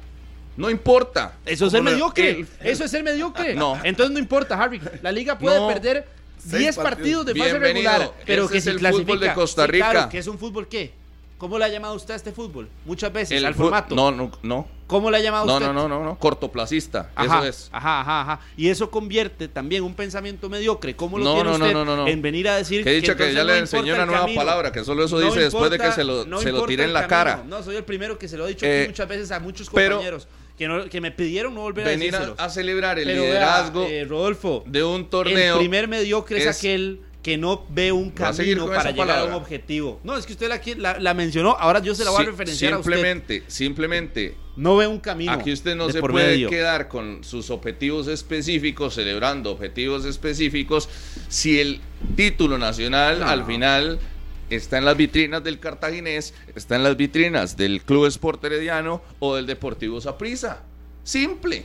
S4: no importa.
S3: Eso es ser
S2: Como lo-
S3: mediocre.
S4: el-
S3: Eso es ser mediocre.
S4: No.
S3: Entonces no importa, Harry. La liga puede
S4: No.
S3: perder
S2: Seis
S3: 10
S2: partidos.
S3: partidos de fase
S4: Bienvenido.
S3: regular, pero
S4: Ese
S3: que
S4: es
S3: se
S4: el fútbol
S3: clasifica.
S4: de Costa
S3: Sí,
S4: Rica.
S3: claro, que es un fútbol qué? ¿Cómo le ha llamado usted a este fútbol? Muchas veces
S4: El
S3: al
S4: fu-
S3: formato.
S4: No, no, no.
S3: ¿Cómo le ha llamado
S4: No,
S3: usted?
S4: no, no, no, no. Cortoplacista.
S3: Ajá, Ah,
S4: Eso es.
S3: ajá, ajá, ajá. Y eso convierte también un pensamiento mediocre. ¿Cómo lo
S4: No,
S3: tiene
S4: no, no,
S3: usted
S4: no, no, no.
S3: en venir a decir
S4: Que he dicho que
S3: entonces
S4: ya
S3: no
S4: le
S3: importa
S4: enseñé
S3: el
S4: una nueva
S3: camino?
S4: palabra, que solo eso
S3: No
S4: dice después de que
S3: importa-
S4: se lo,
S3: no
S4: se lo
S3: importa
S4: tiré
S3: el
S4: en la
S3: camino.
S4: cara.
S3: No, soy el primero que se lo he dicho
S4: Eh,
S3: aquí muchas veces a muchos
S4: pero-
S3: compañeros que, no- que me pidieron no volver a
S4: Venir a,
S3: decírselo.
S4: a celebrar el
S3: Pero vea,
S4: liderazgo
S3: eh, Rodolfo,
S4: de un torneo.
S3: el primer mediocre es,
S4: es-
S3: aquel que no ve un
S4: Va a seguir
S3: camino
S4: con
S3: para
S4: esa
S3: llegar a un
S4: palabra.
S3: objetivo. No, es que usted la, qui- la, la mencionó, ahora yo se la voy a
S4: Si-
S3: referenciar a usted.
S4: simplemente, simplemente
S3: No ve un camino.
S4: Aquí usted no
S3: de
S4: se
S3: por
S4: puede
S3: medio.
S4: quedar con sus objetivos específicos, celebrando objetivos específicos, si el título nacional al final está en las vitrinas del cartaginés, está en las vitrinas del Club Sport Herediano o del Deportivo Saprissa. Simple.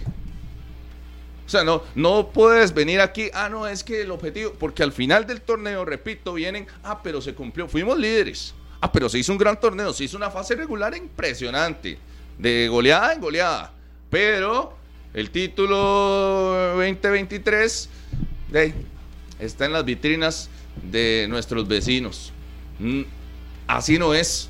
S4: O sea, no, no puedes venir aquí, ah, no, es que el objetivo, porque al final del torneo, repito, vienen, ah, pero se cumplió, fuimos líderes, ah, pero se hizo un gran torneo, se hizo una fase regular impresionante, de goleada en goleada, pero el título 2023 de ahí, está en las vitrinas de nuestros vecinos. Mm, Así no es.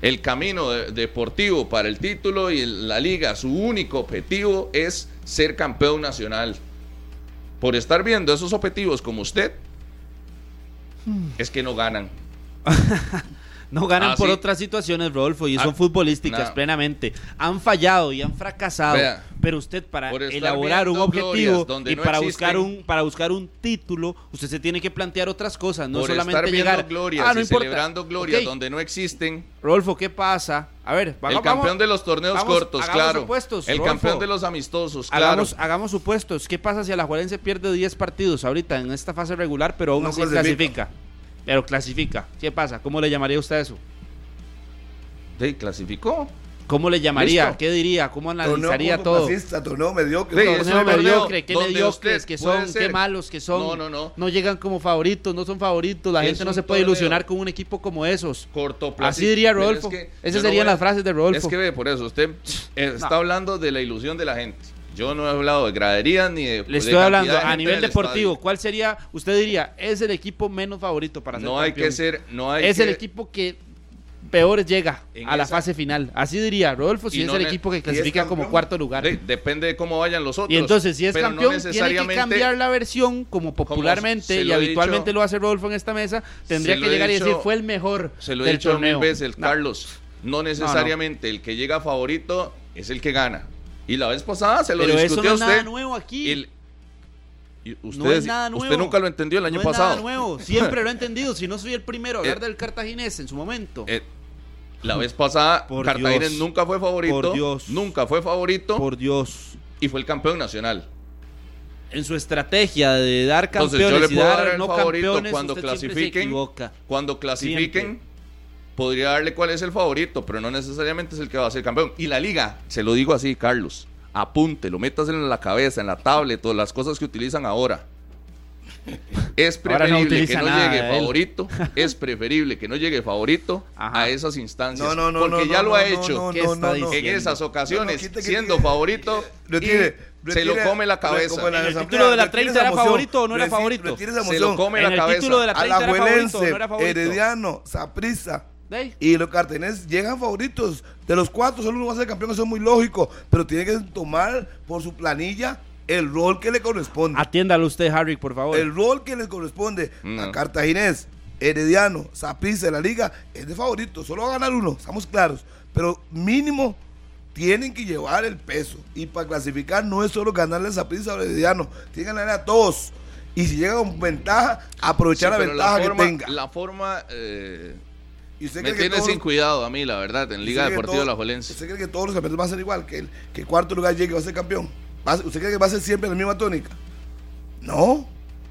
S4: El camino de- deportivo para el título y el- la liga, su único objetivo es ser campeón nacional. Por estar viendo esos objetivos como usted,
S3: Hmm.
S4: es que no ganan.
S3: No ganan
S4: Ah,
S3: por
S4: sí.
S3: otras situaciones, Rodolfo, y
S4: Ah,
S3: son futbolísticas
S4: no.
S3: plenamente. Han fallado y han fracasado.
S4: Vea,
S3: pero usted para
S4: por estar
S3: elaborar un
S4: viendo
S3: objetivo
S4: glorias donde
S3: y
S4: no
S3: para
S4: existen.
S3: buscar un para buscar un título, usted se tiene que plantear otras cosas, no
S4: por
S3: solamente
S4: estar viendo
S3: llegar
S4: glorias
S3: Ah, no
S4: y
S3: importa.
S4: celebrando glorias
S3: Ok,
S4: donde no existen.
S3: Rodolfo, ¿qué pasa? A ver, va-
S4: el
S3: vamos-
S4: campeón de los torneos
S3: vamos,
S4: cortos,
S3: hagamos
S4: claro.
S3: supuestos,
S4: el
S3: Rodolfo.
S4: campeón de los amistosos, claro.
S3: Hagamos, hagamos supuestos. ¿Qué pasa si Alajuelense pierde 10 partidos ahorita en esta fase regular, pero aún
S2: No
S3: así
S2: clasifica.
S3: clasifica? Pero clasifica. ¿Qué pasa? ¿Cómo le llamaría usted a eso?
S4: Sí, clasificó.
S3: ¿Cómo le llamaría?
S4: Listo.
S3: ¿Qué diría? ¿Cómo analizaría
S2: torneo
S3: todo?
S2: cortoplacista, torneo mediocre.
S4: Sí,
S2: todo.
S4: es
S3: Torneo
S4: un torneo
S3: mediocre, qué
S4: donde
S3: mediocres
S4: usted
S3: que
S4: puede
S3: son, qué
S4: ser.
S3: malos que son.
S4: No, no, no.
S3: llegan como favoritos, no son favoritos. La
S4: Es
S3: gente no
S4: un
S3: se puede
S4: torneo.
S3: ilusionar con un equipo como esos.
S4: Cortoplacista.
S3: Así diría
S4: Pero
S3: Rodolfo.
S4: es que yo
S3: Esas
S4: no
S3: serían
S4: voy a-
S3: las frases de Rodolfo.
S4: Es que ve, por eso, usted eh, está hablando de la ilusión de la gente. Yo no he hablado de graderías ni de.
S3: Le
S4: de
S3: estoy
S4: cantidad
S3: hablando
S4: de
S3: a
S4: gente en
S3: nivel
S4: el
S3: deportivo.
S4: estadio.
S3: ¿Cuál sería, usted diría, es el equipo menos favorito para ser
S4: No hay
S3: campeón?
S4: que ser. No hay
S3: es
S4: que-
S3: el equipo que peor llega
S4: En
S3: a la
S4: esa-
S3: fase final. Así diría Rodolfo,
S4: Y
S3: si es
S4: no
S3: el
S4: ne-
S3: equipo
S4: y
S3: que
S4: es
S3: clasifica como
S2: campeón.
S3: cuarto lugar.
S4: Sí, depende de cómo vayan los otros.
S3: Y entonces, si es
S4: pero no
S3: campeón, tiene que
S4: necesariamente-
S3: cambiar la versión como
S4: se
S3: popularmente
S4: lo
S3: y
S4: he
S3: habitualmente
S4: dicho-
S3: lo hace Rodolfo en esta mesa. Tendría
S4: se
S3: que
S4: lo he
S3: llegar
S4: dicho-
S3: y decir, fue el mejor
S4: Se lo he
S3: del
S4: dicho
S3: torneo.
S4: mil veces,
S3: No,
S4: Carlos. No necesariamente el que llega favorito es el que gana. Y la vez pasada se lo
S3: Pero eso
S4: discutí
S3: no
S4: a
S3: es
S4: usted.
S3: nada nuevo aquí.
S4: El- y ustedes-
S3: no es nada nuevo.
S4: Usted nunca lo entendió el año
S3: no es
S4: pasado.
S3: nada nuevo. Siempre lo he entendido. Si no soy el primero a hablar del cartaginés en su momento.
S4: Eh, la vez pasada,
S3: Por
S4: Cartagena
S3: Dios.
S4: nunca fue favorito.
S3: Por Dios.
S4: Nunca fue favorito
S3: Por Dios.
S4: y fue el campeón nacional.
S3: En su estrategia de dar
S4: Entonces,
S3: campeones
S4: yo le
S3: y
S4: puedo
S3: dar
S4: dar el
S3: no
S4: favorito
S3: campeones,
S4: cuando
S3: usted siempre se
S4: clasifiquen.
S3: equivoca.
S4: Cuando clasifiquen,
S3: Siempre.
S4: podría darle cuál es el favorito, pero no necesariamente es el que va a ser campeón. Y la liga, se lo digo así, Carlos, apúntelo, métaselo en la cabeza, en la tablet, todas las cosas que utilizan ahora. Es
S3: Ahora no
S4: preferible que
S3: utiliza
S4: no
S3: nada,
S4: llegue
S3: él.
S4: favorito, es preferible que no llegue favorito
S3: Ajá.
S4: a esas instancias,
S2: No, no, no.
S4: porque
S2: no,
S4: ya
S2: no,
S4: lo ha
S2: no,
S4: hecho.
S2: no,
S3: ¿Qué
S2: no,
S3: está
S2: no,
S3: diciendo?
S4: en esas ocasiones,
S2: No, no, quite que
S4: siendo
S2: tiene-
S4: favorito,
S2: Retire,
S4: y se lo
S2: retire,
S4: come la cabeza.
S2: como
S3: En el
S2: asamblea,
S3: título de la
S2: retire
S3: 30
S2: esa
S3: era
S2: moción,
S3: favorito o no era
S2: reci-
S3: favorito.
S2: retire esa
S4: Se lo
S2: moción.
S4: come
S3: En
S4: la
S3: el
S4: cabeza.
S3: título de la 30 era favorito,
S2: Alajuelense,
S3: no era favorito.
S2: Herediano, Saprissa
S3: Ey,
S2: y los cartenés llegan favoritos. De los cuatro, solo uno va a ser campeón, eso es muy lógico. Pero tiene que tomar por su planilla el rol que le corresponde.
S4: Ah,
S3: Atiéndalo usted, Harry, por favor.
S2: El rol que le corresponde
S4: No.
S2: a Cartaginés, Herediano, Saprissa de la liga es de favorito. Solo va a ganar uno, estamos claros. Pero mínimo tienen que llevar el peso. Y para clasificar no es solo ganarle a Saprissa o a Herediano, tienen que ganarle a todos. Y si llega con ventaja,
S4: Sí,
S2: aprovechar la
S4: pero
S2: ventaja
S4: forma,
S2: que tenga.
S4: La forma eh,
S2: Y usted
S4: me
S2: cree que
S4: tiene
S2: todos-
S4: sin cuidado a mí, la verdad, en Liga
S2: ¿Usted cree que
S4: Deportiva
S2: todo-
S4: La Jolense.
S2: ¿Usted cree que todos los campeones van a ser igual? ¿Que el que el cuarto lugar llegue y va a ser campeón? ¿Va a ser- ¿Usted cree que va a ser siempre la misma tónica? No,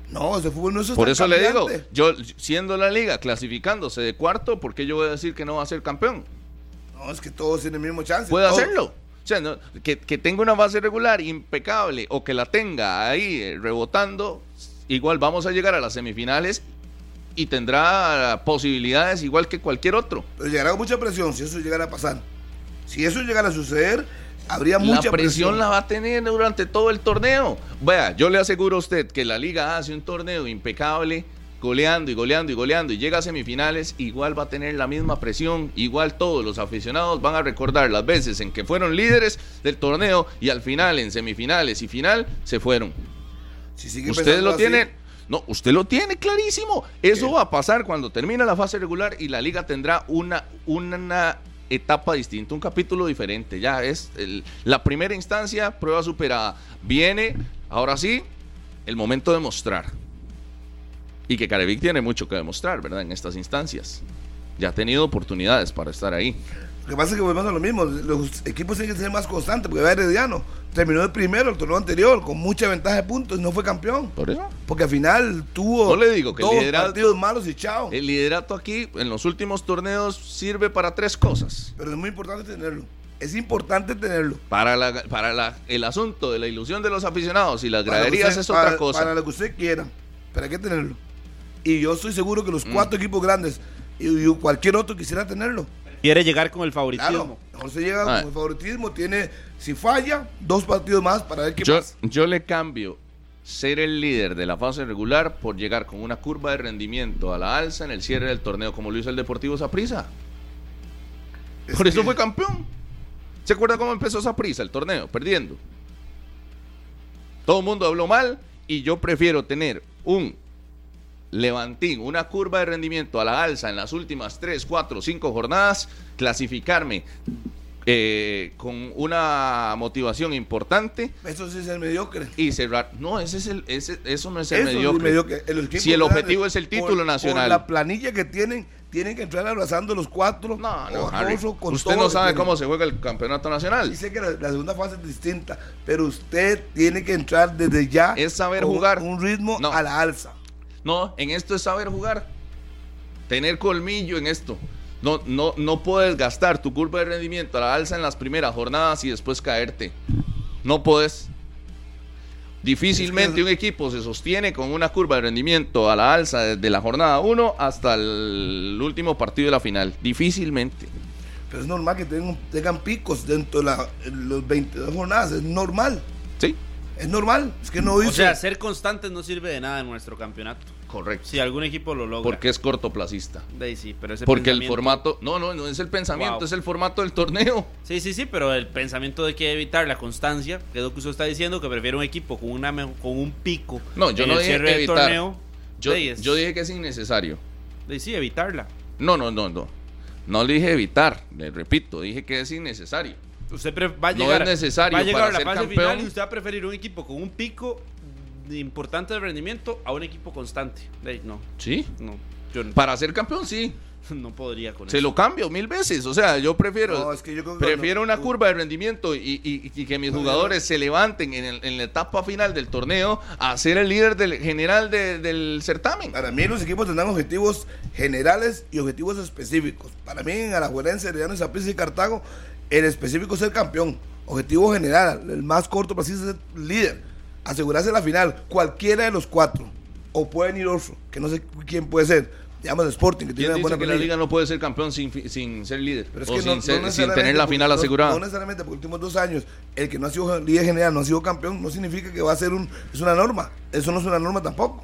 S2: no, ese fútbol no es
S4: Por
S2: tan
S4: eso le digo,
S2: cambiante.
S4: yo siendo la liga clasificándose de cuarto, ¿por qué yo voy a decir que no va a ser campeón?
S2: No, es que todos tienen el mismo chance.
S4: Puede
S2: todos.
S4: hacerlo. O sea, no, que, que tenga una base regular impecable o que la tenga ahí eh, rebotando, igual vamos a llegar a las semifinales y tendrá posibilidades igual que cualquier otro.
S2: Pero llegará con mucha presión si eso llegara a pasar. Si eso llegara a suceder, habría
S4: la
S2: mucha
S4: presión, la va a tener durante todo el torneo. Vea, yo le aseguro a usted que la liga hace un torneo impecable, goleando y goleando y goleando, y llega a semifinales, igual va a tener la misma presión, igual todos los aficionados van a recordar las veces en que fueron líderes del torneo y al final, en semifinales y final, se fueron.
S2: Si sigue
S4: Usted
S2: pensando
S4: lo
S2: así,
S4: tiene. No, usted lo tiene clarísimo. Eso va a pasar cuando termine la fase regular y la liga tendrá una, una etapa distinta, un capítulo diferente. Ya es el- la primera instancia, prueba superada. Viene, ahora sí, el momento de mostrar. Y que Carevic tiene mucho que demostrar, ¿verdad? En estas instancias. Ya ha tenido oportunidades para estar ahí.
S2: Lo que pasa es que volvemos a lo mismo. Los equipos tienen que ser más constantes porque va Herediano. Terminó el primero el torneo anterior con mucha ventaja de puntos y no fue campeón.
S4: Por eso.
S2: Porque al final tuvo
S4: No le digo que el
S2: dos
S4: liderazgo-
S2: partidos malos y chao.
S4: El liderato aquí, en los últimos torneos, sirve para tres cosas.
S2: Pero es muy importante tenerlo. Es importante tenerlo.
S4: Para, la, para la- el asunto de la ilusión de los aficionados y las
S2: Para lo que
S4: graderías
S2: usted-
S4: es
S2: para-
S4: otra cosa.
S2: Para lo que usted quiera. Pero hay que tenerlo. Y yo estoy seguro que los
S4: Mm.
S2: cuatro equipos grandes y, y cualquier otro quisiera tenerlo.
S3: Quiere llegar con el favoritismo.
S2: Claro. Mejor se llega
S4: Ah.
S2: con el favoritismo. Tiene, si falla, dos partidos más para ver qué
S4: yo,
S2: pasa.
S4: yo le cambio ser el líder de la fase regular por llegar con una curva de rendimiento a la alza en el cierre del torneo, como lo hizo el Deportivo Saprissa.
S2: Es
S4: Por eso
S2: que-
S4: fue campeón. ¿Se acuerda cómo empezó Saprissa el torneo? Perdiendo. Todo el mundo habló mal y yo prefiero tener un levantín, una curva de rendimiento a la alza en las últimas 3, 4, 5 jornadas, clasificarme eh, con una motivación importante
S2: Eso sí es el mediocre.
S4: y cerrar. No, ese es el, ese, eso no es el
S2: Eso sí es
S4: mediocre.
S2: mediocre. El equipo
S4: Si el
S2: grande,
S4: objetivo es el título
S2: por- por
S4: nacional.
S2: la planilla que tienen, tienen que entrar abrazando los cuatro.
S4: No, no,
S2: horroroso,
S4: Harry.
S2: con
S4: Usted
S2: todo
S4: no
S2: lo que
S4: sabe
S2: tienen.
S4: cómo se juega el campeonato nacional.
S2: Sí sé que la, la segunda fase es distinta, pero usted tiene que entrar desde ya.
S4: Es saber
S2: con un-
S4: jugar.
S2: Un ritmo
S4: No.
S2: a la alza.
S4: No, en esto es saber jugar. Tener colmillo en esto. No, no, no puedes gastar tu curva de rendimiento a la alza en las primeras jornadas y después caerte. No puedes. Difícilmente
S2: Es que-
S4: un equipo se sostiene con una curva de rendimiento a la alza desde la jornada 1 hasta el último partido de la final. Difícilmente.
S2: Pero es normal que tengan, tengan picos dentro de la- los 22 jornadas. Es normal.
S4: Sí,
S2: Es normal. Es que no hizo.
S3: O sea, ser constantes no sirve de nada en nuestro campeonato.
S4: correcto.
S3: Si algún equipo lo logra.
S4: Porque es cortoplacista.
S3: De ahí sí, pero ese
S4: Porque el
S3: pensamiento-
S4: formato. No, no, no es el pensamiento,
S3: Wow.
S4: es el formato del torneo.
S3: Sí, sí, sí, pero el pensamiento de que evitar la constancia, que es lo que usted está diciendo, que prefiere un equipo con, una, me- con un pico
S4: No, yo
S3: en
S4: no
S3: el
S4: dije
S3: cierre del
S4: evitar.
S3: torneo.
S4: Yo,
S3: de ahí es-
S4: yo dije que es innecesario.
S3: de ahí sí, evitarla.
S4: No, no, no, no. No le dije evitar, le repito, dije que es innecesario.
S3: Usted pre- va a
S4: No
S3: llegar,
S4: es necesario
S3: va a llegar
S4: para
S3: a la
S4: ser
S3: fase
S4: campeón.
S3: final y usted va a preferir un equipo con un pico de- importante de rendimiento a un equipo constante. De ahí, no,
S4: Sí.
S3: no, yo no,
S4: Para ser campeón, sí.
S3: no podría con
S4: Se
S3: eso.
S4: lo cambio mil veces. O sea, yo prefiero.
S2: No, es que yo creo que
S4: prefiero
S2: cuando-
S4: una curva de rendimiento y, y- y que mis jugadores se levanten en, el- en la etapa final del torneo a ser el líder del, general de- del certamen.
S2: Para mí los equipos tendrán objetivos generales y objetivos específicos. Para mí en Alajuelense, Herediano, Saprissa y Cartago, el específico es ser campeón. Objetivo general, el más corto para sí es ser líder. Asegurarse la final, cualquiera de los cuatro. O pueden ir otro, que no sé quién puede ser. Digamos Sporting, que tiene
S4: ¿Quién
S2: una buena
S4: dice que la
S2: planilla.
S4: liga no puede ser campeón sin, fi- sin ser líder?
S2: Pero es
S4: o
S2: que no-
S4: sin,
S2: no
S4: ser- sin
S2: necesariamente
S4: tener la
S2: porque-
S4: final
S2: no-
S4: asegurada.
S2: No necesariamente, porque últimos dos años, el que no ha sido líder general, no ha sido campeón, no significa que va a ser un... Es una norma. Eso no es una norma tampoco.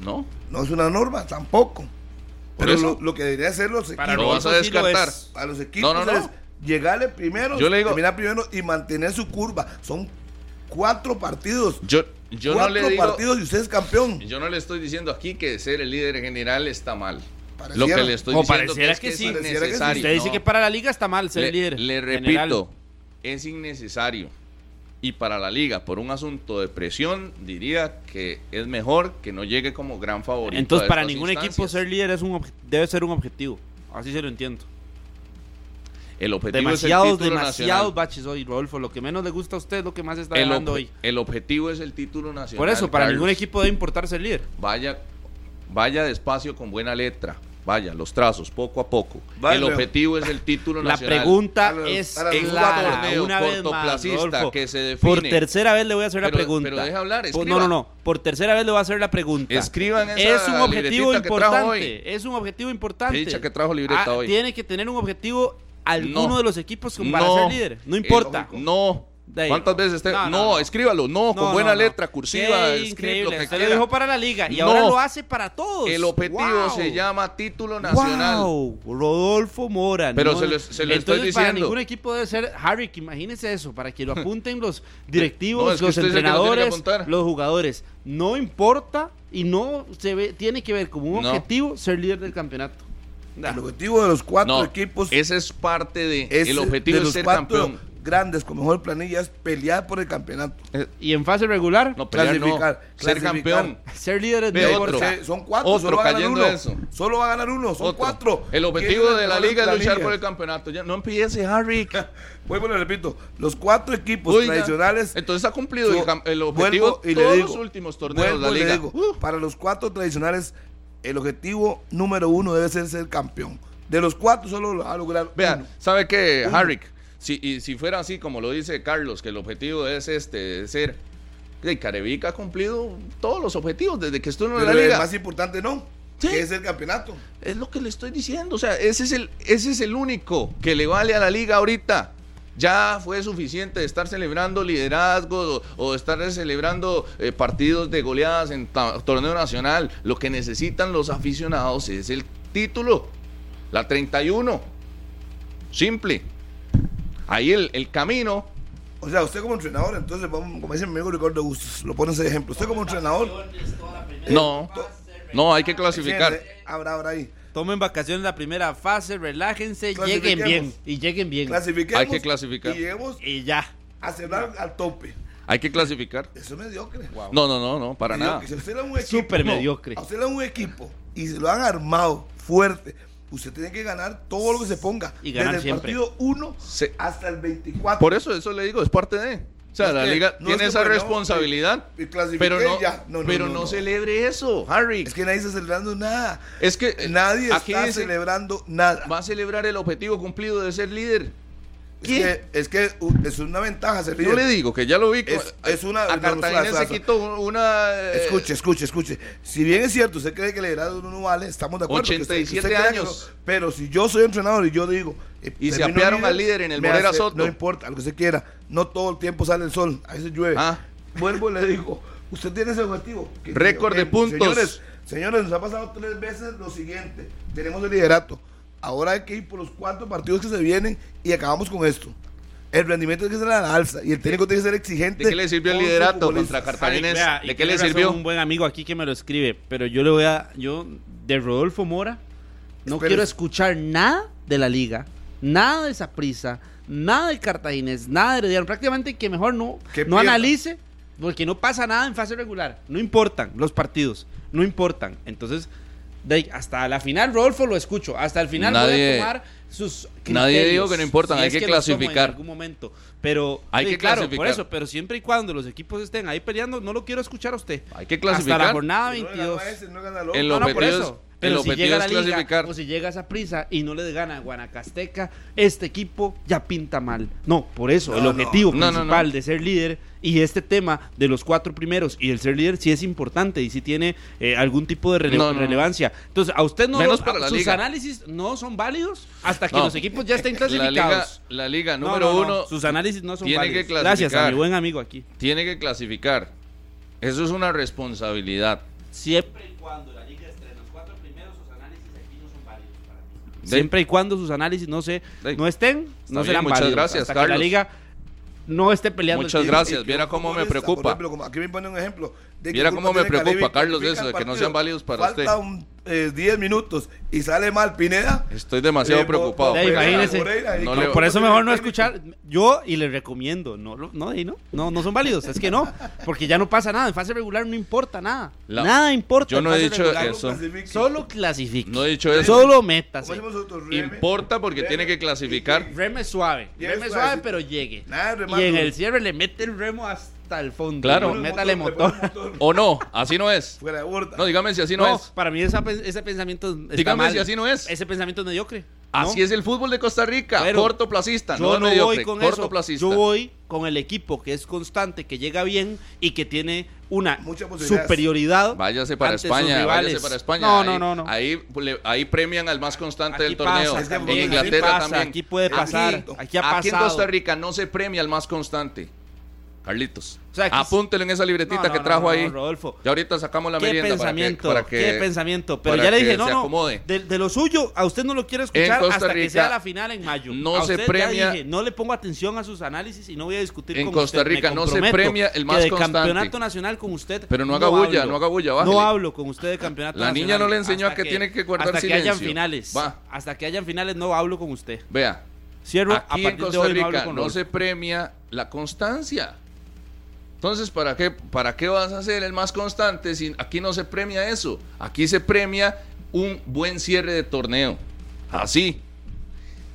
S4: No.
S2: No es una norma tampoco.
S4: Por
S2: Pero lo,
S4: eso.
S2: lo que deberían hacer los equipos,
S3: Para
S4: Lo vas a
S3: Alonso sí lo es.
S4: descartar.
S2: a los equipos
S4: No, no, no.
S2: es llegarle primero,
S4: Yo le digo-
S2: terminar primero y mantener su curva. Son cuatro partidos.
S4: Yo, yo no
S2: cuatro
S4: le digo.
S2: partidos y usted es campeón.
S4: Yo no le estoy diciendo aquí que ser el líder general está mal.
S2: Pareciera.
S4: Lo que le estoy
S3: O
S4: diciendo
S3: pareciera
S4: es que,
S3: que sí.
S4: es
S2: Pareciera que sí.
S4: innecesario.
S3: Usted dice
S4: No.
S3: que para la liga está mal ser
S4: le,
S3: líder.
S4: le
S3: general.
S4: repito, es innecesario. Y para la liga, por un asunto de presión, diría que es mejor que no llegue como gran favorito.
S3: Entonces,
S4: a
S3: para
S4: estas
S3: ningún equipo
S4: instancias.
S3: ser líder es un obje- debe ser un objetivo. Así se lo entiendo.
S4: el objetivo es el
S3: Demasiados,
S4: título
S3: demasiados
S4: nacional.
S3: baches hoy, Rodolfo. Lo que menos le gusta a usted es lo que más está
S4: El,
S3: hablando
S4: obje-
S3: hoy.
S4: el objetivo es el título nacional.
S3: Por eso, para
S4: Carlos.
S3: ningún equipo debe importar ser líder.
S4: Vaya, vaya despacio con buena letra. Vaya, los trazos, poco a poco.
S2: Vale.
S4: El objetivo es el título
S3: La
S4: nacional.
S3: pregunta
S2: Para los-
S3: es
S2: para los
S3: clara.
S4: torneos
S3: una vez más,
S4: cortoplacista
S3: Rodolfo.
S4: que se define.
S3: Por tercera vez le voy a hacer la
S4: Pero-
S3: pregunta.
S4: pero deja hablar,
S3: Por-
S4: escriba.
S3: no, no, no. Por tercera vez le voy a hacer la pregunta.
S4: Escriban esa
S3: Es un objetivo
S4: libretita que trajo hoy.
S3: importante. Es un objetivo importante. Ah,
S4: Picha, que trajo libreta hoy.
S3: Tiene que tener un objetivo alguno
S4: No.
S3: de los equipos con- para ser líder. No
S4: Eh,
S3: importa.
S4: no.
S3: De ahí.
S4: ¿Cuántas veces te-
S3: No,
S4: No,
S3: no, no.
S4: escríbalo. No,
S3: No,
S4: con buena
S3: no, no.
S4: letra, cursiva,
S3: Qué
S4: script, lo
S3: increíble.
S4: que
S3: Usted
S4: quiera.
S3: lo dijo para la liga y
S4: No.
S3: ahora lo hace para todos.
S4: El objetivo
S3: Wow.
S4: se llama título nacional.
S3: Wow, Rodolfo Mora.
S4: Pero se lo- se lo estoy
S3: entonces, Para
S4: diciendo.
S3: ningún equipo debe ser Harry, que imagínese eso, para que lo apunten los directivos,
S4: No, es que
S3: los
S4: usted es el que lo tiene que
S3: entrenadores,
S4: apuntar.
S3: los jugadores. No importa y no se ve, tiene que ver como un
S4: No.
S3: objetivo ser líder del campeonato.
S2: El objetivo de los cuatro
S4: No,
S2: equipos
S4: ese es parte de.
S2: es
S4: el objetivo
S2: de
S4: es
S2: los
S4: ser
S2: cuatro
S4: campeón.
S2: grandes con mejor planilla es pelear por el campeonato.
S3: Y en fase regular,
S4: No, pelear, no.
S2: Clasificar,
S4: Ser
S2: clasificar.
S4: campeón.
S3: ser líder
S4: Ve
S3: de
S4: otro.
S3: otro.
S2: Porque son cuatro,
S4: Otro
S2: solo va a ganar
S4: cayendo
S2: uno.
S4: eso.
S2: Solo va a ganar uno, son
S4: Otro.
S2: cuatro.
S4: El objetivo
S2: ¿Quién es
S4: de la
S2: mejor
S4: liga es luchar
S2: planilla?
S4: por el campeonato. Ya, no empiece, Harry.
S2: Vuelvo y le repito, los cuatro equipos
S4: Oiga,
S2: Pues tradicionales
S4: Entonces ha cumplido
S2: Yo
S4: el, cam- el
S2: vuelvo
S4: objetivo
S2: y le
S4: todos
S2: digo,
S4: los últimos torneos de la
S2: vuelvo y le
S4: liga. Uh.
S2: digo, para los cuatro tradicionales, el objetivo número uno debe ser ser campeón. De los cuatro solo lo va a lograr
S4: Vean,
S2: uno.
S4: ¿sabe qué, Harry? Si, y si fuera así, como lo dice Carlos, que el objetivo es este, es ser. Y Carevica ha cumplido todos los objetivos desde que estuvo en
S2: Pero
S4: la
S2: el
S4: liga.
S2: más importante no,
S4: Sí.
S2: que es el campeonato.
S4: Es lo que le estoy diciendo. O sea, ese es el, ese es el único que le vale a la liga ahorita. Ya fue suficiente de estar celebrando liderazgos o, o de estar celebrando eh, partidos de goleadas en ta- torneo nacional. Lo que necesitan los aficionados es el título, la 31. Simple. Ahí el, el camino.
S2: O sea, usted como entrenador, entonces, vamos, como dice mi amigo Ricardo Bustos, lo pones de ejemplo. Usted como entrenador,
S4: No. No, hay que clasificar.
S2: fíjense, habrá, habrá ahí.
S3: Tomen vacaciones la primera fase, relájense, lleguen
S2: Clasifiquemos.
S3: bien. Y lleguen bien.
S2: Clasifiquemos.
S4: Hay que clasificar.
S2: Y lleguemos
S3: Y ya.
S2: a cerrar al tope.
S4: Hay que clasificar.
S2: Eso es mediocre.
S4: No, no, no, no, para nada.
S2: Mediocre. Si usted era un equipo,
S3: Súper mediocre.
S2: A usted le dan un equipo y se lo han armado fuerte. Usted tiene que ganar todo lo que se ponga.
S3: Y ganar
S2: Desde
S3: siempre.
S2: el partido 1
S4: Se-
S2: hasta el 24.
S4: Por eso, eso le digo, es parte de. O
S2: No
S4: sea,
S2: es
S4: la
S2: que-
S4: liga
S2: no
S4: tiene
S2: es que
S4: esa
S2: perdió,
S4: responsabilidad.
S2: y- y clasifiqué
S4: pero no,
S2: y ya. No, no,
S4: pero
S2: no,
S4: no,
S2: no.
S4: celebre eso, Harry.
S2: Es que nadie está celebrando nada.
S4: Es que, eh,
S2: nadie
S4: aquí
S2: está
S4: dice-
S2: celebrando nada.
S4: Va a celebrar el objetivo cumplido de ser líder.
S2: Es que, es que uh, es una ventaja ser
S4: Yo
S2: líder.
S4: le digo que ya lo vi. eh,
S2: Es- es una-
S4: a
S2: no,
S4: Cartagena
S2: no, no, no,
S4: se
S2: no.
S4: quitó una. eh,
S2: Escuche, escuche, escuche. Si bien es cierto, usted cree que el liderazgo no vale, estamos de acuerdo. que usted- que
S4: 87
S2: crea que
S4: años.
S2: no. pero si yo soy entrenador y yo digo. eh,
S4: Y se
S2: termino
S4: apearon al líder en el
S2: me
S4: Morera
S2: hace-
S4: Soto.
S2: No importa, lo que usted quiera. No todo el tiempo sale el sol, a veces llueve.
S4: Ah.
S2: Vuelvo y le digo, usted tiene ese objetivo. Que-
S4: Récord de
S2: ok,
S4: puntos.
S2: Señores, señores, nos ha pasado tres veces lo siguiente: tenemos el liderato. Ahora hay que ir por los cuatro partidos que se vienen y acabamos con esto. El rendimiento tiene que ser a la alza y el técnico tiene que ser exigente.
S4: ¿De qué le sirvió el
S2: con sus
S4: liderato
S2: futbolistas.
S4: contra Cartagena?
S3: Vea, y
S4: ¿De qué le
S3: tiene razón
S4: sirvió?
S3: Un buen amigo aquí que me lo escribe, pero yo le voy a. Yo, de Rodolfo Mora, no
S2: Espérese.
S3: quiero escuchar nada de la liga, nada de esa prisa, nada de Cartaginés, nada de Herediano. Prácticamente que mejor no,
S2: Que
S3: no
S2: pierda.
S3: analice, porque no pasa nada en fase regular. No importan los partidos, no importan. Entonces. de ahí, hasta la final, Rodolfo, lo escucho. Hasta el final voy
S4: Nadie-
S3: a tomar sus
S4: nadie
S3: criterios,
S4: dijo que no importan, hay
S3: es
S4: que
S3: los tomo en
S4: clasificar.
S3: algún momento. Pero
S4: Hay
S3: sí,
S4: que
S3: claro, por
S4: clasificar.
S3: eso, pero siempre y cuando los equipos estén ahí peleando, no lo quiero escuchar a usted.
S4: Hay que
S3: Hasta la
S4: clasificar.
S3: jornada
S2: Si no le ganó
S3: 22.
S2: a ese, no le gana al otro.
S4: En
S3: No,
S4: lo-
S3: no,
S4: El
S3: por
S4: objetivo
S3: eso.
S4: es-
S3: Pero
S4: el
S3: si
S4: objetivo
S3: llega la
S4: es
S3: liga
S4: clasificar.
S3: o si llega esa prisa y no le gana a Guanacasteca, este equipo ya pinta mal. No, por eso
S2: No,
S3: el
S2: no.
S3: objetivo
S4: No, no,
S3: principal
S4: no.
S3: de ser líder y este tema de los cuatro primeros y el ser líder sí es importante y sí tiene eh, algún tipo de rele-
S4: No, no.
S3: relevancia. Entonces, a usted no
S4: Menos
S3: lo-
S4: para la
S3: sus
S4: liga.
S3: análisis no son válidos hasta que
S4: No.
S3: los equipos ya estén
S4: La liga,
S3: clasificados.
S4: la liga
S3: No, no,
S4: número
S3: no,
S4: uno
S3: sus análisis no son
S4: tiene que
S3: válidos. Gracias a
S4: clasificar.
S3: mi buen amigo aquí.
S4: tiene que clasificar. Eso es una responsabilidad.
S3: Siempre y cuando la liga esté en los cuatro primeros, sus análisis aquí no son válidos para mí. Siempre y cuando sus análisis no se
S4: Sí.
S3: no estén, no
S4: bien,
S3: serán
S4: muchas
S3: válidos.
S4: gracias,
S3: hasta que
S4: Carlos.
S3: la liga no esté peleando. el
S4: Muchas
S3: título.
S4: gracias.
S2: que
S4: Viera
S2: un
S4: cómo me
S2: futbolista,
S4: preocupa.
S2: por ejemplo, como aquí me ponen un ejemplo. de que
S4: Viera
S2: culpa
S4: cómo me
S2: tiene Caribe
S4: preocupa,
S2: que
S4: Carlos,
S2: pica
S4: eso,
S2: el
S4: de que no
S2: partido.
S4: sean válidos para
S2: Falta
S4: usted.
S2: un, eh, 10 minutos y sale mal Pineda.
S4: Estoy demasiado
S2: Eh,
S4: preocupado.
S3: Ya,
S2: Moreira,
S3: imagínese.
S2: Moreira, y
S4: No
S2: que-
S4: le-
S3: Por eso mejor no escuchar. Yo y les recomiendo, no, lo- no, y no, no, no son válidos. Es que no, porque ya no pasa nada. En fase regular no importa nada.
S4: La-
S3: nada importa.
S4: Yo
S3: en
S4: no he
S3: fase
S4: dicho
S3: regular.
S4: eso.
S2: clasifique.
S3: Solo clasifique.
S4: No he dicho eso.
S3: Solo métase.
S2: Como decimos nosotros, reme,
S4: Importa porque
S2: reme,
S4: tiene que clasificar.
S3: Reme suave,
S2: Llegue
S3: reme
S2: suave,
S3: suave,
S2: sí.
S3: pero llegue.
S2: Nada de remar
S3: y en
S2: duro.
S3: el cierre le mete el remo hasta el fondo.
S4: Claro.
S3: Y
S2: Ponle el
S3: Métale
S2: motor,
S3: motor.
S2: le ponle el motor
S4: O no, así no es.
S2: Fuera de borda.
S4: No, dígame si así no,
S3: No,
S4: es.
S3: para mí esa pen- ese pensamiento está
S4: Dígame
S3: mal.
S4: si así no es.
S3: Ese pensamiento es mediocre.
S4: Así es el fútbol de Costa Rica,
S3: Pero
S4: cortoplacista,
S3: Yo
S4: no,
S3: no,
S4: mediocre,
S3: voy con eso.
S4: cortoplacista.
S3: Yo voy con el equipo que es constante, que llega bien y que tiene una
S2: Muchas posibilidades.
S3: superioridad.
S4: Váyase para
S3: ante sus
S4: España,
S3: rivales.
S4: váyase para España.
S3: No,
S4: ahí,
S3: no, no, no.
S4: Ahí, le- ahí premian al más constante
S3: Aquí
S4: del torneo.
S3: pasa,
S2: Es que
S4: en
S2: aquí
S4: Inglaterra
S3: pasa,
S4: también.
S3: aquí puede pasar, aquí ha
S4: en
S3: pasado.
S4: Costa Rica no se premia al más constante. Carlitos,
S3: O sea, aquí-
S4: apúntelo en esa libretita
S3: No, no,
S4: que
S3: no,
S4: trajo
S3: no,
S4: ahí.
S3: Rodolfo.
S4: Ya ahorita sacamos la
S3: qué
S4: merienda para que-
S3: pensamiento,
S4: para que,
S3: qué pensamiento. Pero
S4: para
S3: ya le
S4: que
S3: dije,
S4: se
S3: no, no,
S4: acomode.
S3: de, de lo suyo, a usted no lo quiero escuchar
S4: Costa
S3: hasta que
S4: Rica
S3: sea la final en mayo.
S4: no
S3: A
S4: se
S3: usted ya
S4: premia-
S3: dije, no le pongo atención a sus análisis y no voy a discutir
S4: En
S3: con
S4: Costa
S3: usted, me
S4: Rica no se
S3: comprometo
S4: premia el
S3: que
S4: más
S3: de
S4: constante.
S3: campeonato nacional con usted.
S4: Pero no haga bulla,
S3: hablo.
S4: no haga bulla, bájele.
S3: No hablo con usted de campeonato
S4: La
S3: nacional.
S4: niña no le enseñó a
S3: hasta
S4: que tiene que guardar
S3: hasta que hayan
S4: silencio.
S3: finales.
S4: Va.
S3: Hasta que hayan finales no hablo con usted.
S4: Vea,
S3: Cierro
S4: aquí
S3: a
S4: en
S3: partir
S4: Costa
S3: de hoy no hablo
S4: Rica
S3: con
S4: no,
S3: Rodolfo.
S4: se premia la constancia. Entonces, ¿para qué, ¿para qué vas a ser el más constante si aquí no se premia eso? Aquí se premia un buen cierre de torneo. Así.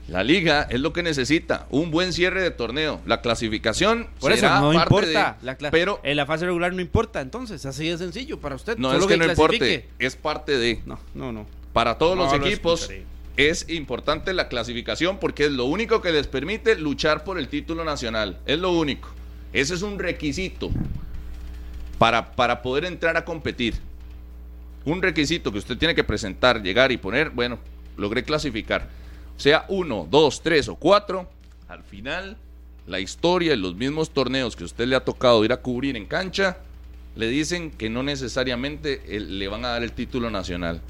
S4: La liga es lo que necesita, un buen cierre de torneo. La clasificación
S3: Por eso
S4: será
S3: no
S4: parte
S3: importa.
S4: de-
S3: la cla-
S4: pero
S3: en la fase regular no importa, entonces, así de sencillo para usted.
S4: no
S3: solo
S4: es que, no importe,
S3: clasifique.
S4: es parte de.
S3: No, no, no.
S4: Para todos
S3: No
S4: los
S3: lo
S4: equipos
S3: escucharé.
S4: es importante la clasificación porque es lo único que les permite luchar por el título nacional. Es lo único. Ese es un requisito para, para poder entrar a competir. Un requisito que usted tiene que presentar, llegar y poner, bueno, logré clasificar. Sea uno, dos, tres o cuatro, al final la historia y los mismos torneos que a usted le ha tocado ir a cubrir en cancha, le dicen que no necesariamente eh, le van a dar el título nacional.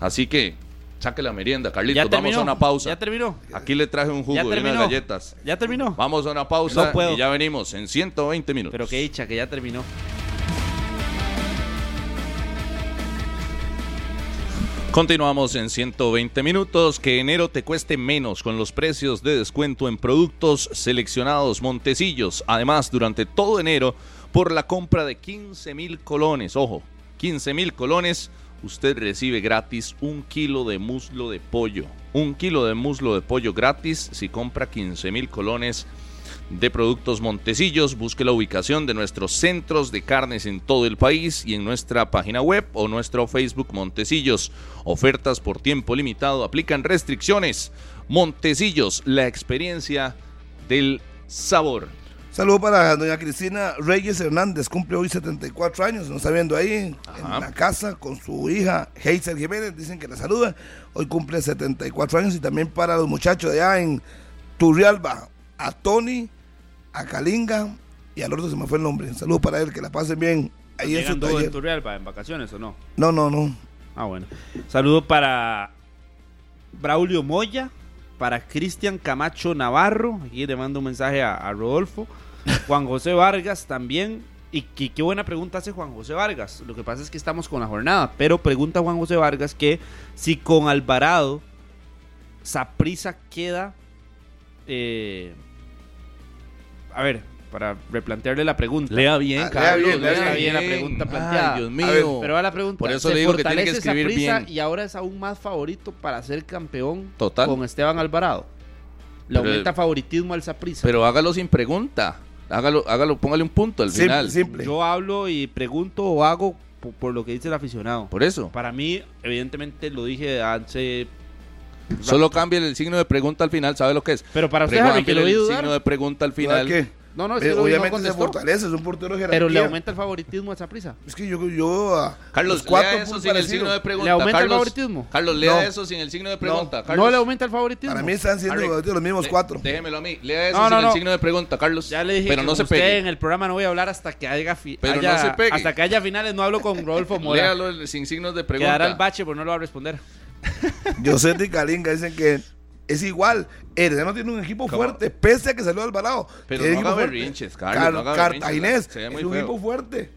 S4: Así que saque la merienda, Carlitos.
S3: Ya
S4: Vamos
S3: terminó,
S4: a una pausa.
S3: Ya terminó.
S4: Aquí le traje un
S3: Ya
S4: jugo y unas
S3: terminó.
S4: galletas.
S3: Ya terminó.
S4: Vamos a una pausa
S3: No puedo.
S4: y ya venimos en 120 minutos.
S3: Pero qué dicha que ya terminó.
S4: Continuamos en 120 minutos. Que enero te cueste menos con los precios de descuento en productos seleccionados Montecillos. Además, durante todo enero, por la compra de 15 mil colones, ojo, 15 mil colones, usted recibe gratis un kilo de muslo de pollo. Un kilo de muslo de pollo gratis si compra 15 mil colones de Productos Montecillos. Busque la ubicación de nuestros centros de carnes en todo el país y en nuestra página web o nuestro Facebook Montecillos. Ofertas por tiempo limitado, aplican restricciones. Montecillos, la experiencia del sabor.
S2: Saludo para doña Cristina Reyes Hernández, cumple hoy 74 años, nos está viendo ahí
S4: Ajá.
S2: en la casa con su hija Heiser Jiménez, dicen que la saluda, hoy cumple 74 años y también para los muchachos de allá en Turrialba, a Tony, a Kalinga y al otro se me fue el nombre, saludo para él, que la pasen bien ahí en
S3: ¿Quién
S2: su
S3: anduvo en
S2: taller.
S3: Turrialba en vacaciones o no?
S2: No, no, no,
S3: Ah, bueno. Saludo para Braulio Moya, para Cristian Camacho Navarro. Aquí le mando un mensaje a, a Rodolfo. Juan José Vargas también. Y qué, qué buena pregunta hace Juan José Vargas. Lo que pasa es que estamos con la jornada. Pero pregunta Juan José Vargas que si con Alvarado Saprisa queda. eh, a ver, para replantearle la pregunta.
S4: Lea bien,
S2: Ah, lea
S4: Carlos.
S2: bien, lea
S3: bien. Ay, Dios
S4: Dios mío.
S2: mío.
S3: Pero ahora la pregunta,
S4: Por eso
S3: ¿se
S4: le digo que tiene que
S3: fortalece
S4: escribir
S3: Saprissa
S4: bien.
S3: y ahora es aún más favorito para ser campeón
S4: Total.
S3: con Esteban Alvarado. Le
S4: Pero-
S3: aumenta favoritismo al Saprissa.
S4: Pero hágalo sin pregunta. Hágalo, hágalo, póngale un punto al
S2: Simple,
S4: final.
S2: simple.
S3: Yo hablo y pregunto o hago po- por, lo que dice el aficionado.
S4: Por eso.
S3: Para mí, evidentemente lo dije antes,
S4: Solo cambie el signo de pregunta al final, ¿sabe lo que es?
S3: pero para usted, Javi, que
S4: Cámbiale
S3: lo vi
S4: el
S3: dudar.
S4: signo de pregunta al final.
S2: ¿Verdad que?
S3: No, no, es
S2: Eh,
S3: que lo vi, no
S2: obviamente se
S3: contestó,
S2: fortalece, es un portero de jerarquía.
S3: Pero le aumenta el favoritismo al Saprissa.
S2: Es que yo, yo a
S4: Carlos,
S2: los cuatro
S4: lea eso
S2: puntos
S4: sin el
S2: parecido.
S4: signo de pregunta.
S3: ¿Le aumenta el
S4: Carlos,
S3: favoritismo?
S4: Carlos, lea
S2: No.
S4: eso sin el signo de pregunta. Carlos,
S3: No le aumenta el favoritismo.
S2: Para mí están siendo
S4: Harry,
S2: los mismos
S4: le-
S2: cuatro.
S4: Déjemelo a mí. Lea eso
S3: No,
S4: sin
S3: no,
S4: el
S3: no.
S4: signo de pregunta, Carlos.
S3: Ya le dije
S4: Pero
S3: que
S4: no
S3: con
S4: se
S3: usted
S4: pegue.
S3: en el programa no voy a hablar hasta que haya, fi-
S4: Pero no
S3: haya-
S4: se pegue.
S3: hasta que haya finales no hablo con Rodolfo Mora.
S4: Léalo el- sin signos de pregunta.
S3: Quedará el bache, pues no lo va a responder.
S2: Josete y Kalinga dicen que es igual. Herediano tiene un equipo fuerte, pese a que salió Alvarado.
S4: Pero
S2: Tiene
S4: no
S2: equipo
S4: haga
S2: fuerte.
S4: berrinches, Carlos, no haga berrinches,
S2: Cartaginés
S4: se ve
S2: es
S4: muy
S2: un
S4: feo.
S2: equipo fuerte.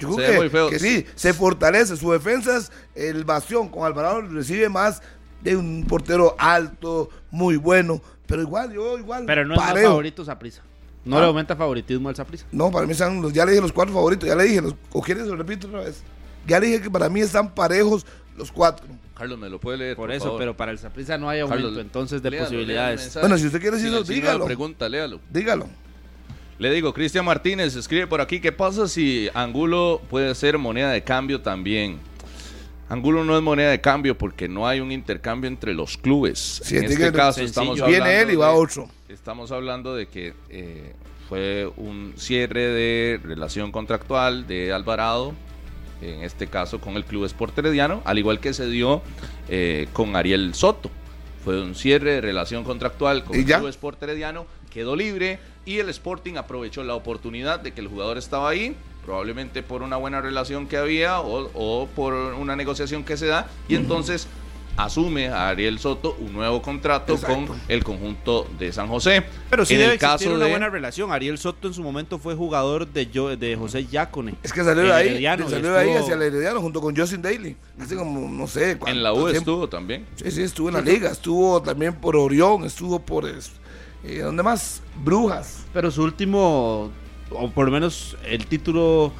S2: Yo
S4: Se
S2: creo
S4: ve
S2: que,
S4: muy feo.
S2: que sí, se fortalece. Su defensa es el bastión. Con Alvarado recibe más de un portero alto, muy bueno. Pero igual, yo igual.
S3: Pero no es más
S2: parejo.
S3: favorito Saprisa. No le aumenta favoritismo al Saprisa.
S2: No, para mí están los, ya le dije los cuatro favoritos, ya le dije, los, o quieres se lo repito otra vez. Ya le dije que para mí están parejos los cuatro.
S4: Carlos, me lo puede leer.
S3: Por, eso,
S4: favor.
S3: pero para el Saprisa no hay aumento
S4: Carlos,
S3: entonces de
S4: léalo, léalo el
S3: posibilidades.
S4: mensaje.
S2: Bueno, si usted quiere
S4: Sin
S2: decirlo,
S4: el signo de
S2: dígalo.
S4: pregunta, léalo.
S2: Dígalo.
S4: Le digo, Cristian Martínez escribe por aquí, ¿qué pasa si Angulo puede ser moneda de cambio también? Angulo no es moneda de cambio porque no hay un intercambio entre los clubes.
S2: Sí,
S4: en
S2: es
S4: este
S2: que
S4: caso
S3: sencillo.
S4: estamos hablando
S2: Viene él y va
S4: de-
S2: otro.
S4: Estamos hablando de que eh, fue un cierre de relación contractual de Alvarado, en este caso con el Club Sport Herediano, al igual que se dio eh, con Ariel Soto. Fue un cierre de relación contractual con
S2: ¿Y
S4: el
S2: ya?
S4: Club Sport Herediano, quedó libre y el Sporting aprovechó la oportunidad de que el jugador estaba ahí, probablemente por una buena relación que había o, o por una negociación que se da, y entonces asume a Ariel Soto un nuevo contrato con el conjunto de San José.
S3: Pero sí
S4: en
S3: debe
S4: el
S3: existir
S4: caso
S3: una
S4: de,
S3: buena relación. Ariel Soto en su momento fue jugador de, Yo- de José Yacone.
S2: Es que salió de
S3: El
S2: ahí,
S3: Herediano, y
S2: salió de ahí
S3: estuvo-
S2: hacia el Herediano junto con Justin Daly. Hace como, no sé, cuánto
S4: en la U
S2: tiempo.
S4: estuvo también.
S2: Sí, sí, estuvo en la liga, estuvo también por Orión, estuvo por, es- eh, ¿dónde más? Brujas.
S3: Pero su último, o por lo menos el título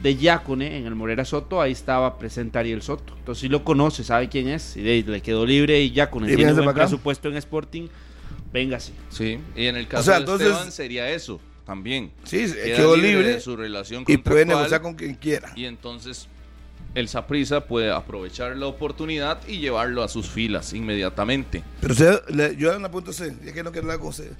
S3: de Yacone en el Morera Soto, ahí estaba presente Ariel Soto. Entonces sí lo conoce, sabe quién es. Y de ahí le quedó libre y Yacone
S2: Y
S3: tiene
S2: véngase
S3: buen
S2: para acá.
S3: presupuesto en Sporting. Véngase.
S4: Sí. Y en el caso
S2: sea,
S4: de
S2: entonces-
S4: Esteban sería eso también.
S2: Sí, se-
S4: Queda
S2: quedó
S4: libre
S2: libre
S4: de su relación
S2: y puede
S4: contractual,
S2: negociar con quien quiera.
S4: y entonces el Saprisa puede aprovechar la oportunidad y llevarlo a sus filas inmediatamente.
S2: Pero usted, le- yo en la punto C, ya que no quiero hablar con usted.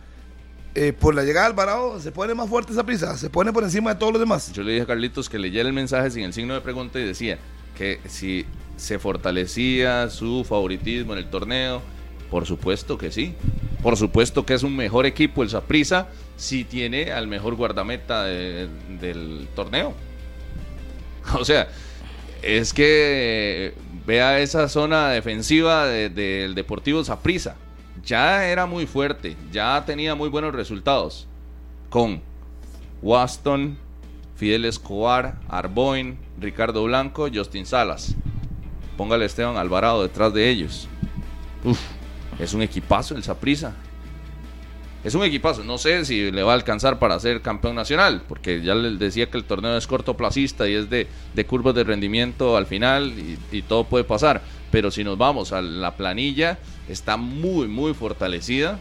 S2: Eh, por la llegada de Alvarado, ¿se pone más fuerte esa prisa? ¿Se pone por encima de todos los demás?
S4: Yo le dije a Carlitos que leyera el mensaje sin el signo de pregunta y decía que si se fortalecía su favoritismo en el torneo, por supuesto que sí. Por supuesto que es un mejor equipo el Saprisa si tiene al mejor guardameta de- del torneo. O sea, es que eh, vea esa zona defensiva de- del Deportivo Saprisa. Ya era muy fuerte, ya tenía muy buenos resultados. Con Waston, Fidel Escobar, Arboin, Ricardo Blanco, Justin Salas. Póngale Esteban Alvarado detrás de ellos. Uf, es un equipazo el Saprisa. Es un equipazo. No sé si le va a alcanzar para ser campeón nacional, porque ya les decía que el torneo es cortoplacista y es de, de curvas de rendimiento al final y, y todo puede pasar. Pero si nos vamos a la planilla, está muy, muy fortalecida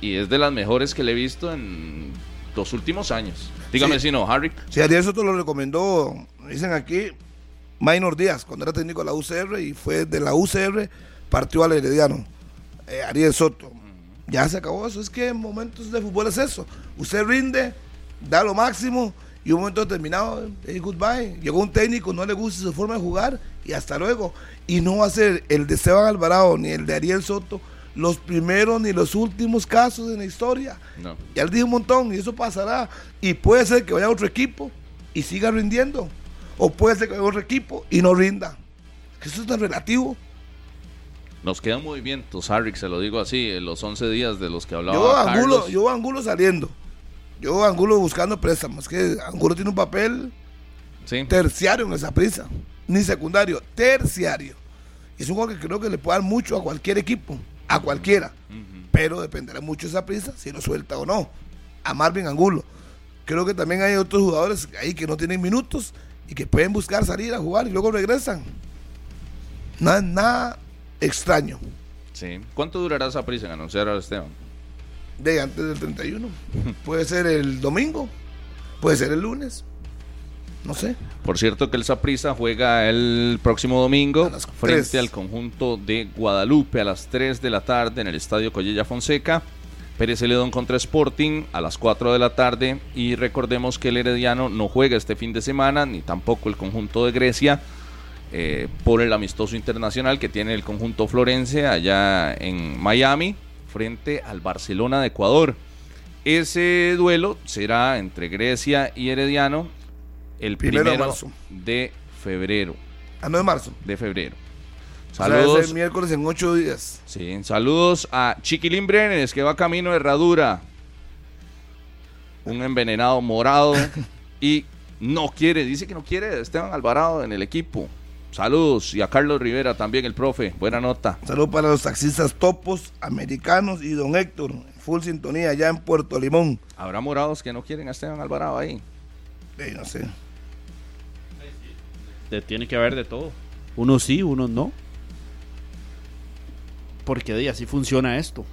S4: y es de las mejores que le he visto en los últimos años. Dígame
S2: Sí.
S4: si no, Harry.
S2: Si Ariel Soto lo recomendó, dicen aquí, Maynor Díaz, cuando era técnico de la UCR y fue de la UCR, partió al Herediano. Eh, Ariel Soto. Ya se acabó eso. Es que en momentos de fútbol es eso. Usted rinde, da lo máximo y un momento determinado, eh, goodbye. Llegó un técnico, no le gusta su forma de jugar y hasta luego. Y no va a ser el de Esteban Alvarado ni el de Ariel Soto los primeros ni los últimos casos en la historia.
S4: No.
S2: Ya le dije un montón y eso pasará. Y puede ser que vaya a otro equipo y siga rindiendo. O puede ser que vaya a otro equipo y no rinda. Eso es tan relativo.
S4: Nos quedan movimientos, pues, Harry, se lo digo así, en los 11 días de los que hablaba
S2: Yo angulo,
S4: Carlos.
S2: yo angulo saliendo. Yo angulo buscando préstamos. Que angulo tiene un papel
S4: Sí.
S2: terciario en esa prisa. Ni secundario, terciario. Es un jugador que creo que le puede dar mucho a cualquier equipo. A cualquiera. Pero dependerá mucho de esa prisa si lo suelta o no. A Marvin Angulo. Creo que también hay otros jugadores ahí que no tienen minutos y que pueden buscar salir a jugar y luego regresan. Nada, nada extraño.
S4: Sí. ¿Cuánto durará esa prisa en anunciar a Esteban?
S2: de antes del 31. Puede ser el domingo, puede ser el lunes, no sé.
S4: Por cierto que el Saprissa juega el próximo domingo
S2: A las
S4: frente
S2: tres.
S4: al conjunto de Guadalupe a las 3 de la tarde en el Estadio Collella Fonseca. Pérez Celedón contra Sporting a las 4 de la tarde y recordemos que el Herediano no juega este fin de semana ni tampoco el conjunto de Grecia eh, por el amistoso internacional que tiene el conjunto florense allá en Miami frente al Barcelona de Ecuador. Ese duelo será entre Grecia y Herediano el
S2: Primero
S4: primero,
S2: de marzo.
S4: de febrero.
S2: A 9 de marzo.
S4: De febrero.
S2: O sea,
S4: Saludos.
S2: es el miércoles en 8 días.
S4: sí, saludos a Chiquilín Brenes, que va camino de Herradura. Un envenenado morado. y no quiere, dice que no quiere a Esteban Alvarado en el equipo. Saludos. Y a Carlos Rivera también, el profe. Buena nota.
S2: Salud para los taxistas topos americanos y don Héctor, full sintonía allá en Puerto Limón.
S4: ¿Habrá morados que no quieren a Esteban Alvarado ahí?
S2: Eh, no sé.
S3: Te tiene que haber de todo. Unos sí, unos no. Porque de así funciona esto.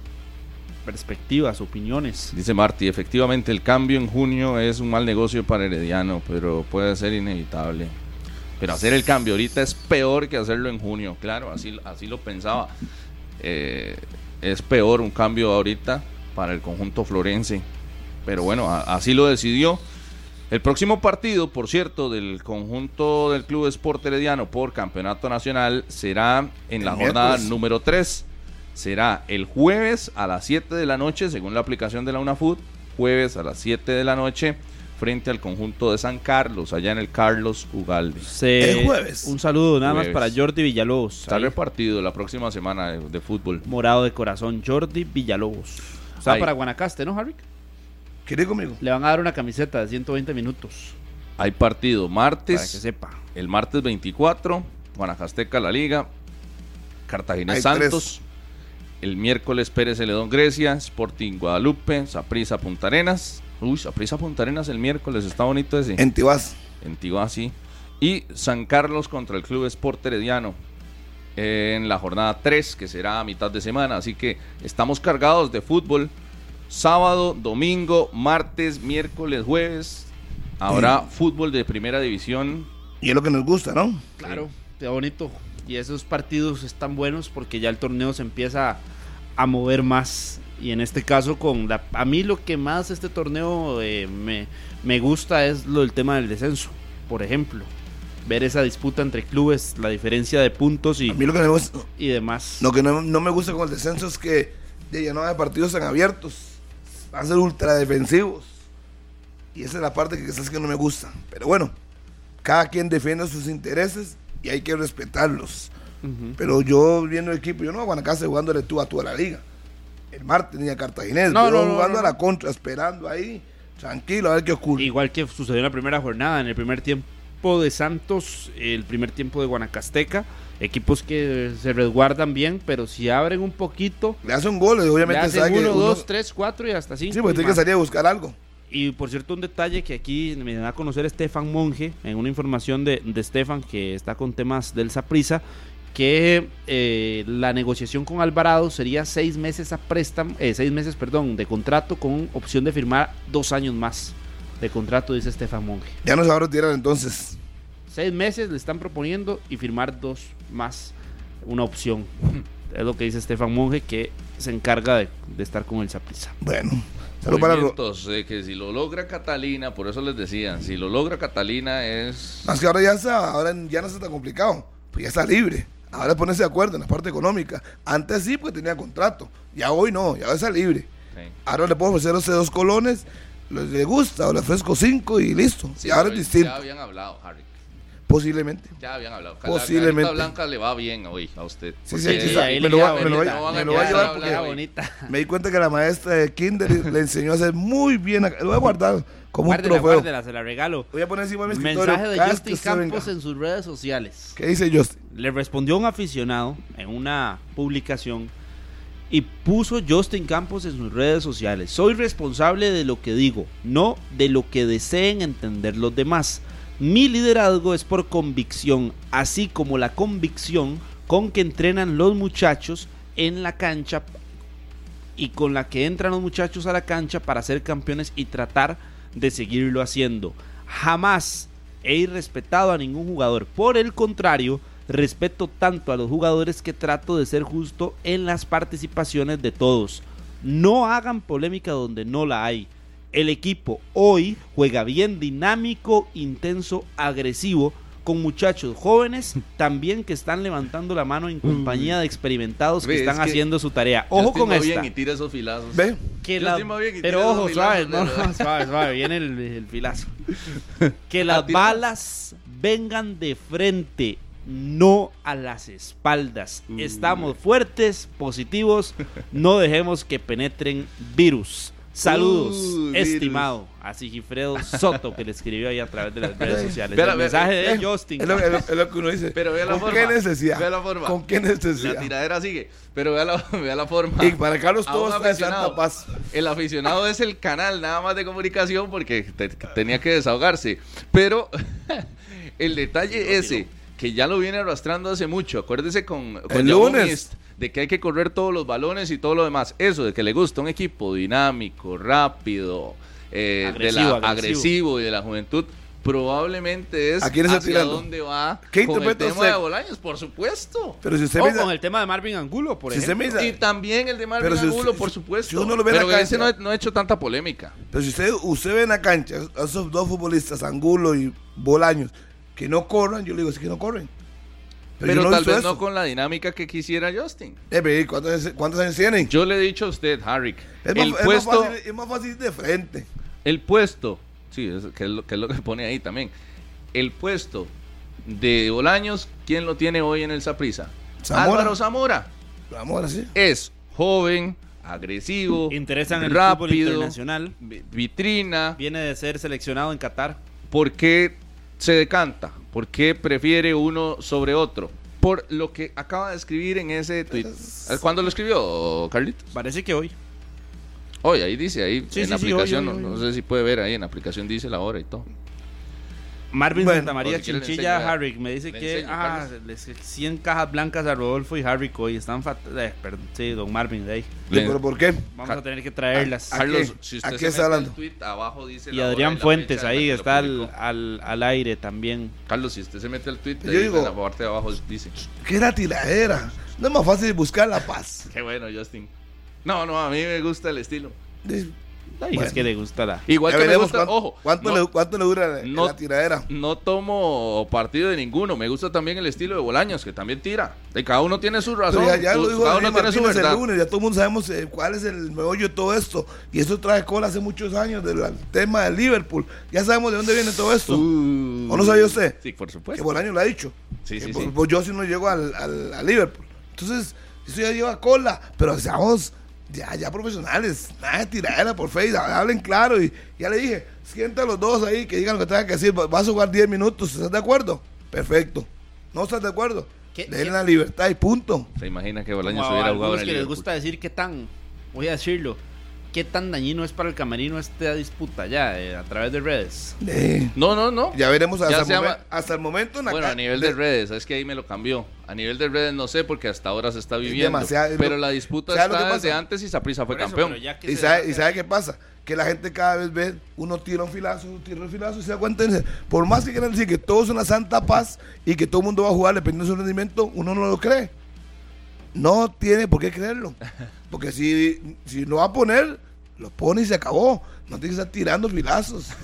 S3: Perspectivas, opiniones.
S4: Pues, Dice Marty, efectivamente el cambio en junio es un mal negocio para Herediano, pero puede ser inevitable. Pero hacer el cambio ahorita es peor que hacerlo en junio, claro, así, así lo pensaba. Eh, es peor un cambio ahorita para el conjunto florense. Pero bueno, a- así lo decidió. El próximo partido, por cierto, del conjunto del Club Sport Herediano por Campeonato Nacional será en la
S2: El
S4: jornada
S2: miércoles.
S4: número 3. Será el jueves a las 7 de la noche, según la aplicación de la UNAFUT. Jueves a las 7 de la noche, frente al conjunto de San Carlos, allá en el Carlos Ugalde.
S3: Se-
S2: El jueves.
S3: Un saludo nada
S4: Jueves.
S3: más para Jordi Villalobos.
S4: Está
S3: ahí,
S4: repartido la próxima semana de, de fútbol.
S3: morado de corazón, Jordi Villalobos. O sea,
S4: Ahí.
S3: para Guanacaste, ¿no, Harry?
S2: ¿Quiere ir conmigo?
S3: Le van a dar una camiseta de 120 minutos.
S4: Hay partido
S3: Para que
S4: martes,
S3: sepa.
S4: el martes 24, Guanacasteca la Liga,
S2: Hay
S4: Cartaginés Santos, el miércoles Pérez Celedón Grecia, Sporting Guadalupe, Saprisa Punta Arenas. Uy, Saprisa Punta Arenas el miércoles, está bonito ese.
S2: En Tibás.
S4: en Tibasi. Y San Carlos contra el Club Sport Herediano en la jornada 3, que será a mitad de semana. Así que estamos cargados de fútbol. Sábado, domingo, martes, miércoles, jueves. Habrá fútbol de primera división.
S2: Y es lo que nos gusta, ¿no?
S3: Claro, está bonito. Y esos partidos están buenos porque ya el torneo se empieza a mover más. Y en este caso, con la, a mí lo que más este torneo eh, me, me gusta es lo del tema del descenso, por ejemplo. Ver esa disputa entre clubes, la diferencia de puntos y,
S2: A mí lo que, me gusta,
S3: y demás.
S2: lo que no, no me gusta con el descenso es que de ya no hay partidos tan abiertos, van a ser ultra defensivos. Y esa es la parte que quizás que no me gusta. Pero bueno, cada quien defiende sus intereses y hay que respetarlos. Pero yo viendo el equipo, yo no voy a Guanacaste jugándole tú a tú a la liga. El martes ni a Cartaginés,
S3: No,
S2: yo
S3: no, no,
S2: jugando
S3: no,
S2: a la contra, esperando ahí, tranquilo, a ver qué ocurre.
S3: Igual que sucedió en la primera jornada, en el primer tiempo de Santos, el primer tiempo de Guanacasteca, equipos que se resguardan bien, pero si abren un poquito,
S2: Le hacen goles,
S3: le
S2: obviamente.
S3: hacen
S2: sabe que
S3: uno,
S2: uno-
S3: dos, tres, cuatro y hasta cinco.
S2: Sí, porque
S3: y
S2: tiene que
S3: más.
S2: salir a buscar algo.
S3: Y por cierto, un detalle que aquí me da a conocer Estefan Monge, en una información de, de Estefan que está con temas del Saprisa, que eh, la negociación con Alvarado sería seis meses a préstamo, eh, seis meses, perdón, de contrato con opción de firmar dos años más de contrato, dice Estefan Monge.
S2: Ya no se va a retirar entonces.
S3: Seis meses le están proponiendo y firmar dos más, una opción. Es lo que dice Estefan Monge, que se encarga de, de estar con el Saprisa.
S2: Bueno, saludos para Ro-
S4: Movimientos, eh, que si lo logra Catalina, por eso les decía, si lo logra Catalina es...
S2: Más que ahora ya, está, ahora ya no está tan complicado. Pues ya está libre. Ahora ponerse de acuerdo en la parte económica. Antes sí, porque tenía contrato. Ya hoy no, ya está libre.
S4: Sí.
S2: Ahora le puedo ofrecer a usted dos colones. lo- Le gusta, o le ofrezco cinco y listo.
S4: Sí,
S2: y ahora es
S4: pero
S2: distinto.
S4: Ya habían hablado, Harry.
S2: Posiblemente.
S4: Ya habían hablado. La
S2: Posiblemente.
S4: carita blanca le va bien hoy a usted.
S2: Sí, sí,
S4: Porque
S2: aquí está.
S4: ahí
S2: Me lo
S4: le
S2: va-
S4: queda
S2: me lo va-
S4: bonita,
S2: me lo
S4: ya
S2: va a
S4: le
S2: llevar
S4: habla
S2: porque-
S4: hoy.
S3: bonita.
S2: Me di cuenta que la maestra de Kinder le enseñó a hacer muy bien. a- Lo voy a guardar como
S3: Guárdela,
S2: un trofeo.
S3: guárdela, se la regalo.
S2: Voy a poner encima de mi escritorio.
S3: Mensaje de
S2: cada vez
S3: Justin
S2: que usted venga.
S3: Campos en sus redes sociales.
S2: ¿Qué dice Justin?
S3: Le respondió un aficionado en una publicación y puso Justin Campos en sus redes sociales. Soy responsable de lo que digo, no de lo que deseen entender los demás. Mi liderazgo es por convicción, así como la convicción con que entrenan los muchachos en la cancha y con la que entran los muchachos a la cancha para ser campeones y tratar de seguirlo haciendo. Jamás he irrespetado a ningún jugador. Por el contrario, respeto tanto a los jugadores que trato de ser justo en las participaciones de todos. No hagan polémica donde no la hay. El equipo hoy juega bien dinámico, intenso, agresivo, con muchachos jóvenes también que están levantando la mano en compañía de experimentados que
S4: Mm. Ve, es
S3: están
S4: que
S3: haciendo su tarea.
S4: Justin
S3: Ojo con
S4: va bien
S3: esta.
S4: y tira esos filazos.
S2: ¿Ve?
S3: Que
S4: Yo
S3: la-
S4: estoy más bien y
S3: pero
S4: tiene
S3: ojo,
S4: dos
S3: suave, no,
S4: milagros,
S3: no,
S4: ¿verdad?
S3: suave, suave, viene el, el filazo. Que las
S4: tirado.
S3: balas vengan de frente, no a las espaldas.
S4: Uh.
S3: Estamos fuertes, positivos, no dejemos que penetren virus. Saludos,
S4: Uh, virus.
S3: estimado a Sigifredo Soto que le escribió ahí a través de las redes sociales.
S4: Espera,
S3: el
S4: ve-
S3: mensaje
S2: Eh,
S3: de Justin.
S2: Es lo, es lo- es lo que uno dice.
S4: Pero vea la
S2: ¿Con
S4: forma.
S2: qué necesidad?
S4: Vea la forma.
S2: ¿Con qué necesidad?
S4: La tiradera sigue. Pero vea la, vea la forma.
S2: Y para Carlos
S4: A
S2: todo
S4: un
S2: está de santa
S4: aficionado.
S2: paz.
S4: El aficionado es el canal nada más de comunicación porque te- tenía que desahogarse. Pero el detalle ese, que ya lo viene arrastrando hace mucho. Acuérdese con, con
S2: El
S4: Jabón
S2: lunes.
S4: Mist, de que hay que correr todos los balones y todo lo demás. Eso, de que le gusta un equipo dinámico, rápido, eh,
S3: Agresivo,
S4: de la,
S3: agresivo.
S4: agresivo. y de la juventud. Probablemente es
S2: ¿A quién está
S4: hacia
S2: tirando?
S4: dónde va
S2: ¿Qué
S4: con el
S2: interpreta
S4: tema
S2: usted?
S4: de Bolaños, por supuesto.
S2: Pero si usted
S3: O
S2: me dice-
S3: con el tema de Marvin Angulo, por
S2: Si usted
S3: ejemplo.
S2: me dice-
S4: Y también el de Marvin
S2: Pero si usted-
S4: Angulo, por
S2: si-
S4: supuesto.
S2: si uno lo ve en la
S4: pero ese no,
S2: cancha-
S4: no ha hecho tanta polémica.
S2: pero si usted, usted ve en la cancha a esos dos futbolistas, Angulo y Bolaños, que no corran, yo le digo, sí que no corren.
S4: Pero,
S2: yo he
S4: tal
S2: visto
S4: vez
S2: eso.
S4: no con la dinámica que quisiera Justin.
S2: Eh, pero ¿y ¿cuántos, años- cuántos años tienen?
S4: Yo le he dicho a usted, Harry,
S2: es, más,
S4: el
S2: es más
S4: puesto,
S2: fácil, es más fácil de frente.
S4: el puesto, sí, es, que, es lo, que es lo que pone ahí también. El puesto de Bolaños, ¿quién lo tiene hoy en el Saprisa?
S2: Zamora.
S4: Álvaro Zamora.
S2: Vamos ahora sí.
S4: Es joven, agresivo,
S3: Interesan en el fútbol
S4: rápido,
S3: internacional.
S4: vi- vitrina.
S3: Viene de ser seleccionado en Qatar.
S4: ¿Por qué se decanta? ¿Por qué prefiere uno sobre otro? Por lo que acaba de escribir en ese tweet. ¿Cuándo lo escribió, Carlitos?
S3: Parece que hoy.
S4: Hoy, ahí dice, ahí
S3: Sí,
S4: en
S3: sí,
S4: la
S3: sí,
S4: aplicación,
S3: hoy, hoy,
S4: no,
S3: hoy.
S4: no sé si puede ver ahí, en la aplicación dice la hora y todo.
S3: Marvin
S2: Bueno,
S3: Santamaría
S4: por si quiere le
S3: Chinchilla
S4: enseño,
S3: Harry me dice
S4: le
S3: que
S4: enseño,
S3: ah,
S4: Carlos.
S3: les- 100 cajas blancas a Rodolfo y Harry hoy están fatal. perdón, sí, don Marvin, de ahí.
S4: Le-
S2: ¿Pero por qué?
S3: Vamos
S4: Ca-
S3: a tener que traerlas.
S2: ¿a
S4: Carlos,
S2: qué?
S4: si
S2: ¿A
S4: usted
S2: qué está
S4: se mete
S2: hablando?
S4: el tweet, abajo dice
S3: y
S4: la hora
S3: Adrián
S4: la
S3: Fuentes
S4: fecha en la
S3: ahí
S4: que lo
S3: está al,
S4: publicó.
S3: al, al aire también.
S4: Carlos, si usted se mete al tweet,
S2: Yo
S4: ahí
S2: digo-
S4: en la parte de abajo dice,
S2: ¿Qué era tiradera? No es más fácil buscar la paz.
S4: qué bueno, Justin. No, no, a mí me gusta el estilo.
S2: De-
S3: Ay,
S2: Bueno.
S3: Es que le gusta la.
S4: Igual
S2: Ya
S4: que me
S2: veremos
S4: gusta,
S2: cuán-
S4: ojo,
S2: cuánto,
S4: no-
S2: le, cuánto le dura la-
S4: no-
S2: la tiradera.
S4: No tomo partido de ninguno. Me gusta también el estilo de Bolaños, que también tira. De cada uno tiene su razón.
S2: Pero ya, ya
S4: su-
S2: lo dijo
S4: cada
S2: Daniel
S4: uno tiene su
S2: Martínez el
S4: verdad.
S2: lunes, ya todo el mundo sabemos eh, cuál es el meollo de todo esto. Y eso trae cola hace muchos años del al tema de Liverpool. Ya sabemos de dónde viene todo esto.
S4: Uh,
S2: ¿O no sabía usted?
S4: Sí, por
S2: que
S4: supuesto.
S2: Bolaño lo ha dicho.
S4: pues. Sí,
S2: Que
S4: sí,
S2: por-
S4: sí.
S2: por- yo si no llego al, al- a Liverpool. Entonces, eso ya lleva cola. Pero seamos ya, ya profesionales. Nada de tiradera por Facebook. Hablen claro. Y ya le dije, sienta a los dos ahí que digan lo que tengan que decir. Vas a jugar 10 minutos. ¿Estás de acuerdo? Perfecto. ¿No estás de acuerdo?
S6: ¿Qué-
S2: Den
S6: qué-
S2: la libertad y punto.
S4: ¿Se imagina que
S3: Como
S4: Bolaños
S3: a
S4: hubiera jugado en
S3: algunos
S4: el
S3: que les
S4: Liverpool?
S3: gusta decir qué tan, voy a decirlo, qué tan dañino es para el camerino esta disputa ya eh, a través de redes.
S2: Eh,
S4: No, no, no.
S2: ya veremos hasta,
S4: Ya
S2: el,
S4: se
S2: momen-
S4: llama-
S2: hasta el momento. en la
S4: Bueno,
S2: ca-
S4: a nivel de redes, es que ahí me lo cambió. A nivel de redes no sé porque hasta ahora se está viviendo.
S2: demasiado- es
S4: pero
S2: lo-
S4: la disputa
S2: ¿sabe lo que
S4: está desde
S2: pasa?
S4: antes y Saprisa fue
S3: Por eso,
S4: campeón.
S3: pero ya que
S2: ¿Y
S3: se-
S2: sabe, ¿Y sabe qué pasa? Que la gente cada vez ve, uno tira un filazo, uno tira un filazo y se da cuenta. y dice, Por más que quieran decir que todo es una santa paz y que todo el mundo va a jugar dependiendo de su rendimiento, uno no lo cree. No tiene por qué creerlo. Porque si, si lo va a poner, lo pone y se acabó. No tiene que estar tirando filazos.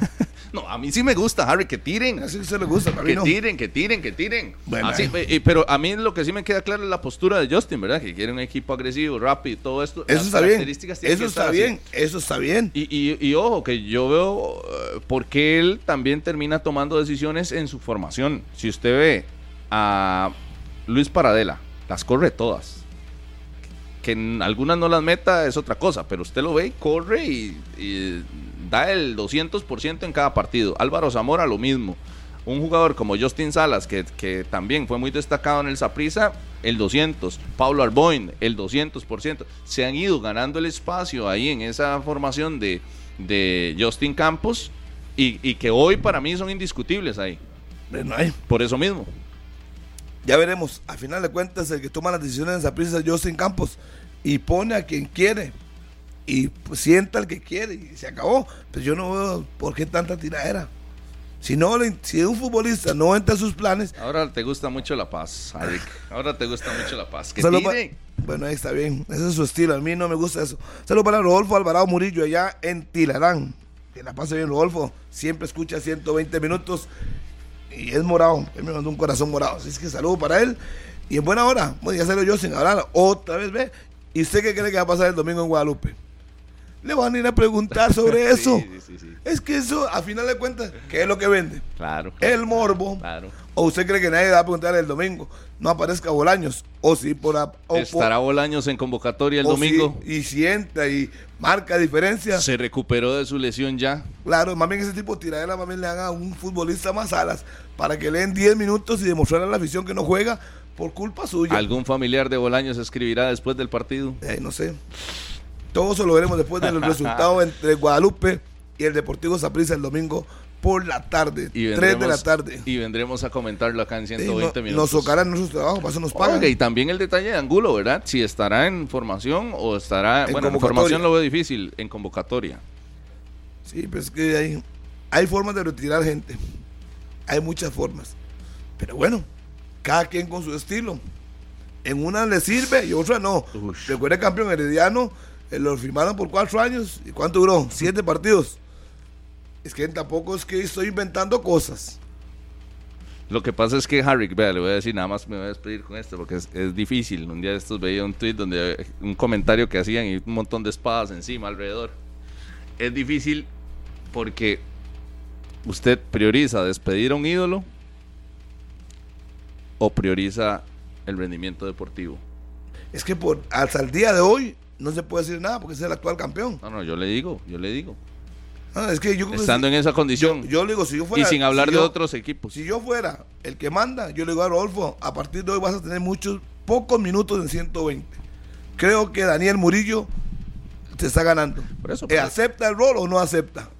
S4: No, a mí sí me gusta, Harry, que tiren.
S2: Así se le gusta, pero a mí
S4: Que
S2: no.
S4: tiren, que tiren, que tiren.
S2: Bueno,
S4: Así,
S2: ahí.
S4: eh, eh, pero a mí lo que sí me queda claro es la postura de Justin, ¿verdad? Que quiere un equipo agresivo, rápido, todo esto.
S2: Eso
S4: Las
S2: está bien.
S4: características tienen
S2: Eso
S4: que
S2: está
S4: estar así.
S2: bien. Eso está bien.
S4: Y, y- y ojo, que yo veo eh, por qué él también termina tomando decisiones en su formación. Si usted ve a Luis Paradela, las corre todas. Que en algunas no las meta es otra cosa, pero usted lo ve y corre y, y da el 200% en cada partido. Álvaro Zamora lo mismo. Un jugador como Justin Salas, que, que también fue muy destacado en el Saprissa, el 200. Pablo Arboin, el 200%. Se han ido ganando el espacio ahí en esa formación de, de Justin Campos y, y que hoy para mí son indiscutibles ahí.
S2: Bueno, ahí.
S4: Por eso mismo.
S2: Ya veremos. A final de cuentas, el que toma las decisiones en esa prisa es Justin Campos y pone a quien quiere y pues, sienta al que quiere y se acabó. Pero yo no veo por qué tanta tiradera. Si, no, le- si un futbolista no entra a sus planes,
S4: Ahora te gusta mucho la paz, Arik. Ahora te gusta mucho la paz. Que
S2: Saludo pa-
S4: tiren.
S2: Bueno, ahí está bien. Ese es su estilo. A mí no me gusta eso. Saludos para Rodolfo Alvarado Murillo allá en Tilarán. Que la pase bien, Rodolfo. Siempre escucha 120 minutos. Y es morado. Él me mandó un corazón morado. Así es que saludo para él. Y en buena hora. Bueno, ya salió yo sin hablar. Otra vez, ve. ¿Y usted qué cree que va a pasar el domingo en Guadalupe? Le van a ir a preguntar sobre eso.
S4: Sí, sí, sí, sí.
S2: Es que eso, a final de cuentas, ¿qué es lo que vende?
S4: Claro.
S2: El morbo.
S4: Claro.
S2: ¿O usted cree que nadie le va a preguntar el domingo? No aparezca Bolaños. O sí, por... la- o por-
S4: Estará Bolaños en convocatoria el
S2: o
S4: domingo.
S2: si- y sienta y marca diferencia.
S4: Se recuperó de su lesión ya.
S2: Claro, más bien ese tipo de tiradera, más bien le haga a un futbolista más alas para que le den 10 minutos y demostrar a la afición que no juega por culpa suya.
S4: ¿Algún familiar de Bolaños escribirá después del partido?
S2: Eh, no sé. Todo eso lo veremos después de los resultados entre Guadalupe y el Deportivo Saprissa el domingo por la tarde,
S4: Y
S2: 3 de la
S4: vendremos-
S2: tarde.
S4: Y vendremos a comentarlo acá en
S2: Sí,
S4: 120
S2: no-
S4: minutos.
S2: nos tocarán nuestros trabajos, para eso nos pagan.
S4: Oiga, y también el detalle de Angulo, ¿verdad? Si estará en formación o estará.
S2: En
S4: bueno, en
S2: convocatoria.
S4: formación lo veo difícil, en convocatoria.
S2: Sí, pero es que hay, hay formas de retirar gente. Hay muchas formas. Pero bueno, cada quien con su estilo. En una le sirve y otra no. Recuerde campeón herediano, eh, lo firmaron por cuatro años. ¿Y cuánto duró? Siete partidos. Es que tampoco es que estoy inventando cosas.
S4: Lo que pasa es que Harry, vea, le voy a decir, nada más me voy a despedir con esto porque es, es difícil. Un día de estos veía un tweet donde eh, un comentario que hacían y un montón de espadas encima, alrededor. Es difícil porque usted prioriza despedir a un ídolo o prioriza el rendimiento deportivo.
S2: Es que por, hasta el día de hoy no se puede decir nada porque es el actual campeón.
S4: No, no, yo le digo, yo le digo.
S2: Ah, es que yo creo que
S4: Estando
S2: si-
S4: en esa condición
S2: yo le digo, si yo
S4: y
S2: fuera-
S4: sin hablar
S2: si
S4: de
S2: yo-
S4: otros equipos.
S2: pues, Si yo fuera el que manda, yo le digo a Rodolfo, a partir de hoy vas a tener muchos, pocos minutos en 120. Creo que Daniel Murillo te está ganando.
S4: Por eso,
S2: Eh,
S4: pero-
S2: ¿Acepta el rol o no acepta?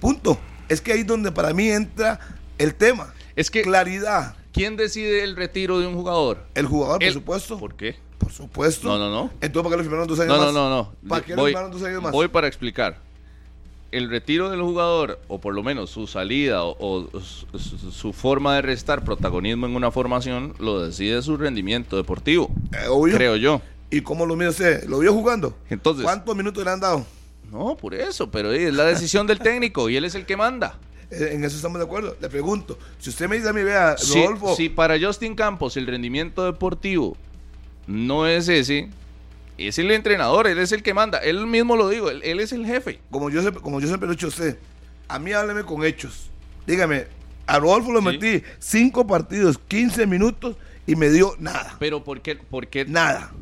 S2: Punto. Es que ahí es donde para mí entra el tema.
S4: Es que,
S2: Claridad.
S4: ¿quién decide el retiro de un jugador?
S2: El jugador, Ah, por
S4: El-
S2: supuesto.
S4: ¿Por qué?
S2: Por supuesto.
S4: No, no, no.
S2: Entonces, ¿para qué lo firmaron dos años
S4: No, no,
S2: más?
S4: no, no.
S2: ¿Para qué lo
S4: voy,
S2: firmaron dos años más?
S4: voy para explicar. El retiro del jugador, o por lo menos su salida, o, o su, su- su forma de restar protagonismo en una formación, lo decide su rendimiento deportivo,
S2: Eh, obvio.
S4: creo yo.
S2: ¿Y cómo lo mide usted? ¿Lo vio jugando?
S4: Entonces,
S2: ¿Cuántos minutos le han dado?
S4: No, por eso, pero es la decisión del técnico y él es el que manda.
S2: Eh, En eso estamos de acuerdo. Le pregunto, si usted me dice a mí, vea,
S4: Si,
S2: Rodolfo,
S4: si para Justin Campos el rendimiento deportivo no es ese, es el entrenador, él es el que manda. Él mismo lo digo, él, él es el jefe.
S2: como, yo, siempre- como yo siempre lo he hecho a usted, a mí hábleme con hechos. Dígame, a Rodolfo lo
S4: Sí.
S2: metí cinco partidos, 15 minutos y me dio nada.
S4: Pero ¿por qué? por qué
S2: Nada.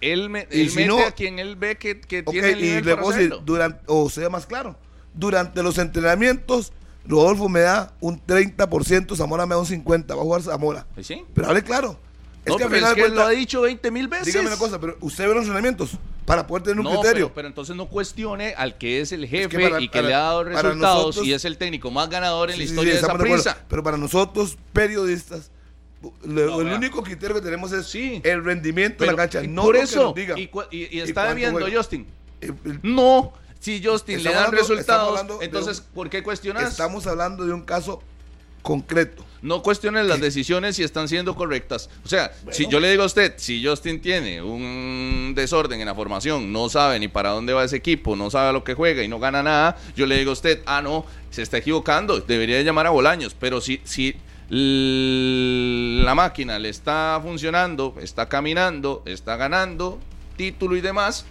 S4: él, me,
S2: Y
S4: él
S2: si
S4: mete
S2: no-
S4: a quien él ve que, que
S2: Ok,
S4: tiene el
S2: y
S4: nivel
S2: le
S4: para
S2: puedo decir,
S4: hacerlo?
S2: durante, o sea más claro, durante los entrenamientos, Rodolfo me da un 30%, Zamora me da un 50%, va a jugar Zamora.
S4: Pues sí.
S2: Pero hable claro. Es
S4: No,
S2: que al
S4: pero
S2: final
S4: es
S2: de
S4: que él lo ha
S2: cuentas,
S4: dicho 20 mil veces.
S2: dígame una cosa, pero usted ve los entrenamientos para poder tener un
S4: No,
S2: criterio.
S4: Pero, pero entonces no cuestione al que es el jefe
S2: que para-
S4: y que
S2: para-
S4: le ha dado
S2: para
S4: resultados
S2: nosotros-
S4: y es el técnico más ganador en
S2: Sí,
S4: la
S2: sí,
S4: historia
S2: sí,
S4: de esa
S2: estamos de acuerdo.
S4: prisa.
S2: Pero para nosotros, periodistas, le-
S4: No,
S2: el
S4: vea.
S2: único criterio que tenemos es
S4: Sí.
S2: el rendimiento de la cancha. No
S4: por
S2: lo que
S4: eso,
S2: nos digan.
S4: y, cua- y- y
S2: ¿Y
S4: está
S2: cuánto
S4: debiendo
S2: juega?
S4: Justin.
S2: Eh, el-
S4: No, si Justin le
S2: Estamos
S4: dan
S2: hablando- estamos
S4: resultados,
S2: hablando de
S4: entonces,
S2: un-
S4: ¿por qué cuestionas?
S2: Estamos hablando de un caso concreto.
S4: No cuestiones las decisiones si están siendo correctas. O sea, si yo le digo a usted, si Justin tiene un desorden en la formación, no sabe ni para dónde va ese equipo, no sabe a lo que juega y no gana nada, yo le digo a usted, ah, no, se está equivocando, debería llamar a Bolaños. Pero si, si l- la máquina le está funcionando, está caminando, está ganando título y demás,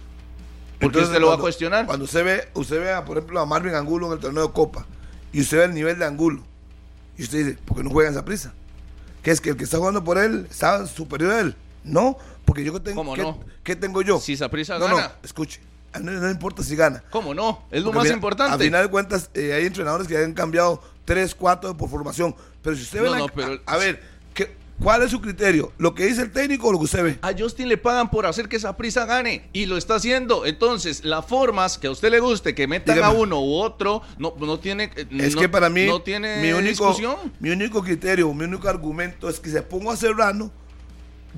S4: ¿por qué
S2: Entonces,
S4: usted lo va a
S2: cuando-
S4: cuestionar?
S2: Cuando usted ve, usted ve, a, por ejemplo, a Marvin Angulo en el torneo de Copa y usted ve el nivel de Angulo y usted dice, ¿por qué no juega en esa prisa? Que es que el que está jugando por él está superior a él. No, porque yo que tengo,
S4: ¿Cómo
S2: ¿qué,
S4: no?
S2: qué tengo yo?
S4: Si Saprissa
S2: no,
S4: gana.
S2: No, escuche, a mí no, importa si gana.
S4: ¿Cómo no? Es lo
S2: Porque
S4: más
S2: mira,
S4: importante.
S2: A final de cuentas, eh, hay entrenadores que han cambiado 3, 4 por formación. Pero si usted ve
S4: No,
S2: la-
S4: no, pero-
S2: a, a ver, ¿qué- ¿cuál es su criterio? ¿Lo que dice el técnico o lo que usted ve?
S4: A Justin le pagan por hacer que esa prisa gane y lo está haciendo. Entonces, las formas que a usted le guste, que metan
S2: Dígame.
S4: a uno u otro, no, no tiene. eh,
S2: Es
S4: no-
S2: que para mí,
S4: No tiene
S2: mi, único,
S4: discusión.
S2: mi único criterio, mi único argumento es que se pongo a Serrano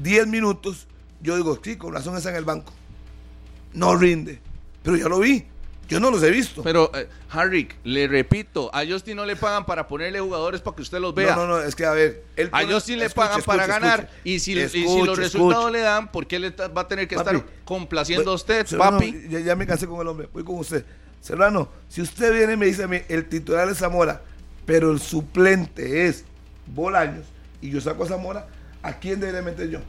S2: 10 minutos, yo digo, sí, con razón está en el banco. No rinde. Pero ya lo vi. Yo no los he visto.
S4: Pero, eh, Harrick, le repito, a Justin no le pagan para ponerle jugadores para que usted los vea.
S2: no, no, no, es que a ver. él
S4: A
S2: pone-
S4: Justin le
S2: escuche,
S4: pagan
S2: escuche,
S4: para ganar
S2: escuche.
S4: y si, y si
S2: Escuche,
S4: los
S2: escuche.
S4: resultados le dan, ¿por qué le ta- va a tener que estar
S2: Papi,
S4: complaciendo a usted,
S2: Serrano,
S4: papi?
S2: ya, ya me cansé con el hombre, voy con usted. Serrano, si usted viene y me dice a mí, el titular es Zamora, pero el suplente es Bolaños, y yo saco a Zamora, ¿a quién debería meter yo?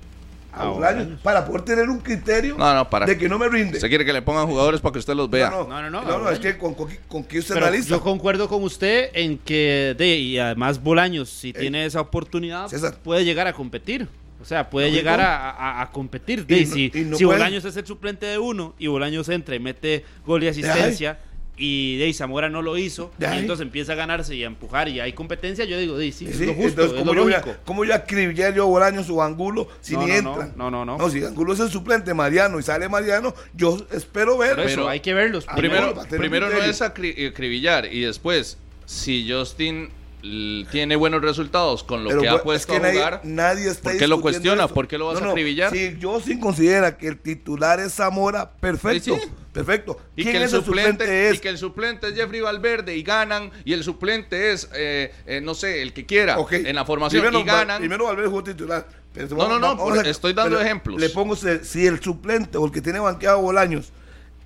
S2: A
S3: A
S2: Bolaños, para poder tener un criterio
S4: No, no, para.
S2: de que no me rinde.
S4: ¿Usted quiere que le pongan jugadores para que usted los vea?
S2: No, no, no,
S3: No, no, no,
S2: no,
S3: Bolaños.
S2: es que con, con, con que usted
S3: Pero
S2: analiza.
S3: yo concuerdo con usted en que, de, y además Bolaños, si tiene esa oportunidad,
S2: Eh, César.
S3: puede llegar a competir. O sea, puede
S2: No,
S3: llegar
S2: no.
S3: a, a- a competir. De,
S2: Y no-
S3: si
S2: y no
S3: si
S2: puede.
S3: Bolaños es el suplente de uno y Bolaños entra y mete gol y asistencia. Y de y Zamora no lo hizo,
S2: De ahí.
S3: y entonces empieza a ganarse y a empujar y hay competencia. Yo digo, de, sí,
S2: Sí,
S3: es lo justo,
S2: entonces,
S3: es
S2: ¿cómo,
S3: lo
S2: yo voy
S3: lógico.
S2: a, ¿cómo yo acribillar yo a Bolaños o a Angulo si
S3: No,
S2: ni
S3: no, no,
S2: entran?
S3: no, no, no.
S2: si Angulo es el suplente Mariano y sale Mariano, yo espero ver.
S3: Pero, eso,
S4: Pero-
S3: hay que verlos.
S2: Ah,
S3: primero.
S4: Primero,
S2: Para tener
S4: primero no
S2: criterio.
S4: es acri- acribillar y después, si Justin l- tiene buenos resultados con lo
S2: Pero,
S4: que ha
S2: pues,
S4: puesto
S2: es que
S4: a
S2: nadie-
S4: jugar,
S2: nadie está
S4: ¿por qué lo
S2: discutiendo
S4: cuestiona?
S2: eso.
S4: ¿Por qué lo vas
S2: No,
S4: a
S2: no,
S4: acribillar?
S2: Si yo sí considera que el titular es Zamora, perfecto,
S4: Sí, sí.
S2: perfecto.
S4: y
S2: ¿Quién
S4: que, el
S2: es el
S4: suplente,
S2: suplente?
S4: y que el suplente es Jeffrey Valverde y ganan, y el suplente es, eh, eh, no sé, el que quiera
S2: Ok.
S4: en la formación
S2: primero,
S4: y ganan.
S2: Val- Primero Valverde jugó titular. Pero
S4: No, no, no, por- estoy dando
S2: pero
S4: ejemplos.
S2: Le pongo, se- si el suplente o el que tiene banqueado a Bolaños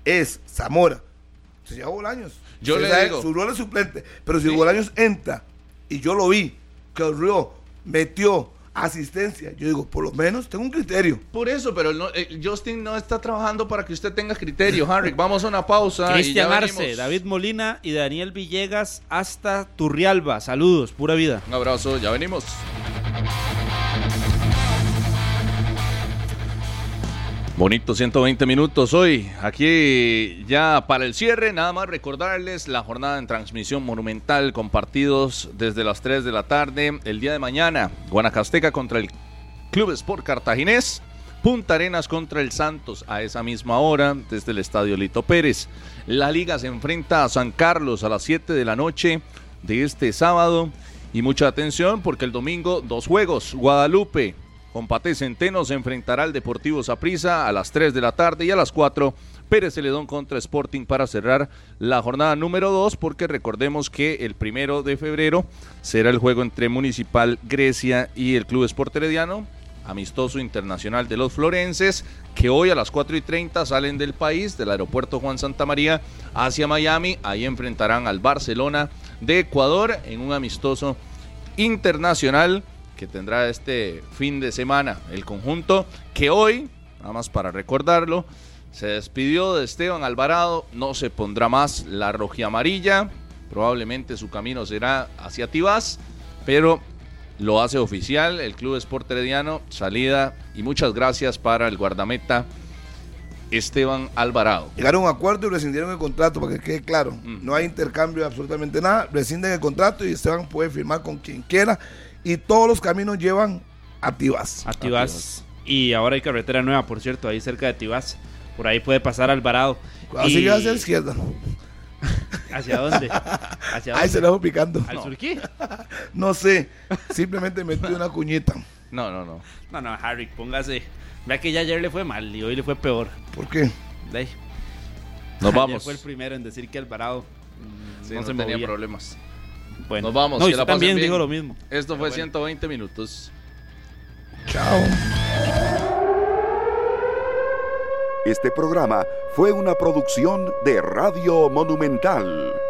S2: es Zamora, se llama Bolaños.
S4: Yo
S2: Se
S4: le
S2: sabe,
S4: digo.
S2: Su rol es suplente. Pero si
S4: Sí.
S2: Bolaños entra, y yo lo vi, que corrió, metió asistencia, yo digo, por lo menos tengo un criterio.
S4: Por eso, pero no- eh, Justin no está trabajando para que usted tenga criterio, Harry. Vamos a una pausa. y ya
S3: Cristian Arce,
S4: venimos.
S3: David Molina y Daniel Villegas hasta Turrialba. Saludos, pura vida.
S4: Un abrazo, ya venimos. Bonito 120 minutos hoy. Aquí ya para el cierre, nada más recordarles la jornada en transmisión monumental con partidos desde las 3 de la tarde. El día de mañana, Guanacasteca contra el Club Sport Cartaginés. Punta Arenas contra el Santos a esa misma hora desde el Estadio Lito Pérez. La liga se enfrenta a San Carlos a las 7 de la noche de este sábado. Y mucha atención porque el domingo dos juegos. Guadalupe con Paté Centeno se enfrentará al Deportivo Saprissa a las 3 de la tarde y a las 4 Pérez Celedón contra Sporting para cerrar la jornada número 2 porque recordemos que el primero de febrero será el juego entre Municipal Grecia y el Club Sport Herediano amistoso internacional de los florenses, que hoy a las 4 y 30 salen del país, del aeropuerto Juan Santa María, hacia Miami. Ahí enfrentarán al Barcelona de Ecuador en un amistoso internacional que tendrá este fin de semana. El conjunto que hoy, nada más para recordarlo, se despidió de Esteban Alvarado, no se pondrá más la rojiamarilla, probablemente su camino será hacia Tibás, pero lo hace oficial el Club Sport Herediano, salida y muchas gracias para el guardameta Esteban Alvarado.
S2: Llegaron a un acuerdo y rescindieron el contrato, para que quede claro.
S3: Mm.
S2: No hay intercambio de absolutamente nada. Rescinden el contrato y Esteban puede firmar con quien quiera. Y todos los caminos llevan a Tibás.
S4: Ah,
S3: A Tibás. Y ahora hay carretera nueva, por cierto, ahí cerca de Tibás. Por ahí puede pasar Alvarado.
S2: Así
S3: Y-
S2: que hacia la izquierda.
S3: ¿Hacia dónde? ¿Hacia
S2: Ahí
S3: dónde?
S2: se la dejo picando.
S3: ¿Al
S2: No,
S3: Surquí?
S2: no sé. Simplemente metí una cuñita.
S4: No, no, no.
S3: No, no, Harry, póngase. Vea que ya ayer le fue mal y hoy le fue peor.
S2: ¿Por qué?
S3: De ahí.
S4: Nos
S3: Ayer
S4: vamos.
S3: fue el primero en decir que Alvarado mm,
S4: Sí,
S3: no,
S4: no
S3: se
S4: tenía
S3: movía.
S4: problemas.
S3: Bueno.
S4: Nos vamos,
S3: No,
S4: que
S3: y
S4: la
S3: usted
S4: pasen
S3: también
S4: bien.
S3: dijo lo mismo.
S4: Esto fue
S3: bueno.
S4: 120 minutos.
S2: Chao.
S1: Este programa fue una producción de Radio Monumental.